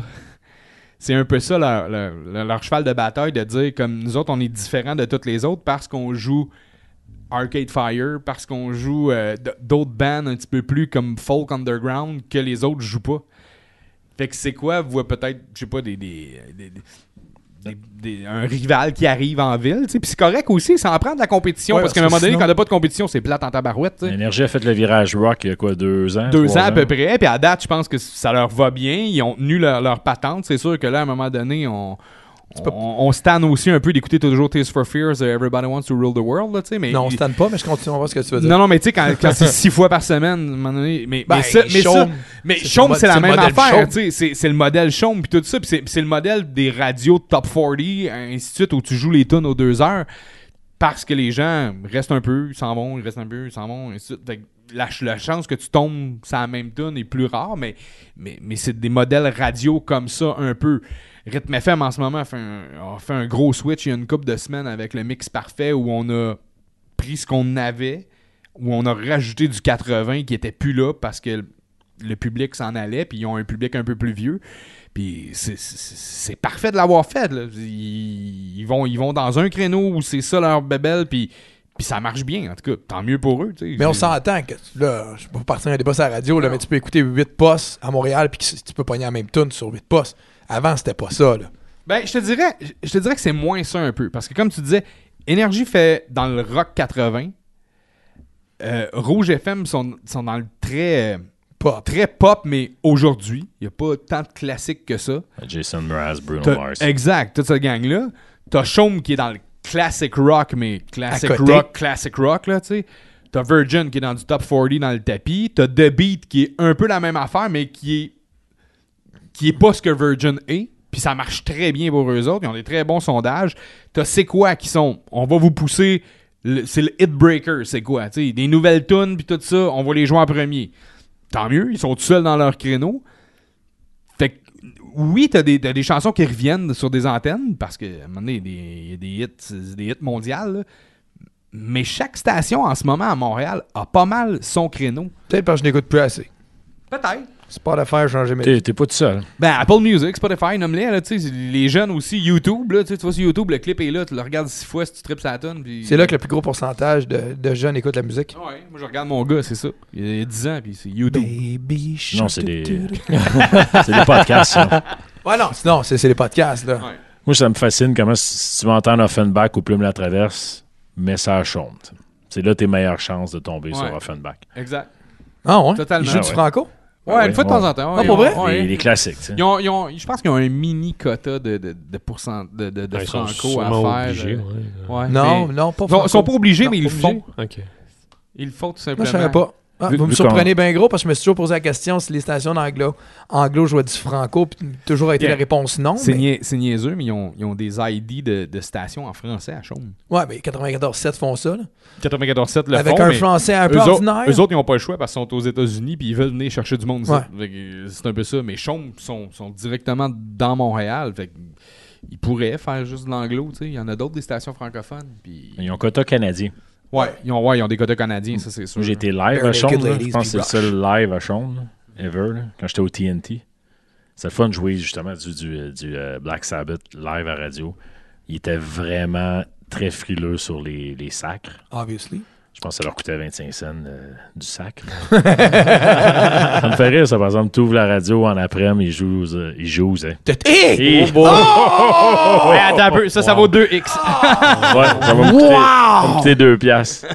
[SPEAKER 4] C'est un peu ça leur, leur- leur- leur cheval de bataille de dire comme nous autres on est différents de toutes les autres parce qu'on joue Arcade Fire, parce qu'on joue euh, d- d'autres bands un petit peu plus comme folk underground que les autres jouent pas. Fait que c'est quoi, vous voyez peut-être, je sais pas, des, des, des- des- des- des- un rival qui arrive en ville. tu sais. Puis c'est correct aussi, ça en prend de la compétition.
[SPEAKER 2] Ouais,
[SPEAKER 4] parce qu'à un
[SPEAKER 2] parce que
[SPEAKER 4] moment donné,
[SPEAKER 2] sinon-
[SPEAKER 4] quand t'as pas de compétition, c'est plate en tabarouette. tu sais.
[SPEAKER 1] L'énergie a fait le virage rock il y a quoi, deux ans?
[SPEAKER 4] Deux
[SPEAKER 1] trois
[SPEAKER 4] ans à peu près. Puis à date, je pense que ça leur va bien. Ils ont tenu leur, leur patente. C'est sûr que là, à un moment donné, on.
[SPEAKER 2] pas-
[SPEAKER 4] On, on stanne aussi un peu d'écouter toujours Tears for Fears, euh, Everybody Wants to Rule the World, là, tu sais, mais
[SPEAKER 2] Non, on
[SPEAKER 4] il-
[SPEAKER 2] se tanne pas, mais je continue à voir ce que tu veux dire.
[SPEAKER 4] non, non, mais tu sais, quand, quand c'est six fois par semaine, à un moment donné, mais,
[SPEAKER 2] Ben,
[SPEAKER 4] mais ça, mais ça-
[SPEAKER 2] Chaume,
[SPEAKER 4] mais
[SPEAKER 2] c'est
[SPEAKER 4] Chaume,
[SPEAKER 2] le
[SPEAKER 4] c'est la
[SPEAKER 2] modèle-
[SPEAKER 4] même
[SPEAKER 2] c'est le modèle
[SPEAKER 4] affaire,
[SPEAKER 2] Chaume.
[SPEAKER 4] tu sais, c'est c'est le modèle Chaume, puis tout ça, puis c'est c'est le modèle des radios top 40, ainsi de suite, où tu joues les tunes aux deux heures, parce que les gens restent un peu, ils s'en vont, ils restent un peu, ils s'en vont, ainsi de suite. Fait que la, ch- la chance que tu tombes sur la même tune est plus rare, mais, mais, mais c'est des modèles radio comme ça, un peu. Rhythm FM en ce moment a fait un, a fait un gros switch il y a une couple de semaines avec le mix parfait où on a pris ce qu'on avait, où on a rajouté du 80 qui était plus là parce que le public s'en allait, puis ils ont un public un peu plus vieux. Puis c'est- c'est c'est parfait de l'avoir fait. là. Ils, ils vont, ils vont dans un créneau où c'est ça leur bébelle, puis, puis ça marche bien. En tout cas, tant mieux pour eux. tu sais.
[SPEAKER 2] Mais on
[SPEAKER 4] C'est-
[SPEAKER 2] s'entend que là, je peux pas partir un débat sur la radio, là, mais tu peux écouter 8 postes à Montréal puis que tu peux pogner la même tune sur 8 postes. Avant, c'était pas ça. Là.
[SPEAKER 4] Ben, je te dirais, je te dirais que c'est moins ça un peu. Parce que comme tu disais, Énergie fait dans le rock 80. euh, Rouge FM sont, sont dans le très, euh,
[SPEAKER 2] Pas.
[SPEAKER 4] très pop, mais aujourd'hui. Il n'y a pas tant de classiques que ça.
[SPEAKER 1] ans. Jason Mraz, Bruno
[SPEAKER 4] T'as-
[SPEAKER 1] Mars.
[SPEAKER 4] Exact, toute cette gang-là. T'as Chaume qui est dans le classic rock, mais classic
[SPEAKER 2] À côté.
[SPEAKER 4] rock, classic rock, là, tu sais. T'as Virgin qui est dans du top 40 dans le tapis. T'as The Beat qui est un peu la même affaire, mais qui est, qui est pas ce que Virgin est. Puis ça marche très bien pour eux autres. Ils ont des très bons sondages. T'as C'est quoi qui sont. On va vous pousser. le- C'est le hit breaker, c'est quoi? tu sais. Des nouvelles tunes, puis tout ça, on va les jouer en premier. Tant mieux, ils sont tout seuls dans leur créneau. Fait que, oui, t'as des, t'as des chansons qui reviennent sur des antennes, parce que, à un moment donné, il y a des- il y a des hits, c'est des hits mondiales, là. mais chaque station en ce moment à Montréal a pas mal son créneau.
[SPEAKER 2] Peut-être parce que je n'écoute plus assez.
[SPEAKER 4] Peut-être.
[SPEAKER 2] C'est pas d'affaire, changer mes.
[SPEAKER 1] T'es t'es pas tout seul.
[SPEAKER 4] Ben, Apple Music, Spotify, nomme-les, là, tu sais, les jeunes aussi, YouTube, là, tu sais, tu vois sur YouTube, le clip est là, tu le regardes six fois si tu tripes sa tonne, puis... Ah
[SPEAKER 2] C'est là que le plus gros pourcentage de, de jeunes écoutent la musique.
[SPEAKER 4] Ouais, moi je regarde mon gars, c'est ça. Il a 10 ans, puis c'est YouTube.
[SPEAKER 2] Ben. Baby
[SPEAKER 1] Non,
[SPEAKER 2] shark,
[SPEAKER 1] c'est
[SPEAKER 2] tu-
[SPEAKER 1] des,
[SPEAKER 2] tu-
[SPEAKER 1] c'est des podcasts. ça.
[SPEAKER 2] Ouais, non, sinon, c'est c'est les podcasts. Là.
[SPEAKER 4] Ouais.
[SPEAKER 1] Moi, ça me fascine comment si si tu m'entends Offenbach ou Plume la Traverse, mets ça à Chaume. t'sais. C'est là tes meilleures chances de tomber
[SPEAKER 4] Ouais.
[SPEAKER 1] sur Offenbach.
[SPEAKER 4] Exact.
[SPEAKER 2] Ah, ouais.
[SPEAKER 4] Totalement.
[SPEAKER 2] Ils jouent
[SPEAKER 1] Ah,
[SPEAKER 2] du
[SPEAKER 1] ouais.
[SPEAKER 2] franco.
[SPEAKER 4] Ouais,
[SPEAKER 1] Ouais,
[SPEAKER 4] une fois de
[SPEAKER 1] ouais.
[SPEAKER 4] temps en temps. ouais,
[SPEAKER 2] Ah, pour
[SPEAKER 4] ouais,
[SPEAKER 2] vrai?
[SPEAKER 4] ouais.
[SPEAKER 1] Les, les classiques. t'sais.
[SPEAKER 4] Ils ont- ils ont- je pense qu'ils ont un mini quota de, de, de, pourcent, de, de, de
[SPEAKER 3] Ouais, ils sont
[SPEAKER 4] franco à
[SPEAKER 3] sûrement
[SPEAKER 4] faire.
[SPEAKER 3] obligés,
[SPEAKER 4] euh,
[SPEAKER 3] ouais.
[SPEAKER 4] ouais,
[SPEAKER 2] Non,
[SPEAKER 4] mais-
[SPEAKER 2] non, pas
[SPEAKER 4] Ils sont,
[SPEAKER 2] franco.
[SPEAKER 4] ils sont pas obligés,
[SPEAKER 2] Non,
[SPEAKER 4] mais ils le
[SPEAKER 2] pas
[SPEAKER 4] font.
[SPEAKER 2] obligés.
[SPEAKER 3] Ok.
[SPEAKER 4] Ils le font tout
[SPEAKER 2] Moi,
[SPEAKER 4] simplement.
[SPEAKER 2] je savais pas. Ah,
[SPEAKER 1] Vu-
[SPEAKER 2] vous me
[SPEAKER 1] vu
[SPEAKER 2] surprenez bien gros parce que je me suis toujours posé la question si les stations d'anglo anglo jouaient du franco, puis toujours a été
[SPEAKER 4] Yeah.
[SPEAKER 2] la réponse non.
[SPEAKER 4] C'est
[SPEAKER 2] mais-
[SPEAKER 4] nia- c'est niaiseux, mais ils ont, ils ont des ID de, de stations en français à Chaume.
[SPEAKER 2] Ouais, mais 94.7 font ça. là.
[SPEAKER 4] 94.7 le
[SPEAKER 2] Avec
[SPEAKER 4] font,
[SPEAKER 2] un
[SPEAKER 4] mais
[SPEAKER 2] français un peu
[SPEAKER 4] eux, autres-
[SPEAKER 2] ordinaire.
[SPEAKER 4] eux autres, ils n'ont pas le choix parce qu'ils sont aux États-Unis puis ils veulent venir chercher du monde. ici.
[SPEAKER 2] Ouais.
[SPEAKER 4] Fait que C'est un peu ça. Mais Chaume sont, sont directement dans Montréal. Fait que ils pourraient faire juste de l'anglo. tu sais. Il y en a d'autres des stations francophones. Puis...
[SPEAKER 1] Ils ont quota canadien.
[SPEAKER 4] Ouais, ils ont, ouais, ils ont des quotas canadiens, ça c'est sûr.
[SPEAKER 1] Moi, j'ai été live
[SPEAKER 2] Bare
[SPEAKER 1] à Chaume.
[SPEAKER 2] Naked
[SPEAKER 1] là.
[SPEAKER 2] Ladies
[SPEAKER 1] Je pense que
[SPEAKER 2] Be
[SPEAKER 1] c'est le seul live à Chaume, là, ever, là, quand j'étais au TNT. C'est le fun de jouer justement du, du, euh, du, euh, Black Sabbath live à radio. Ils étaient vraiment très frileux sur les, les sacres.
[SPEAKER 2] Obviously.
[SPEAKER 1] Je pense que ça leur coûtait 25 cents euh, du sacre. ça me fait rire, ça. Par exemple, tu ouvres la radio en après-midi, ils jouent. euh, ils jouent hein.
[SPEAKER 2] T'as- Hey! Oh,
[SPEAKER 1] Et-
[SPEAKER 4] Ouais, attends un peu, ça, ça vaut 2x.
[SPEAKER 2] Ah,
[SPEAKER 1] Ouais, ça va me coûter, ça va me coûter deux piastres.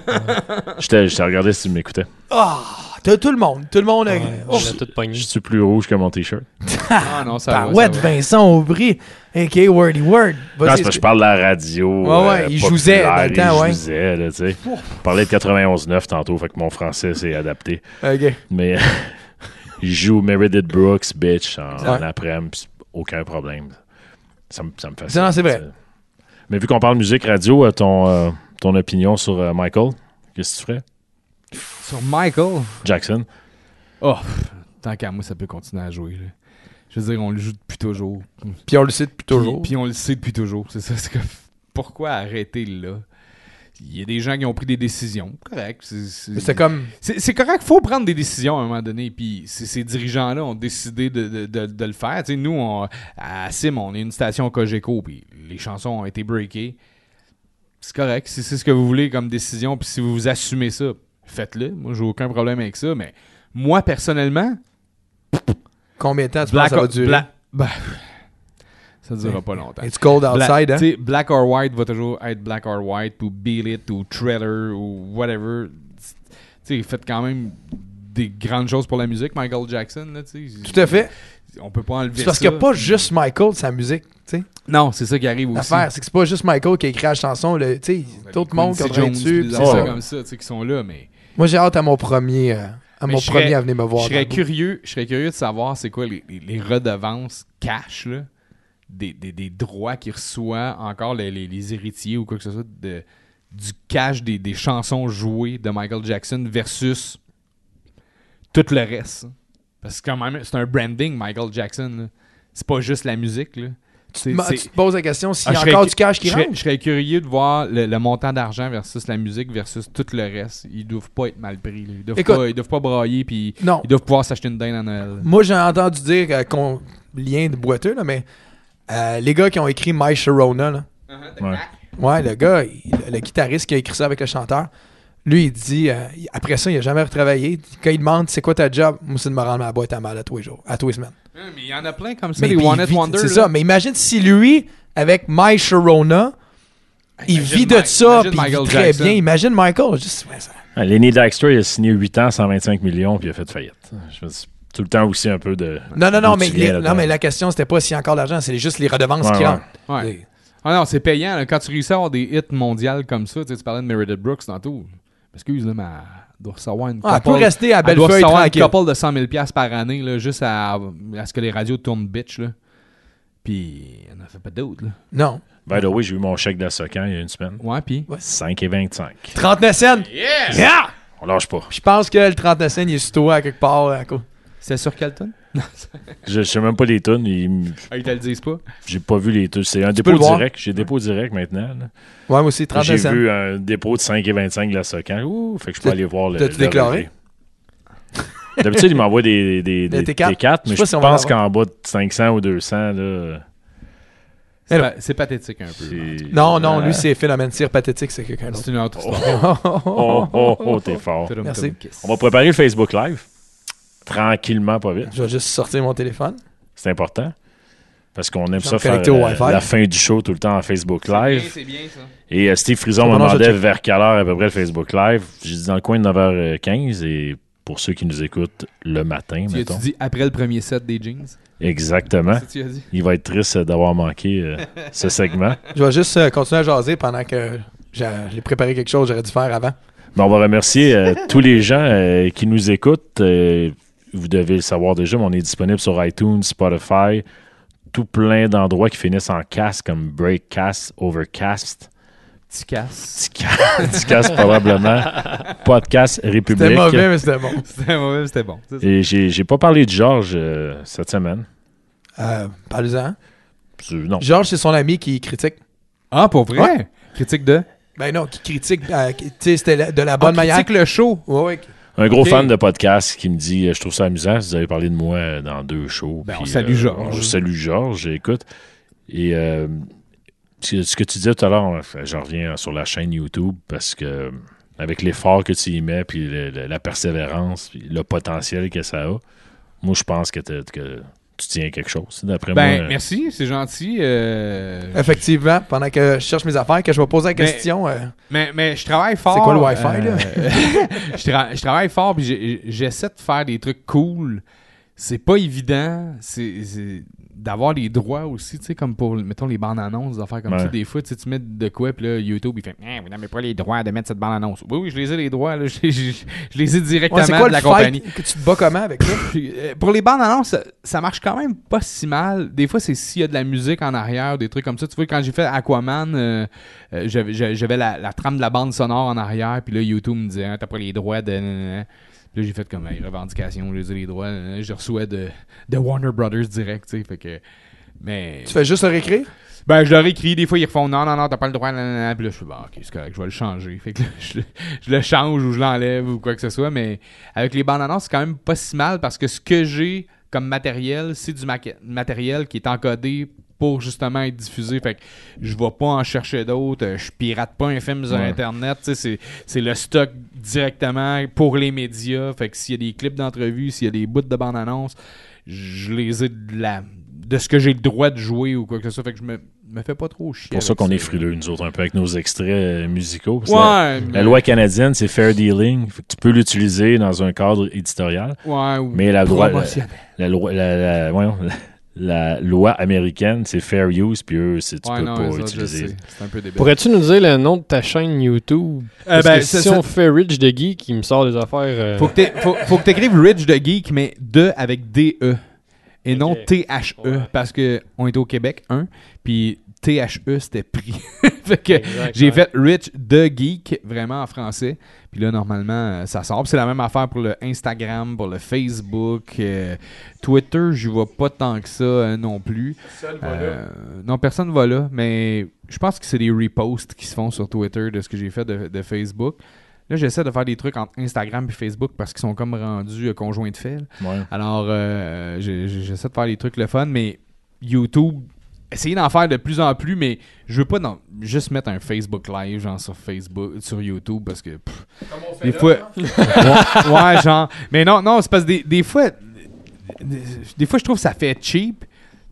[SPEAKER 1] Je t'ai je t'ai regardé si tu m'écoutais.
[SPEAKER 2] Ah! T'as tout le monde. Tout le monde. a-
[SPEAKER 3] On
[SPEAKER 2] Oh,
[SPEAKER 3] l'a tout pogné.
[SPEAKER 1] Je suis plus rouge que mon t-shirt.
[SPEAKER 4] Ah non, ça
[SPEAKER 2] bah,
[SPEAKER 4] va.
[SPEAKER 2] ouais,
[SPEAKER 4] ça va.
[SPEAKER 2] Vincent Aubry, a.k.a. Wordy Word.
[SPEAKER 1] Non,
[SPEAKER 2] Vas-y,
[SPEAKER 1] c'est parce que je parle de la radio. euh,
[SPEAKER 2] Ouais, ouais, il jouait dans le
[SPEAKER 1] populaire,
[SPEAKER 2] temps,
[SPEAKER 1] il
[SPEAKER 2] ouais.
[SPEAKER 1] jouait, là, tu sais. Je parlais de 91.9 tantôt, fait que mon français s'est adapté.
[SPEAKER 2] Ok.
[SPEAKER 1] Mais il joue Meredith Brooks, bitch, en,
[SPEAKER 2] Ouais.
[SPEAKER 1] en après-midi, pis aucun problème. Ça me, ça me fait
[SPEAKER 2] Non, c'est vrai.
[SPEAKER 1] Mais vu qu'on parle musique radio, euh, ton, euh, ton opinion sur euh, Michael, qu'est-ce que tu ferais?
[SPEAKER 4] Sur Michael.
[SPEAKER 1] Jackson.
[SPEAKER 4] Oh, pff, tant qu'à moi, ça peut continuer à jouer. là. Je veux dire, on le joue depuis toujours.
[SPEAKER 2] Puis on le cite depuis toujours.
[SPEAKER 4] Puis, puis on le sait depuis toujours. C'est ça. c'est comme, pourquoi arrêter là? Il y a des gens qui ont pris des décisions. Correct. c'est- c'est-
[SPEAKER 2] C'était comme.
[SPEAKER 4] C'est c'est correct, faut prendre des décisions à un moment donné. Puis c- ces dirigeants-là ont décidé de, de- de- de le faire. Tu sais, nous, on- à Sim, on est une station Cogeco, puis les chansons ont été breakées. C'est correct, si c'est ce que vous voulez comme décision, puis si vous vous assumez ça, faites-le. Moi, j'ai aucun problème avec ça, mais moi, personnellement,
[SPEAKER 2] Combien de temps tu penses
[SPEAKER 4] Black
[SPEAKER 2] que ça va
[SPEAKER 4] Black-
[SPEAKER 2] durer?
[SPEAKER 4] Ben, ça Ça durera pas longtemps.
[SPEAKER 2] It's cold
[SPEAKER 4] Bla-
[SPEAKER 2] outside, hein?
[SPEAKER 4] t'sais, Black or White va toujours être Black or White ou Beat It ou Trailer ou whatever. T'sais, il fait quand même des grandes choses pour la musique, Michael Jackson. Là, t'sais.
[SPEAKER 2] Tout à fait.
[SPEAKER 4] On peut pas enlever
[SPEAKER 2] C'est parce
[SPEAKER 4] ça.
[SPEAKER 2] qu'il n'y a pas juste Michael de sa musique, tu sais.
[SPEAKER 4] Non, c'est ça qui arrive aussi.
[SPEAKER 2] L'affaire, c'est que c'est pas juste Michael qui a écrit la chanson, le- tu sais, d'autres mondes qui ont
[SPEAKER 4] Quincy
[SPEAKER 2] travaillé
[SPEAKER 4] Jones,
[SPEAKER 2] dessus.
[SPEAKER 4] des
[SPEAKER 2] pis
[SPEAKER 1] c'est
[SPEAKER 4] affaires
[SPEAKER 1] ça.
[SPEAKER 4] comme ça, tu sais, qui sont là, mais...
[SPEAKER 2] Moi, j'ai hâte à mon premier, euh, à
[SPEAKER 4] Mais
[SPEAKER 2] mon
[SPEAKER 4] je serais-
[SPEAKER 2] premier à venir me voir.
[SPEAKER 4] Je serais
[SPEAKER 2] dans le-
[SPEAKER 4] curieux, je serais curieux de savoir c'est quoi les, les- les redevances cash là, des, des- des droits qu'ils reçoivent encore les, les- les héritiers ou quoi que ce soit de, du cash des, des chansons jouées de Michael Jackson versus tout le reste. Parce que quand même, c'est un branding Michael Jackson. là. C'est pas juste la musique. Là. C'est-
[SPEAKER 2] Ma-
[SPEAKER 4] c'est-
[SPEAKER 2] Tu te poses la question s'il
[SPEAKER 4] Ah,
[SPEAKER 2] y a
[SPEAKER 4] je serais
[SPEAKER 2] encore
[SPEAKER 4] cu-
[SPEAKER 2] du cash qui
[SPEAKER 4] je serais,
[SPEAKER 2] rentre.
[SPEAKER 4] je serais curieux de voir le, le montant d'argent versus la musique versus tout le reste. Ils doivent pas être mal pris. là. Ils doivent,
[SPEAKER 2] Écoute-
[SPEAKER 4] pas, ils doivent pas brailler puis
[SPEAKER 2] Non.
[SPEAKER 4] ils doivent pouvoir s'acheter une dinde à Noël.
[SPEAKER 2] Moi, j'ai entendu dire, euh, qu'on- lien de boiteux, là, mais euh, les gars qui ont écrit My Sharona, là,
[SPEAKER 1] Ouais.
[SPEAKER 2] Ouais, le gars, il- le guitariste qui a écrit ça avec le chanteur, lui, il dit, euh, il- après ça, il a jamais retravaillé. Quand il demande c'est quoi ta job, moi, c'est de me rendre à la boîte à mal à tous les jours, à tous les semaines.
[SPEAKER 4] Ah, Mais il y en a plein comme ça,
[SPEAKER 2] Mais
[SPEAKER 4] les
[SPEAKER 2] puis il
[SPEAKER 4] One Hit
[SPEAKER 2] vit-
[SPEAKER 4] Wonder.
[SPEAKER 2] C'est ça, mais imagine si lui, avec My Sharona, il
[SPEAKER 4] Imagine
[SPEAKER 2] vit de
[SPEAKER 4] Mike-
[SPEAKER 2] ça,
[SPEAKER 4] imagine
[SPEAKER 2] puis il vit
[SPEAKER 4] Michael
[SPEAKER 2] très
[SPEAKER 4] Jackson.
[SPEAKER 2] bien. Imagine Michael. Juste, ouais, ça-
[SPEAKER 1] Ah, Lenny Dykstra, il a signé 8 ans, 125 millions, puis il a fait faillite. Je veux dire, c'est tout le temps aussi un peu de.
[SPEAKER 2] Non, non, non,
[SPEAKER 1] d'où
[SPEAKER 2] mais,
[SPEAKER 1] tu
[SPEAKER 2] les-
[SPEAKER 1] viens
[SPEAKER 2] non,
[SPEAKER 1] là-dedans.
[SPEAKER 2] mais la question, c'était pas s'il y a encore d'argent, c'est juste les redevances
[SPEAKER 1] Ouais,
[SPEAKER 2] qui
[SPEAKER 1] ouais.
[SPEAKER 2] rentrent.
[SPEAKER 4] Ouais. Ah non, c'est payant. là. Quand tu réussis à avoir des hits mondiales comme ça, tu sais, tu parlais de Meredith Brooks tantôt. Excuse, là, mais elle doit recevoir une
[SPEAKER 2] Ah, elle peut
[SPEAKER 4] couple-
[SPEAKER 2] rester à
[SPEAKER 4] elle doit
[SPEAKER 2] Bellefeuille
[SPEAKER 4] recevoir
[SPEAKER 2] tranquille.
[SPEAKER 4] une couple de 100 000 piastres par année là, juste à, à ce que les radios tournent bitch. Là. Puis, elle n'en fait pas d'autres. là.
[SPEAKER 2] Non.
[SPEAKER 1] By the way, j'ai eu mon chèque d'Assocan il y a une semaine.
[SPEAKER 4] Ouais, puis...
[SPEAKER 1] 5 et 25.
[SPEAKER 2] 39 cents. Yeah!
[SPEAKER 1] On lâche pas.
[SPEAKER 2] Je pense que le 39 cents, il est sous toi à quelque part. à cause-
[SPEAKER 4] C'est sur Calton?
[SPEAKER 1] Je je sais même pas les tunes. ils-
[SPEAKER 4] Ah, ils te le disent pas.
[SPEAKER 1] J'ai pas vu les tunes. C'est un
[SPEAKER 2] peux
[SPEAKER 1] dépôt
[SPEAKER 2] le voir.
[SPEAKER 1] direct. J'ai dépôt direct maintenant. là.
[SPEAKER 2] Ouais, moi aussi, 39
[SPEAKER 1] J'ai
[SPEAKER 2] cents.
[SPEAKER 1] vu un dépôt de 5 et 25 de la Socan. Ouh, fait que je peux
[SPEAKER 2] T'as-
[SPEAKER 1] aller voir le.
[SPEAKER 2] t'as-tu
[SPEAKER 1] le
[SPEAKER 2] déclaré?
[SPEAKER 1] relevé. D'habitude, il m'envoie des, des,
[SPEAKER 2] Des
[SPEAKER 1] des,
[SPEAKER 2] T4.
[SPEAKER 1] des cartes,
[SPEAKER 2] Je
[SPEAKER 1] mais
[SPEAKER 2] sais pas
[SPEAKER 1] je
[SPEAKER 2] si on va
[SPEAKER 1] pense
[SPEAKER 2] l'avoir.
[SPEAKER 1] qu'en bas de 500 ou 200, là,
[SPEAKER 4] C'est
[SPEAKER 2] Alors-
[SPEAKER 4] pa- c'est pathétique un peu. là.
[SPEAKER 1] c'est-
[SPEAKER 2] Non, non,
[SPEAKER 1] Euh,
[SPEAKER 2] lui, c'est phénomène cire pathétique, c'est quelqu'un d'autre.
[SPEAKER 4] C'est une autre histoire.
[SPEAKER 1] Oh, oh, oh, t'es fort.
[SPEAKER 4] Tudum,
[SPEAKER 2] Merci.
[SPEAKER 4] tudum, kiss.
[SPEAKER 1] On va préparer le Facebook Live. Tranquillement, pas vite.
[SPEAKER 2] Je vais juste sortir mon téléphone.
[SPEAKER 1] C'est important. Parce qu'on aime
[SPEAKER 2] Je vais
[SPEAKER 1] ça
[SPEAKER 2] me
[SPEAKER 1] faire
[SPEAKER 2] connecter au
[SPEAKER 1] euh,
[SPEAKER 2] Wi-Fi.
[SPEAKER 1] la fin du show tout le temps en Facebook Live.
[SPEAKER 4] C'est bien, c'est bien, ça.
[SPEAKER 1] Et euh, Steve Frison
[SPEAKER 2] Pendant
[SPEAKER 1] me
[SPEAKER 2] que je
[SPEAKER 1] demandait
[SPEAKER 2] check.
[SPEAKER 1] vers quelle heure à peu près le Facebook Live. J'ai dit dans le coin de 9h15 et pour ceux qui nous écoutent le matin,
[SPEAKER 4] Tu
[SPEAKER 1] mettons.
[SPEAKER 4] as-tu dit après le premier set des jeans?
[SPEAKER 1] Exactement.
[SPEAKER 4] C'est ce que tu as dit?
[SPEAKER 1] Il va être triste euh, d'avoir manqué euh, ce segment.
[SPEAKER 2] Je vais juste euh, continuer à jaser pendant que j'a- j'ai préparé quelque chose que j'aurais dû faire avant.
[SPEAKER 1] Mais on va remercier euh, tous les gens euh, qui nous écoutent. Euh, vous devez le savoir déjà, mais on est disponible sur iTunes, Spotify, tout plein d'endroits qui finissent en cast comme Breakcast, Overcast,
[SPEAKER 4] Petit casse.
[SPEAKER 1] Ticast probablement, Podcast
[SPEAKER 2] C'était
[SPEAKER 1] République.
[SPEAKER 2] mauvais, mais c'était bon.
[SPEAKER 4] C'était mauvais, c'était bon. C'est ça.
[SPEAKER 1] Et j'ai j'ai pas parlé de Georges euh, cette semaine.
[SPEAKER 2] Euh, Parlez-en.
[SPEAKER 1] Tu- Non.
[SPEAKER 2] Georges, c'est son ami qui critique.
[SPEAKER 4] Ah, pour vrai? Critique de?
[SPEAKER 2] Ben non, qui critique, euh, qui- tu sais, c'était la- de la bonne manière.
[SPEAKER 4] Ah, Critique le show.
[SPEAKER 2] Ouais, ouais.
[SPEAKER 1] Un gros
[SPEAKER 4] Ok.
[SPEAKER 1] fan de podcast qui me dit euh, Je trouve ça amusant, vous avez parlé de moi euh, dans deux shows.
[SPEAKER 4] Ben, on
[SPEAKER 1] Puis,
[SPEAKER 4] salue Georges.
[SPEAKER 1] Je salue Georges, écoute. Et euh, ce ce que tu disais tout à l'heure, euh, j'en reviens sur la chaîne YouTube parce que euh, avec l'effort que tu y mets, puis le- le- la persévérance, puis le potentiel que ça a, moi je pense que, t'es- que tu tiens quelque chose. D'après
[SPEAKER 4] Ben,
[SPEAKER 1] moi. euh,
[SPEAKER 4] merci, c'est gentil. euh,
[SPEAKER 2] Effectivement, pendant que je cherche mes affaires, que je vais poser la
[SPEAKER 4] Mais-
[SPEAKER 2] question. euh,
[SPEAKER 4] Mais, mais je travaille fort. euh,
[SPEAKER 2] quoi le Wi-Fi,
[SPEAKER 4] là? je, tra- je travaille fort, puis j'ai- j'essaie de faire des trucs cool. C'est pas évident. C'est c'est d'avoir les droits aussi, tu sais, comme pour, mettons, les bandes annonces, des affaires comme
[SPEAKER 1] Ouais.
[SPEAKER 4] ça. Des fois, tu sais, tu mets de quoi, puis là, YouTube, il fait Eh, Vous n'avez pas les droits de mettre cette bande annonce. Oui, oui, je les ai, les droits. là. je, les- je- je les ai directement
[SPEAKER 2] ouais, c'est quoi
[SPEAKER 4] de
[SPEAKER 2] le
[SPEAKER 4] la
[SPEAKER 2] fight
[SPEAKER 4] compagnie.
[SPEAKER 2] que tu te bats comment avec ça?
[SPEAKER 4] Puis, euh, pour les bandes annonces, ça, ça marche quand même pas si mal. Des fois, c'est s'il y a de la musique en arrière, des trucs comme ça. Tu vois, quand j'ai fait Aquaman, euh, euh, j'avais- j'avais j'avais la, la trame de la bande sonore en arrière, puis là, YouTube me disait, Ah, t'as pas les droits de. Puis là, j'ai fait comme les revendications, j'ai dit les droits, nanana. je reçois de, de Warner Brothers direct, tu sais. Fait que. Mais.
[SPEAKER 2] Tu fais juste le réécrire?
[SPEAKER 4] Ben, je leur écris, des fois, ils refont non, non, non, t'as pas le droit, nanana. Puis là, je suis, bah, ok, c'est correct, je vais le changer. Fait que là, je, le- je le change ou je l'enlève ou quoi que ce soit. Mais avec les bandes annonces, c'est quand même pas si mal parce que ce que j'ai comme matériel, c'est du maquet- matériel qui est encodé pour justement être diffusé. Fait que je vais pas en chercher d'autres. euh, Je pirate pas un film sur
[SPEAKER 1] Ouais.
[SPEAKER 4] Internet. tu sais, C'est, c'est le stock directement pour les médias. Fait que s'il y a des clips d'entrevue, s'il y a des bouts de bandes annonces, je les ai de la, de ce que j'ai le droit de jouer ou quoi que ce soit. Fait que je me, me fais pas trop chier.
[SPEAKER 1] C'est pour ça
[SPEAKER 4] avec
[SPEAKER 1] qu'on est frileux, nous autres, un peu avec nos extraits euh, musicaux. Parce que la,
[SPEAKER 4] Ouais, mais-
[SPEAKER 1] la loi canadienne, c'est fair dealing. Fait que tu peux l'utiliser dans un cadre éditorial,
[SPEAKER 4] Ouais, ou
[SPEAKER 1] mais la loi, la,
[SPEAKER 4] promotionnel.
[SPEAKER 1] la loi- la- la- voyons, la- la loi américaine, c'est fair use, puis eux, c'est- tu
[SPEAKER 8] Ouais,
[SPEAKER 1] peux
[SPEAKER 8] non,
[SPEAKER 1] pas
[SPEAKER 8] ça, je
[SPEAKER 1] utiliser.
[SPEAKER 8] sais. C'est un peu débile.
[SPEAKER 3] Pourrais-tu nous dire le nom de ta chaîne YouTube? Parce
[SPEAKER 4] ben,
[SPEAKER 3] que
[SPEAKER 4] ça-
[SPEAKER 3] si
[SPEAKER 4] ça-
[SPEAKER 3] on fait Rich de Geek, il me sort des affaires... euh,
[SPEAKER 4] Faut que t'é- faut, faut que t'écrives Rich de Geek, mais de avec D-E. Et non
[SPEAKER 3] Ok.
[SPEAKER 4] T-H-E,
[SPEAKER 3] Ouais.
[SPEAKER 4] parce que on était au Québec, un, puis T-H-E, c'était pris. fait que
[SPEAKER 3] exact,
[SPEAKER 4] j'ai
[SPEAKER 3] ouais.
[SPEAKER 4] fait Rich de Geek, vraiment en français. Puis là, normalement, euh, ça sort. Puis c'est la même affaire pour le Instagram, pour le Facebook. euh, Twitter, je vois pas tant que ça euh, non plus. Euh, non, personne va là, mais je pense que c'est des reposts qui se font sur Twitter de ce que j'ai fait de, de Facebook. Là, j'essaie de faire des trucs entre Instagram et Facebook parce qu'ils sont comme rendus euh, conjoints de fait. là.
[SPEAKER 1] Ouais.
[SPEAKER 4] Alors, euh, j'ai- j'ai- j'essaie de faire des trucs le fun, mais YouTube, essayer d'en faire de plus en plus, mais je veux pas non, juste mettre un Facebook Live genre sur Facebook, sur YouTube, parce que pff, des fois, ouais, ouais, genre, mais non, non, c'est parce que des, des fois, des, des fois je trouve que ça fait cheap.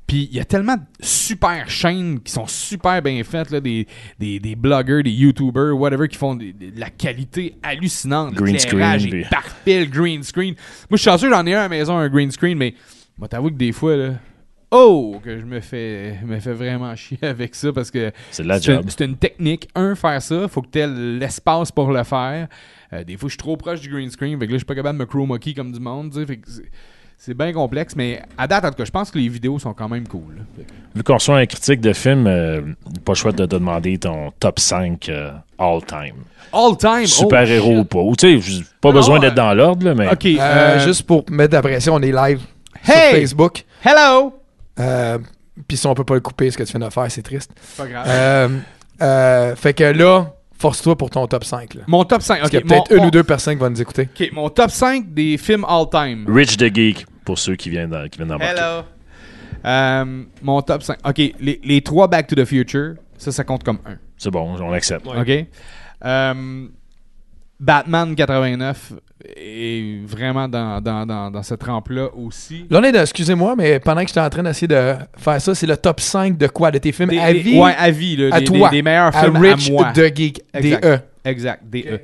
[SPEAKER 4] Puis il y a tellement de super chaînes qui sont super bien faites, là, des, des, des blogueurs, des YouTubers, whatever, qui font des- des- de la qualité hallucinante.
[SPEAKER 1] Green
[SPEAKER 4] L'éclairage
[SPEAKER 1] screen,
[SPEAKER 4] est
[SPEAKER 1] puis-
[SPEAKER 4] parfait, le green screen. Moi, je suis chanceux, j'en ai un à la maison, un green screen, mais moi, t'avoue que des fois, là, oh, que je me fais, me fais vraiment chier avec ça parce que
[SPEAKER 1] C'est de la
[SPEAKER 4] c'est
[SPEAKER 1] job.
[SPEAKER 4] une- c'est une technique. Un, faire ça, faut que tu aies l'espace pour le faire. Euh, des fois, je suis trop proche du green screen, fait que là, je suis pas capable de me chroma-key comme du monde. tu sais, fait que c'est- c'est bien complexe, mais à date, en tout cas, je pense que les vidéos sont quand même cool. là. Fait que-
[SPEAKER 1] Vu qu'on soit un critique de film, euh, pas chouette de te demander ton top 5 euh, all time.
[SPEAKER 4] All time!
[SPEAKER 1] Super-héros ou
[SPEAKER 4] oh,
[SPEAKER 1] pas. Ou tu sais, pas
[SPEAKER 4] Non,
[SPEAKER 1] besoin
[SPEAKER 4] euh,
[SPEAKER 1] d'être dans l'ordre, là, mais
[SPEAKER 4] shit. Ok,
[SPEAKER 2] Euh,
[SPEAKER 4] euh,
[SPEAKER 2] Juste pour mettre de la pression, on est live sur
[SPEAKER 4] Hey!
[SPEAKER 2] Facebook.
[SPEAKER 4] Hello!
[SPEAKER 2] Euh, Puis si on peut pas le couper, ce que tu viens de faire, c'est triste.
[SPEAKER 4] Pas grave.
[SPEAKER 2] Euh, euh, fait que là, force-toi pour ton top 5. Là.
[SPEAKER 4] mon top 5.
[SPEAKER 2] Parce
[SPEAKER 4] Ok,
[SPEAKER 2] qu'il y a peut-être
[SPEAKER 4] mon-
[SPEAKER 2] une
[SPEAKER 4] mon-
[SPEAKER 2] ou deux personnes qui vont nous écouter.
[SPEAKER 4] ok, mon top 5 des films all time.
[SPEAKER 1] Rich the Geek, pour ceux qui viennent d'en- qui viennent d'embarquer.
[SPEAKER 4] Hello. Euh, mon top 5. OK, les, les trois Back to the Future, ça, ça compte comme un.
[SPEAKER 1] C'est bon, on l'accepte.
[SPEAKER 3] Ouais.
[SPEAKER 4] OK? Euh, Batman 89 est vraiment dans, dans, dans, dans cette rampe-là aussi.
[SPEAKER 2] Là, on est dans- excusez-moi, mais pendant que j'étais en train d'essayer de faire ça, c'est le top 5 de quoi De tes films
[SPEAKER 4] Des-
[SPEAKER 2] à
[SPEAKER 4] des-
[SPEAKER 2] vie
[SPEAKER 4] ouais, à vie, là,
[SPEAKER 2] à
[SPEAKER 4] des,
[SPEAKER 2] toi,
[SPEAKER 4] des- des meilleurs
[SPEAKER 2] à
[SPEAKER 4] films
[SPEAKER 2] Rich
[SPEAKER 4] à moi.
[SPEAKER 2] de Geek, E.
[SPEAKER 4] Exact.
[SPEAKER 2] DE.
[SPEAKER 4] Exact, DE.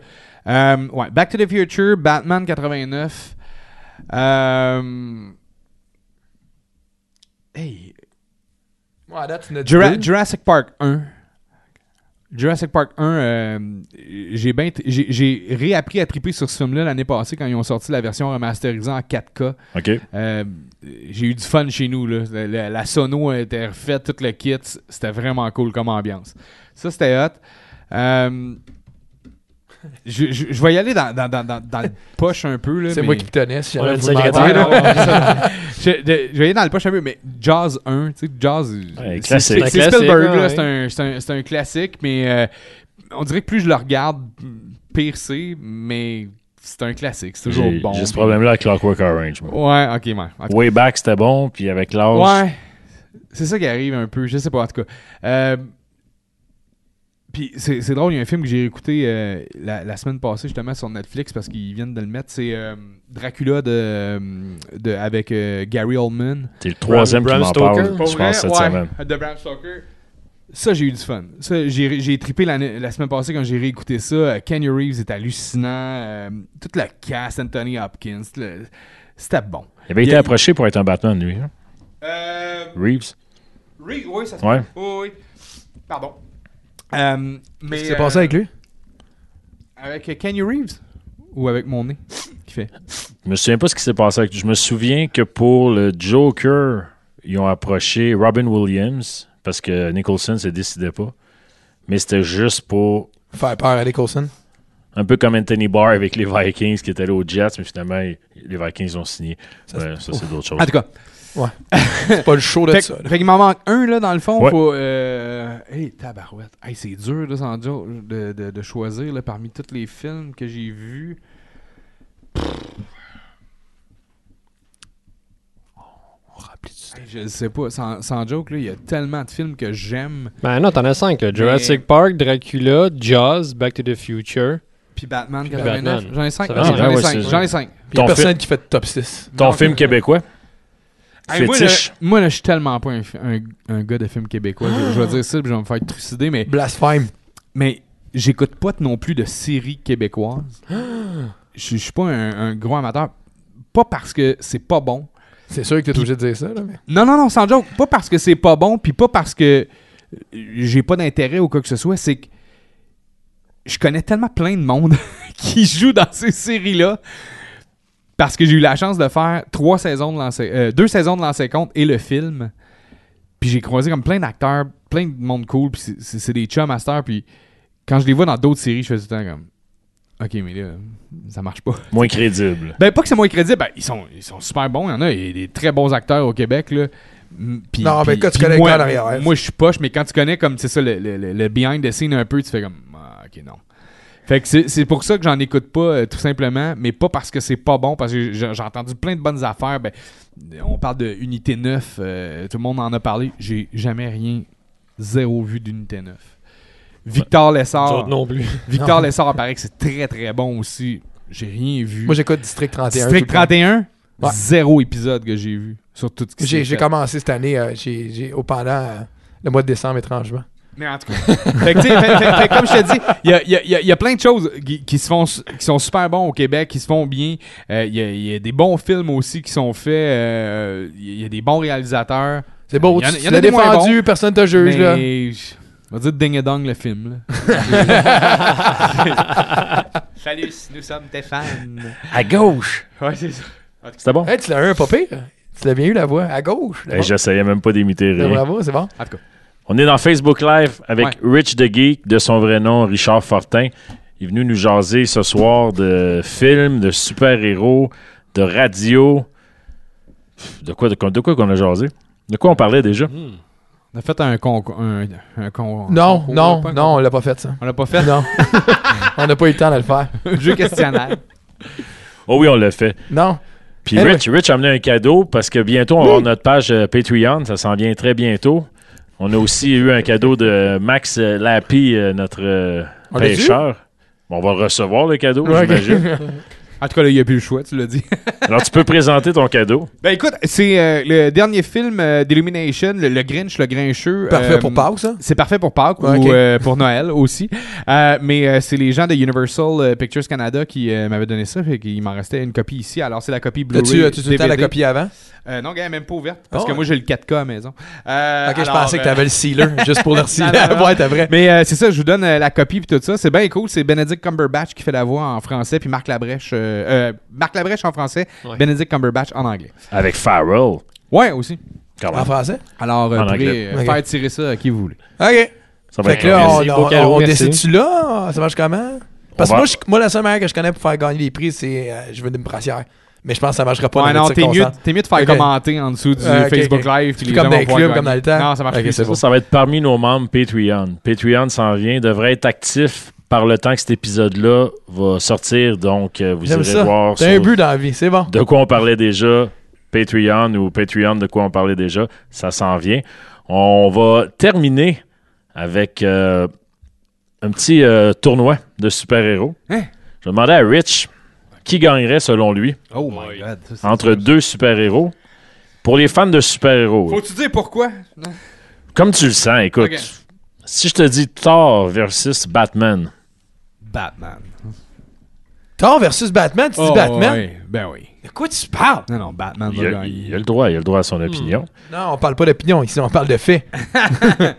[SPEAKER 4] Euh, ouais, Back to the Future, Batman 89. Euh, hey,
[SPEAKER 2] Ouais, à date, tu n'as dit
[SPEAKER 4] Jura-
[SPEAKER 2] deux.
[SPEAKER 4] Jurassic Park 1. Jurassic Park 1, euh, j'ai ben t- j'ai- j'ai réappris à triper sur ce film-là l'année passée quand ils ont sorti la version remasterisée en 4K.
[SPEAKER 1] OK.
[SPEAKER 4] Euh, j'ai eu du fun chez nous. Là. La, la- la sono était refaite, tout le kit. C'était vraiment cool comme ambiance. Ça, c'était hot. Euh, je, je- je vais y aller dans, dans, dans, dans, dans le poche un peu. là,
[SPEAKER 2] C'est
[SPEAKER 4] mais-
[SPEAKER 2] moi qui tenais, si
[SPEAKER 1] On a
[SPEAKER 2] j'avais
[SPEAKER 1] le
[SPEAKER 2] voulu mentir,
[SPEAKER 1] secrétaire.
[SPEAKER 2] là.
[SPEAKER 4] je, de- je vais aller dans le poche un peu, mais Jaws 1, tu sais, Jaws.
[SPEAKER 1] Ouais, classique.
[SPEAKER 4] c'est- c'est-
[SPEAKER 3] Un
[SPEAKER 4] C'est
[SPEAKER 3] classique,
[SPEAKER 4] Spielberg,
[SPEAKER 3] ouais.
[SPEAKER 4] là, c'est un- c'est un, c'est un classique, mais euh, on dirait que plus je le regarde, pire c'est, mais c'est un classique, c'est toujours
[SPEAKER 1] J'ai
[SPEAKER 4] bon.
[SPEAKER 1] j'ai ce problème-là avec Clockwork Orange. moi.
[SPEAKER 4] Ouais, ok, ouais. en tout
[SPEAKER 1] Way back, c'était bon, puis avec l'âge,
[SPEAKER 4] Ouais. Oh, C'est ça qui arrive un peu, je sais pas, en tout cas. Euh, Puis c'est c'est drôle, il y a un film que j'ai écouté euh, la, la semaine passée justement sur Netflix parce qu'ils viennent de le mettre. C'est euh, Dracula de, euh, de, avec euh, Gary Oldman.
[SPEAKER 1] t'es le troisième
[SPEAKER 3] Bram-
[SPEAKER 1] qui m'en parle,
[SPEAKER 3] Bram Stoker?
[SPEAKER 1] je
[SPEAKER 4] Pour
[SPEAKER 1] pense,
[SPEAKER 4] vrai,
[SPEAKER 1] cette
[SPEAKER 4] ouais,
[SPEAKER 1] semaine.
[SPEAKER 4] De Bram Stoker. Ça, j'ai eu du fun. Ça, j'ai, j'ai trippé la, la semaine passée quand j'ai réécouté ça. Euh, Kenny Reeves est hallucinant. Euh, toute la cast, Anthony Hopkins. le- c'était bon.
[SPEAKER 1] Il avait été
[SPEAKER 4] Il-
[SPEAKER 1] approché pour être un Batman, lui. hein?
[SPEAKER 4] Euh,
[SPEAKER 1] Reeves.
[SPEAKER 4] Reeves, oui, ça se
[SPEAKER 1] Ouais.
[SPEAKER 4] peut. Oui, oui. Pardon. Euh, mais,
[SPEAKER 2] Qu'est-ce qui s'est
[SPEAKER 4] euh,
[SPEAKER 2] passé avec lui
[SPEAKER 4] Avec Kenny Reeves Ou avec mon nez Qui fait
[SPEAKER 1] Je me souviens pas ce qui s'est passé. avec- Je me souviens que pour le Joker, ils ont approché Robin Williams parce que Nicholson se décidait pas. Mais c'était juste pour
[SPEAKER 2] Faire peur à Nicholson.
[SPEAKER 1] un peu comme Anthony Barr avec les Vikings qui étaient allés aux Jets, mais finalement il- les Vikings ont signé. Ouais, Ça, c'est d'autres choses.
[SPEAKER 4] En tout cas,
[SPEAKER 2] C'est pas le show de
[SPEAKER 4] fait,
[SPEAKER 2] ça. là.
[SPEAKER 4] fait qu'il m'en manque un, là, dans le fond.
[SPEAKER 1] Ouais.
[SPEAKER 4] Faut, euh, hey, tabarouette. Hey, c'est dur, là, sans dire- de, de, de choisir, là, parmi tous les films que j'ai vus. Hey, Je sais pas, sans, sans joke, là, il y a tellement de films que j'aime.
[SPEAKER 3] Ben non, t'en as cinq. là. Jurassic Park, Dracula, Jaws, Back to the Future.
[SPEAKER 4] Puis Batman,
[SPEAKER 3] Batman.
[SPEAKER 4] 89. J'en ai cinq.
[SPEAKER 3] Ça
[SPEAKER 4] Ah, J'en
[SPEAKER 1] va,
[SPEAKER 4] ai
[SPEAKER 1] ouais, ouais,
[SPEAKER 4] cinq.
[SPEAKER 1] c'est-
[SPEAKER 4] J'en ai cinq.
[SPEAKER 2] Puis y a
[SPEAKER 1] ton
[SPEAKER 2] personne qui fait de top 6.
[SPEAKER 1] Ton
[SPEAKER 4] Non,
[SPEAKER 1] film
[SPEAKER 4] c'est-
[SPEAKER 1] québécois
[SPEAKER 4] Hey, moi, là,
[SPEAKER 1] Fétiche.
[SPEAKER 4] moi, là, je suis tellement pas un, fi- un- un gars de films québécois. Je, je vais dire ça, puis je vais me faire trucider, mais,
[SPEAKER 2] Blasphème.
[SPEAKER 4] mais j'écoute pas non plus de séries québécoises. Je je suis pas un, un gros amateur. Pas parce que c'est pas bon.
[SPEAKER 2] C'est sûr que t'es obligé de dire ça, là, mais.
[SPEAKER 4] Non, non, non, sans joke. Pas parce que c'est pas bon, puis pas parce que euh, j'ai pas d'intérêt ou quoi que ce soit. C'est que je connais tellement plein de monde qui joue dans ces séries-là parce que j'ai eu la chance de faire trois saisons de lancer, euh, deux saisons de lancer compte et le film. Puis j'ai croisé comme plein d'acteurs, plein de monde cool, puis c'est- c'est c'est des chums à cette heure, Puis quand je les vois dans d'autres séries, je fais tout le temps comme. Ok, mais là, ça marche pas.
[SPEAKER 1] Moins crédible.
[SPEAKER 4] Ben, pas que c'est moins crédible, ben, ils sont, ils sont super bons. Il y en a, il y a des très bons acteurs au Québec, là. Mm, Puis,
[SPEAKER 2] Non,
[SPEAKER 4] puis-
[SPEAKER 2] ben, quand tu
[SPEAKER 4] puis
[SPEAKER 2] connais
[SPEAKER 4] moi,
[SPEAKER 2] Claude Arrière.
[SPEAKER 4] Moi, je suis poche, mais quand tu connais, comme, c'est ça, le, le- le- le behind the scene un peu, tu fais comme, ah, ok, non. Fait que c'est c'est pour ça que j'en écoute pas, euh, tout simplement, mais pas parce que c'est pas bon, parce que j'ai j'ai entendu plein de bonnes affaires. Ben, on parle de Unité 9, euh, tout le monde en a parlé. J'ai jamais rien, zéro vu d'Unité 9. Victor
[SPEAKER 3] Nous
[SPEAKER 4] Lessard.
[SPEAKER 3] autres non plus.
[SPEAKER 4] Victor Lessard, paraît que c'est très très bon aussi. J'ai rien vu.
[SPEAKER 2] Moi, j'écoute District 31.
[SPEAKER 4] District
[SPEAKER 2] tout le temps.
[SPEAKER 4] 31,
[SPEAKER 2] Ouais.
[SPEAKER 4] zéro épisode que j'ai vu sur tout ce qui
[SPEAKER 2] J'ai
[SPEAKER 4] s'est
[SPEAKER 2] j'ai
[SPEAKER 4] fait.
[SPEAKER 2] commencé cette année, euh, j'ai j'ai- au pendant euh, le mois de décembre, étrangement.
[SPEAKER 4] Mais en tout cas, fait que, tu sais, fait- fait- fait que comme je te dis, il y a, il y a- il y a- il y a plein de choses qui, qui se font, s- qui sont super bons au Québec, qui se font bien. Euh, Il y, a- il y a des bons films aussi qui sont faits. euh, Il y a des bons réalisateurs.
[SPEAKER 2] C'est beau,
[SPEAKER 4] Il y en a-
[SPEAKER 2] tu,
[SPEAKER 4] il y
[SPEAKER 2] tu
[SPEAKER 4] en a
[SPEAKER 2] l'as
[SPEAKER 4] des moins
[SPEAKER 2] défendu, personne te juge, là.
[SPEAKER 4] Mais je- on va dire Ding et Dong le film. là. Salut, nous sommes tes fans.
[SPEAKER 1] À gauche.
[SPEAKER 4] Ouais, c'est ça.
[SPEAKER 1] C'était bon?
[SPEAKER 2] Hey, tu l'as eu un pas pire. Tu l'as bien eu, la voix, à gauche. la
[SPEAKER 4] Ben,
[SPEAKER 1] Eh,
[SPEAKER 2] voix.
[SPEAKER 1] J'essayais même pas d'imiter
[SPEAKER 2] Ben,
[SPEAKER 1] rien.
[SPEAKER 2] Bravo, c'est bon.
[SPEAKER 4] En tout cas.
[SPEAKER 1] On est dans Facebook Live avec
[SPEAKER 4] Ouais.
[SPEAKER 1] Rich the Geek, de son vrai nom, Richard Fortin. Il est venu nous jaser ce soir de films, de super-héros, de radio. Pff, De quoi, de, quoi- de quoi qu'on a jasé? De quoi on parlait déjà?
[SPEAKER 2] Mhm.
[SPEAKER 4] On a fait un concours. Un, un con- un
[SPEAKER 2] Non,
[SPEAKER 4] concours,
[SPEAKER 2] non,
[SPEAKER 4] pas un
[SPEAKER 2] non, on l'a pas fait, ça.
[SPEAKER 4] concours. On l'a pas fait.
[SPEAKER 2] Non. on n'a pas eu le temps de le faire.
[SPEAKER 4] Un jeu questionnaire.
[SPEAKER 1] Oh oui, on l'a fait.
[SPEAKER 2] Non.
[SPEAKER 1] Puis
[SPEAKER 2] Eh
[SPEAKER 1] Rich, Rich a amené un cadeau parce que bientôt, on va avoir notre page euh, Patreon. Ça s'en vient très bientôt. On a aussi eu un cadeau de Max euh, Lappy, euh, notre euh,
[SPEAKER 2] On l'a
[SPEAKER 1] pêcheur. Bon, on va le recevoir, le cadeau,
[SPEAKER 2] Ouais, ok.
[SPEAKER 1] j'imagine.
[SPEAKER 4] En tout cas, là, il n'y a plus le choix, tu l'as dit.
[SPEAKER 1] Alors, tu peux présenter ton cadeau.
[SPEAKER 4] ben écoute, c'est euh, le dernier film euh, d'Illumination, le, le Grinch, le Grincheux.
[SPEAKER 2] Parfait
[SPEAKER 4] euh,
[SPEAKER 2] pour Pau, ça.
[SPEAKER 4] C'est parfait pour Pâques
[SPEAKER 2] Ouais,
[SPEAKER 4] ou
[SPEAKER 2] ok.
[SPEAKER 4] euh, pour Noël aussi. Euh, mais euh, c'est les gens de Universal euh, Pictures Canada qui euh, m'avaient donné ça. Fait qu'il m'en restait une copie ici. Alors, c'est la copie Blu-ray.
[SPEAKER 2] As-tu as la
[SPEAKER 4] DVD.
[SPEAKER 2] copie avant?
[SPEAKER 4] Euh, non, gars, elle est même pas ouverte. Parce
[SPEAKER 2] Oh,
[SPEAKER 4] que
[SPEAKER 2] ouais.
[SPEAKER 4] moi, j'ai le 4K à la maison. Euh,
[SPEAKER 2] Ok, je
[SPEAKER 4] alors,
[SPEAKER 2] pensais que
[SPEAKER 4] euh,
[SPEAKER 2] t'avais le sealer, juste pour le sealer.
[SPEAKER 4] non, non.
[SPEAKER 2] Ouais, t'as vrai.
[SPEAKER 4] Mais euh, c'est ça, je vous donne euh, la copie puis tout ça. C'est bien cool. C'est Benedict Cumberbatch qui fait la voix en français, puis Marc Labrèche. euh, euh, Marc Labrèche en français,
[SPEAKER 3] Ouais.
[SPEAKER 4] Benedict Cumberbatch en anglais.
[SPEAKER 1] Avec Farrell.
[SPEAKER 4] Ouais, aussi.
[SPEAKER 1] Quand même.
[SPEAKER 2] En français?
[SPEAKER 4] Alors, euh,
[SPEAKER 1] En
[SPEAKER 4] vous
[SPEAKER 1] anglais.
[SPEAKER 4] pourrez, euh,
[SPEAKER 2] Ok.
[SPEAKER 4] faire tirer ça à qui vous voulez.
[SPEAKER 2] OK.
[SPEAKER 1] Ça va
[SPEAKER 2] Fait
[SPEAKER 1] être
[SPEAKER 2] que là,
[SPEAKER 1] long.
[SPEAKER 2] on,
[SPEAKER 3] Merci,
[SPEAKER 2] on-
[SPEAKER 3] beau cadeau,
[SPEAKER 2] on
[SPEAKER 3] merci.
[SPEAKER 2] décide-tu là? Ça marche comment? Parce
[SPEAKER 1] On va-
[SPEAKER 2] que moi, je- moi, la seule manière que je connais pour faire gagner les prix, c'est euh, je veux une brassière. Mais je pense que ça marchera pas
[SPEAKER 4] ouais,
[SPEAKER 2] dans
[SPEAKER 4] non,
[SPEAKER 2] les
[SPEAKER 4] t'es mieux,
[SPEAKER 2] circonstances.
[SPEAKER 4] t'es mieux de faire
[SPEAKER 2] Ok.
[SPEAKER 4] commenter en dessous du
[SPEAKER 2] Euh, ok,
[SPEAKER 4] Facebook
[SPEAKER 2] ok.
[SPEAKER 4] Live. puis
[SPEAKER 2] C'est
[SPEAKER 4] les
[SPEAKER 2] comme
[SPEAKER 4] gens
[SPEAKER 2] dans
[SPEAKER 4] vont
[SPEAKER 2] les
[SPEAKER 4] pouvoir
[SPEAKER 2] clubs, comme
[SPEAKER 4] gagner.
[SPEAKER 2] dans le temps.
[SPEAKER 4] Non, ça marche
[SPEAKER 2] Ok,
[SPEAKER 4] plus.
[SPEAKER 2] c'est
[SPEAKER 1] Ça, ça va être parmi nos membres Patreon. Patreon s'en vient, devrait être actif par le temps que cet épisode-là va sortir. Donc, euh, vous
[SPEAKER 2] J'aime
[SPEAKER 1] irez
[SPEAKER 2] ça.
[SPEAKER 1] voir
[SPEAKER 2] T'as un
[SPEAKER 1] sur
[SPEAKER 2] but dans la vie, c'est bon.
[SPEAKER 1] de quoi on parlait déjà, Patreon ou Patreon de quoi on parlait déjà, ça s'en vient. On va terminer avec euh, un petit euh, tournoi de super-héros.
[SPEAKER 4] Hein?
[SPEAKER 1] Je demandais à Rich qui gagnerait selon lui
[SPEAKER 4] Oh my god. ça, c'est-
[SPEAKER 1] entre deux super-héros. Pour les fans de super-héros,
[SPEAKER 4] Faut-tu dire pourquoi?
[SPEAKER 1] comme tu le sens, écoute,
[SPEAKER 4] Ok.
[SPEAKER 1] si je te dis Thor versus Batman,
[SPEAKER 4] Batman.
[SPEAKER 2] Thor versus Batman, tu dis Batman?
[SPEAKER 4] Oh, ouais, Ben oui.
[SPEAKER 2] De quoi tu parles?
[SPEAKER 4] Non, non, Batman
[SPEAKER 1] il a,
[SPEAKER 4] va
[SPEAKER 1] il a
[SPEAKER 4] gagner.
[SPEAKER 1] le droit, il a le droit à
[SPEAKER 4] Hmm.
[SPEAKER 1] son opinion.
[SPEAKER 2] Non, on parle pas d'opinion ici, on parle de fait.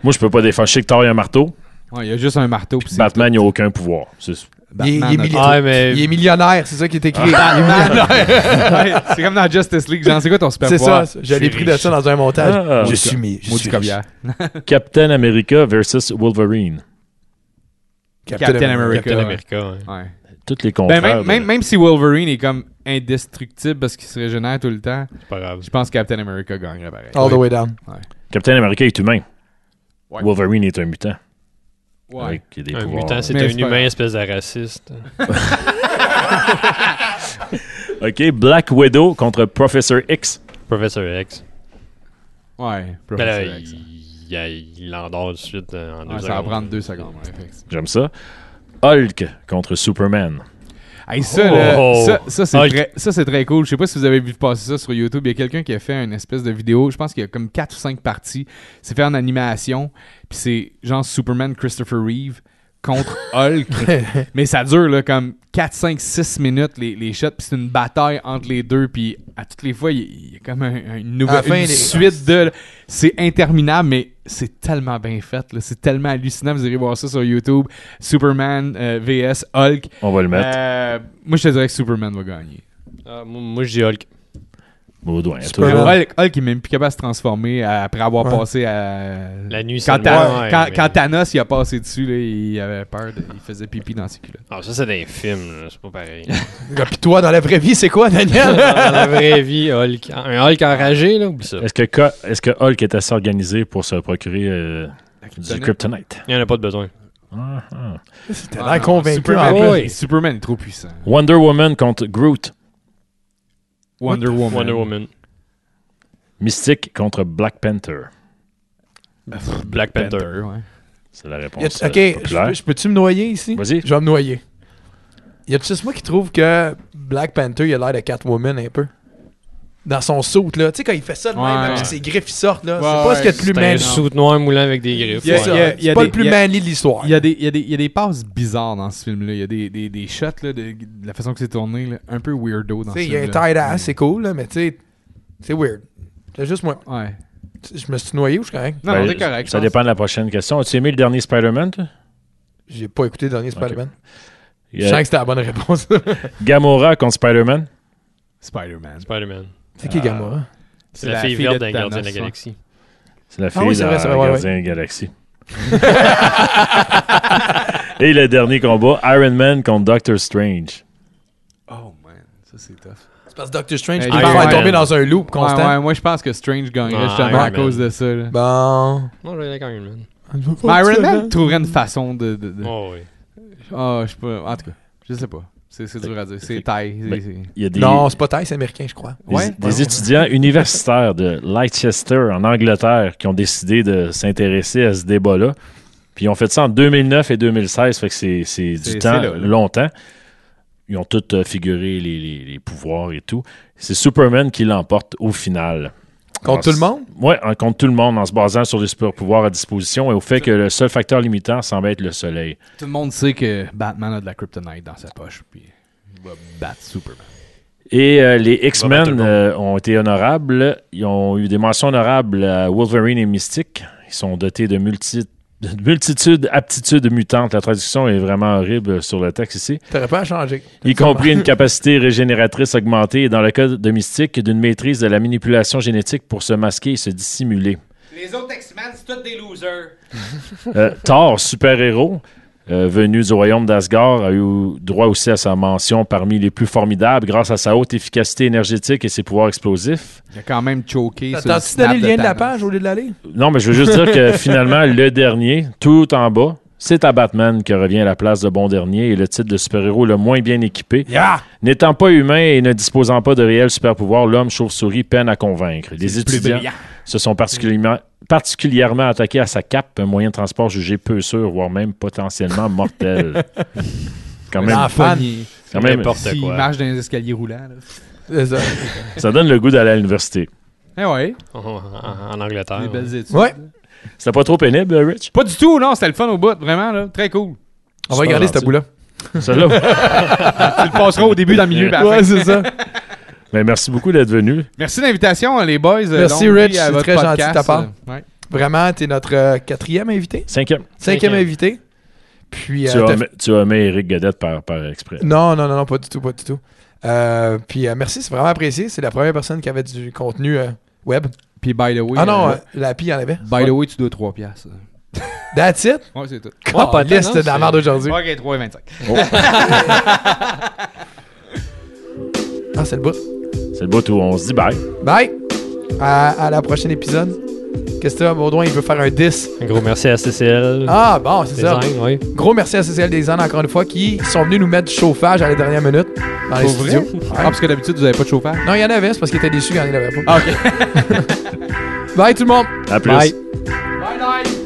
[SPEAKER 1] Moi, je peux pas défendre. Je sais que Thor, il a un marteau.
[SPEAKER 4] Ouais, il y a juste un marteau. puis c'est-
[SPEAKER 1] Batman, il a aucun pouvoir. C'est-
[SPEAKER 2] Il, est- il est
[SPEAKER 4] Batman a-
[SPEAKER 2] milli-
[SPEAKER 3] Ouais, mais-
[SPEAKER 2] il est millionnaire, c'est ça qui est écrit.
[SPEAKER 4] Ouais, c'est comme dans Justice League. Genre, c'est quoi ton super
[SPEAKER 2] C'est ça,
[SPEAKER 4] pouvoir?
[SPEAKER 2] j'avais
[SPEAKER 4] C'est
[SPEAKER 2] pris de
[SPEAKER 4] riche.
[SPEAKER 2] ça dans un montage.
[SPEAKER 1] Ah.
[SPEAKER 2] je suis mis. Je
[SPEAKER 4] Maudit
[SPEAKER 2] suis riche.
[SPEAKER 4] cobière.
[SPEAKER 1] Captain America versus Wolverine.
[SPEAKER 4] Captain America.
[SPEAKER 3] Captain
[SPEAKER 4] Ouais.
[SPEAKER 3] America. ouais.
[SPEAKER 4] Ouais.
[SPEAKER 1] Toutes les contrats.
[SPEAKER 4] Ben, même, même, même si Wolverine est comme indestructible parce qu'il se régénère tout le temps,
[SPEAKER 3] C'est pas grave.
[SPEAKER 4] je pense que Captain America gagnerait pareil.
[SPEAKER 2] All the way down.
[SPEAKER 1] Captain America est humain.
[SPEAKER 4] Ouais.
[SPEAKER 1] Wolverine est un mutant.
[SPEAKER 4] Ouais.
[SPEAKER 1] Avec des
[SPEAKER 3] Un
[SPEAKER 1] pouvoirs.
[SPEAKER 3] mutant, c'est
[SPEAKER 4] Mais
[SPEAKER 3] un
[SPEAKER 4] c'est pas
[SPEAKER 3] humain,
[SPEAKER 4] grave.
[SPEAKER 3] espèce de raciste.
[SPEAKER 1] OK, Black Widow contre Professor X.
[SPEAKER 3] Professor X.
[SPEAKER 4] Ouais.
[SPEAKER 3] Ben là,
[SPEAKER 4] Professor X.
[SPEAKER 3] il il- il l'endort tout de suite euh, en deux
[SPEAKER 4] Ouais, ça va
[SPEAKER 3] secondes.
[SPEAKER 4] prendre deux secondes. ouais, fait que c'est-
[SPEAKER 1] J'aime ça. Hulk contre Superman.
[SPEAKER 4] Hey, ça, là,
[SPEAKER 1] Oh!
[SPEAKER 4] ça, ça, c'est
[SPEAKER 1] Ah,
[SPEAKER 4] très, ça, c'est très cool. Je sais pas si vous avez vu passer ça sur YouTube. Il y a quelqu'un qui a fait une espèce de vidéo. Je pense qu'il y a comme 4 ou 5 parties. C'est fait en animation. Puis c'est genre Superman Christopher Reeve contre Hulk. Mais ça dure là, comme 4, 5, 6 minutes les, les shots. Puis c'est une bataille entre les deux. Puis à toutes les fois, il y a- il y, a comme un- un- une nouvelle
[SPEAKER 2] À la fin,
[SPEAKER 4] une
[SPEAKER 2] les-
[SPEAKER 4] suite de. C'est interminable, mais c'est tellement bien fait. là. C'est tellement hallucinant. Vous irez voir ça sur YouTube. Superman euh, VS Hulk.
[SPEAKER 1] On va le mettre.
[SPEAKER 4] Euh, moi, je te dirais que Superman va gagner.
[SPEAKER 3] Ah, moi, moi, je dis Hulk.
[SPEAKER 1] Baudouin, à
[SPEAKER 2] Superman.
[SPEAKER 1] toi.
[SPEAKER 4] Hulk, Hulk est même plus capable de se transformer euh, après avoir
[SPEAKER 2] Ouais.
[SPEAKER 4] passé à.
[SPEAKER 3] La nuit,
[SPEAKER 4] Quand,
[SPEAKER 3] seulement,
[SPEAKER 4] Ta-
[SPEAKER 3] ouais,
[SPEAKER 4] quand,
[SPEAKER 3] mais-
[SPEAKER 4] quand Thanos il a passé dessus, là, il avait peur, de- il faisait pipi dans ses culottes.
[SPEAKER 3] Ah, ça, c'est des films, là, c'est pas pareil.
[SPEAKER 2] Puis toi, dans la vraie vie, c'est quoi,
[SPEAKER 3] dans
[SPEAKER 2] Daniel?
[SPEAKER 3] la vraie vie, Hulk. Un Hulk enragé, là, oublie ça.
[SPEAKER 1] Est-ce que, Ka- est-ce que Hulk est assez organisé pour se procurer euh, du Kryptonite?
[SPEAKER 3] Il n'y en a pas de besoin.
[SPEAKER 1] Ah, ah.
[SPEAKER 2] C'était
[SPEAKER 4] Ah,
[SPEAKER 2] l'air
[SPEAKER 4] non,
[SPEAKER 2] convaincu.
[SPEAKER 4] Superman,
[SPEAKER 2] en plus.
[SPEAKER 4] oui, Superman est trop puissant.
[SPEAKER 1] Wonder Woman contre Groot.
[SPEAKER 4] Wonder Woman.
[SPEAKER 3] Wonder Woman.
[SPEAKER 1] Mystique contre Black Panther.
[SPEAKER 3] Black Panther.
[SPEAKER 4] ouais.
[SPEAKER 1] C'est la réponse.
[SPEAKER 2] Y a-
[SPEAKER 1] euh,
[SPEAKER 2] ok, je
[SPEAKER 1] populaire.
[SPEAKER 2] peux- je peux-tu me noyer ici?
[SPEAKER 1] Vas-y.
[SPEAKER 2] Je vais me noyer. Y a-tu juste moi qui trouve que Black Panther, il a l'air de Catwoman un peu? Dans son saut, là. Tu sais, quand il fait ça de
[SPEAKER 4] Ouais.
[SPEAKER 2] même, puis ses griffes, ils sortent, là.
[SPEAKER 4] Ouais,
[SPEAKER 2] c'est pas ce qu'il y a de
[SPEAKER 4] ouais,
[SPEAKER 2] plus
[SPEAKER 3] C'est un
[SPEAKER 2] manly.
[SPEAKER 3] soute noir moulant avec des griffes.
[SPEAKER 4] Il y a-
[SPEAKER 3] ouais.
[SPEAKER 2] C'est ça.
[SPEAKER 4] il y a- il y a
[SPEAKER 2] C'est pas
[SPEAKER 4] des-
[SPEAKER 2] le plus
[SPEAKER 4] il y a-
[SPEAKER 2] manly de l'histoire.
[SPEAKER 4] Il y, a des, il, y a des, il y a des passes bizarres dans ce film-là. Il y a des, des, des shots là, de, de la façon que c'est tourné, là, un peu weirdo dans
[SPEAKER 2] Tu sais,
[SPEAKER 4] ce
[SPEAKER 2] il y a un
[SPEAKER 4] film.
[SPEAKER 2] tight ass, c'est cool, là, mais tu sais, c'est weird. C'est juste moi.
[SPEAKER 4] Ouais.
[SPEAKER 2] Je me suis noyé ou je suis correct?
[SPEAKER 4] Non,
[SPEAKER 1] Ben,
[SPEAKER 4] non, t'es correct.
[SPEAKER 1] Ça
[SPEAKER 4] je pense.
[SPEAKER 1] dépend de la prochaine question. As-tu aimé le dernier Spider-Man? toi?
[SPEAKER 2] J'ai pas écouté le dernier Spider-Man.
[SPEAKER 1] Il y
[SPEAKER 2] Je
[SPEAKER 1] a
[SPEAKER 2] sens que c'était la bonne réponse.
[SPEAKER 1] Gamora contre Spider-Man.
[SPEAKER 4] Spider-Man.
[SPEAKER 3] Spider-Man.
[SPEAKER 2] c'est qui Gamora?
[SPEAKER 3] C'est la, fille verte d'un gardien de la
[SPEAKER 4] Thanos, ouais.
[SPEAKER 3] galaxie.
[SPEAKER 1] C'est la fille
[SPEAKER 2] Ah oui, c'est vrai,
[SPEAKER 1] dans
[SPEAKER 2] c'est vrai, ouais,
[SPEAKER 1] Gardien Galaxy. Et le dernier combat, Iron Man contre Doctor Strange.
[SPEAKER 4] Oh man, ça c'est tough.
[SPEAKER 2] C'est parce que Doctor Strange
[SPEAKER 4] Hey,
[SPEAKER 2] qui me
[SPEAKER 3] Iron
[SPEAKER 2] fait
[SPEAKER 3] Man.
[SPEAKER 2] tomber dans un loop
[SPEAKER 4] Ouais,
[SPEAKER 2] constant.
[SPEAKER 4] ouais, moi je pense que Strange gagnerait
[SPEAKER 3] Ouais,
[SPEAKER 4] justement à
[SPEAKER 3] Iron Man.
[SPEAKER 4] cause de ça. là.
[SPEAKER 2] Bon.
[SPEAKER 3] Non, je vais avec Iron Man.
[SPEAKER 4] Mais Iron Man trouverait une façon de. de, de-
[SPEAKER 3] Oh, oui.
[SPEAKER 4] Ah, je sais pas. En tout cas, je sais pas. C'est c'est dur à dire. C'est taille. c'est-
[SPEAKER 1] Mais-
[SPEAKER 4] c'est-
[SPEAKER 1] Ben, Il y a des,
[SPEAKER 2] Non, c'est pas taille, c'est américain, je crois.
[SPEAKER 1] des-
[SPEAKER 4] Ouais.
[SPEAKER 1] des étudiants universitaires de Leicester, en Angleterre, qui ont décidé de s'intéresser à ce débat-là. Puis ils ont fait ça en 2009 et 2016, fait que c'est, c'est du
[SPEAKER 4] C'est- c'est
[SPEAKER 1] temps
[SPEAKER 4] là, là.
[SPEAKER 1] longtemps. Ils ont tous euh, figuré les, les- les pouvoirs et tout. C'est Superman qui l'emporte au final.
[SPEAKER 2] Contre tout le monde?
[SPEAKER 1] Oui, contre tout le monde, en se basant sur les super-pouvoirs à disposition et au fait que le seul facteur limitant semble être le soleil.
[SPEAKER 4] Tout le monde sait que Batman a de la kryptonite dans sa poche. Puis il va battre Superman.
[SPEAKER 1] Et euh, les
[SPEAKER 3] va battre le
[SPEAKER 1] X-Men
[SPEAKER 3] monde.
[SPEAKER 1] euh, ont été honorables. Ils ont eu des mentions honorables à Wolverine et Mystique. Ils sont dotés de, multi- de multitudes aptitudes mutantes. La traduction est vraiment horrible sur le texte ici.
[SPEAKER 2] T'aurais pas à changer.
[SPEAKER 1] Y compris une capacité régénératrice augmentée et dans le cas de Mystique, d'une maîtrise de la manipulation génétique pour se masquer et se dissimuler.
[SPEAKER 4] Les autres X-Men, c'est tous des losers.
[SPEAKER 1] Euh, Thor, super-héros, euh, venu du royaume d'Asgard, a eu droit aussi à sa mention parmi les plus formidables grâce à sa haute efficacité énergétique et ses pouvoirs explosifs.
[SPEAKER 4] Il a quand même choqué. sur
[SPEAKER 2] T'as-tu
[SPEAKER 4] snap
[SPEAKER 2] donné le lien de la
[SPEAKER 4] Thanos.
[SPEAKER 2] page au lieu de l'aller?
[SPEAKER 1] Non, mais je veux juste dire que finalement, le dernier, tout en bas, c'est à Batman que revient à la place de bon dernier et le titre de super-héros le moins bien équipé.
[SPEAKER 2] Yeah!
[SPEAKER 1] N'étant pas humain et ne disposant pas de réels super-pouvoirs, l'homme chauve-souris peine à convaincre. Les
[SPEAKER 4] C'est le plus
[SPEAKER 1] étudiants
[SPEAKER 4] brillant.
[SPEAKER 1] se sont particulièrement, particulièrement attaqués à sa cape, un moyen de transport jugé peu sûr, voire même potentiellement mortel. Quand même,
[SPEAKER 2] Ah, fan.
[SPEAKER 4] Pogné.
[SPEAKER 1] quand même,
[SPEAKER 3] n'importe
[SPEAKER 4] S'il
[SPEAKER 3] quoi.
[SPEAKER 4] marche dans les escaliers roulants. Là.
[SPEAKER 2] C'est ça.
[SPEAKER 1] ça donne le goût d'aller à l'université.
[SPEAKER 4] Eh ouais,
[SPEAKER 3] En, en- en
[SPEAKER 4] des
[SPEAKER 3] Angleterre. Ah ouais.
[SPEAKER 4] belles études.
[SPEAKER 2] Ouais.
[SPEAKER 1] C'était pas trop pénible, euh, Rich?
[SPEAKER 4] Pas du tout, non, c'était le fun au bout, vraiment, là. Très cool.
[SPEAKER 2] On va regarder ce bout-là.
[SPEAKER 1] Celle-là.
[SPEAKER 4] tu le passeras au début dans le milieu. puis à la fin.
[SPEAKER 2] Ouais, c'est ça.
[SPEAKER 1] Mais merci beaucoup d'être venu.
[SPEAKER 4] Merci de l'invitation, les boys. Euh,
[SPEAKER 2] Merci,
[SPEAKER 4] Longue vie
[SPEAKER 2] Rich,
[SPEAKER 4] à
[SPEAKER 2] c'est
[SPEAKER 4] votre
[SPEAKER 2] très gentil de ta
[SPEAKER 4] podcast.
[SPEAKER 2] part.
[SPEAKER 4] Ouais.
[SPEAKER 2] Vraiment, t'es notre euh, quatrième invité.
[SPEAKER 1] Cinquième.
[SPEAKER 2] Cinquième
[SPEAKER 3] Cinquième.
[SPEAKER 2] invité. Puis. euh,
[SPEAKER 1] Tu
[SPEAKER 2] t'as-
[SPEAKER 1] as, tu as aimé Eric Godette par, par exprès.
[SPEAKER 2] Non, non, non, non, pas du tout, pas du tout. Euh, puis euh, merci, c'est vraiment apprécié. C'est la première personne qui avait du contenu euh, web.
[SPEAKER 4] Puis, by the way.
[SPEAKER 2] ah non,
[SPEAKER 4] euh,
[SPEAKER 2] euh, la pie en avait.
[SPEAKER 4] By the way, tu dois 3 piastres.
[SPEAKER 2] That's it.
[SPEAKER 4] Ouais, c'est tout.
[SPEAKER 2] Oh,
[SPEAKER 3] pas tant,
[SPEAKER 2] liste
[SPEAKER 3] non,
[SPEAKER 2] de la
[SPEAKER 3] c'est-
[SPEAKER 2] merde aujourd'hui.
[SPEAKER 4] Ok, 3,25.
[SPEAKER 2] Ah, c'est le bout.
[SPEAKER 1] C'est le bout où on se dit bye.
[SPEAKER 2] Bye. À, à la prochaine épisode. Qu'est-ce que t'as, Baudouin? Il veut faire un 10.
[SPEAKER 3] Un gros merci à CCL.
[SPEAKER 2] Ah, bon, c'est ça.
[SPEAKER 3] Design, oui.
[SPEAKER 2] Gros merci à CCL Design, encore une fois, qui sont venus nous mettre du chauffage à la dernière minute dans les
[SPEAKER 4] Pour vrai?
[SPEAKER 2] studios.
[SPEAKER 4] Ah, parce que d'habitude, vous avez pas de chauffage.
[SPEAKER 2] Non, il y en avait, c'est parce qu'il était déçu quand il n'y en avait pas.
[SPEAKER 4] Ah, ok.
[SPEAKER 2] Bye tout le monde!
[SPEAKER 1] À plus.
[SPEAKER 3] Bye.
[SPEAKER 4] bye, bye.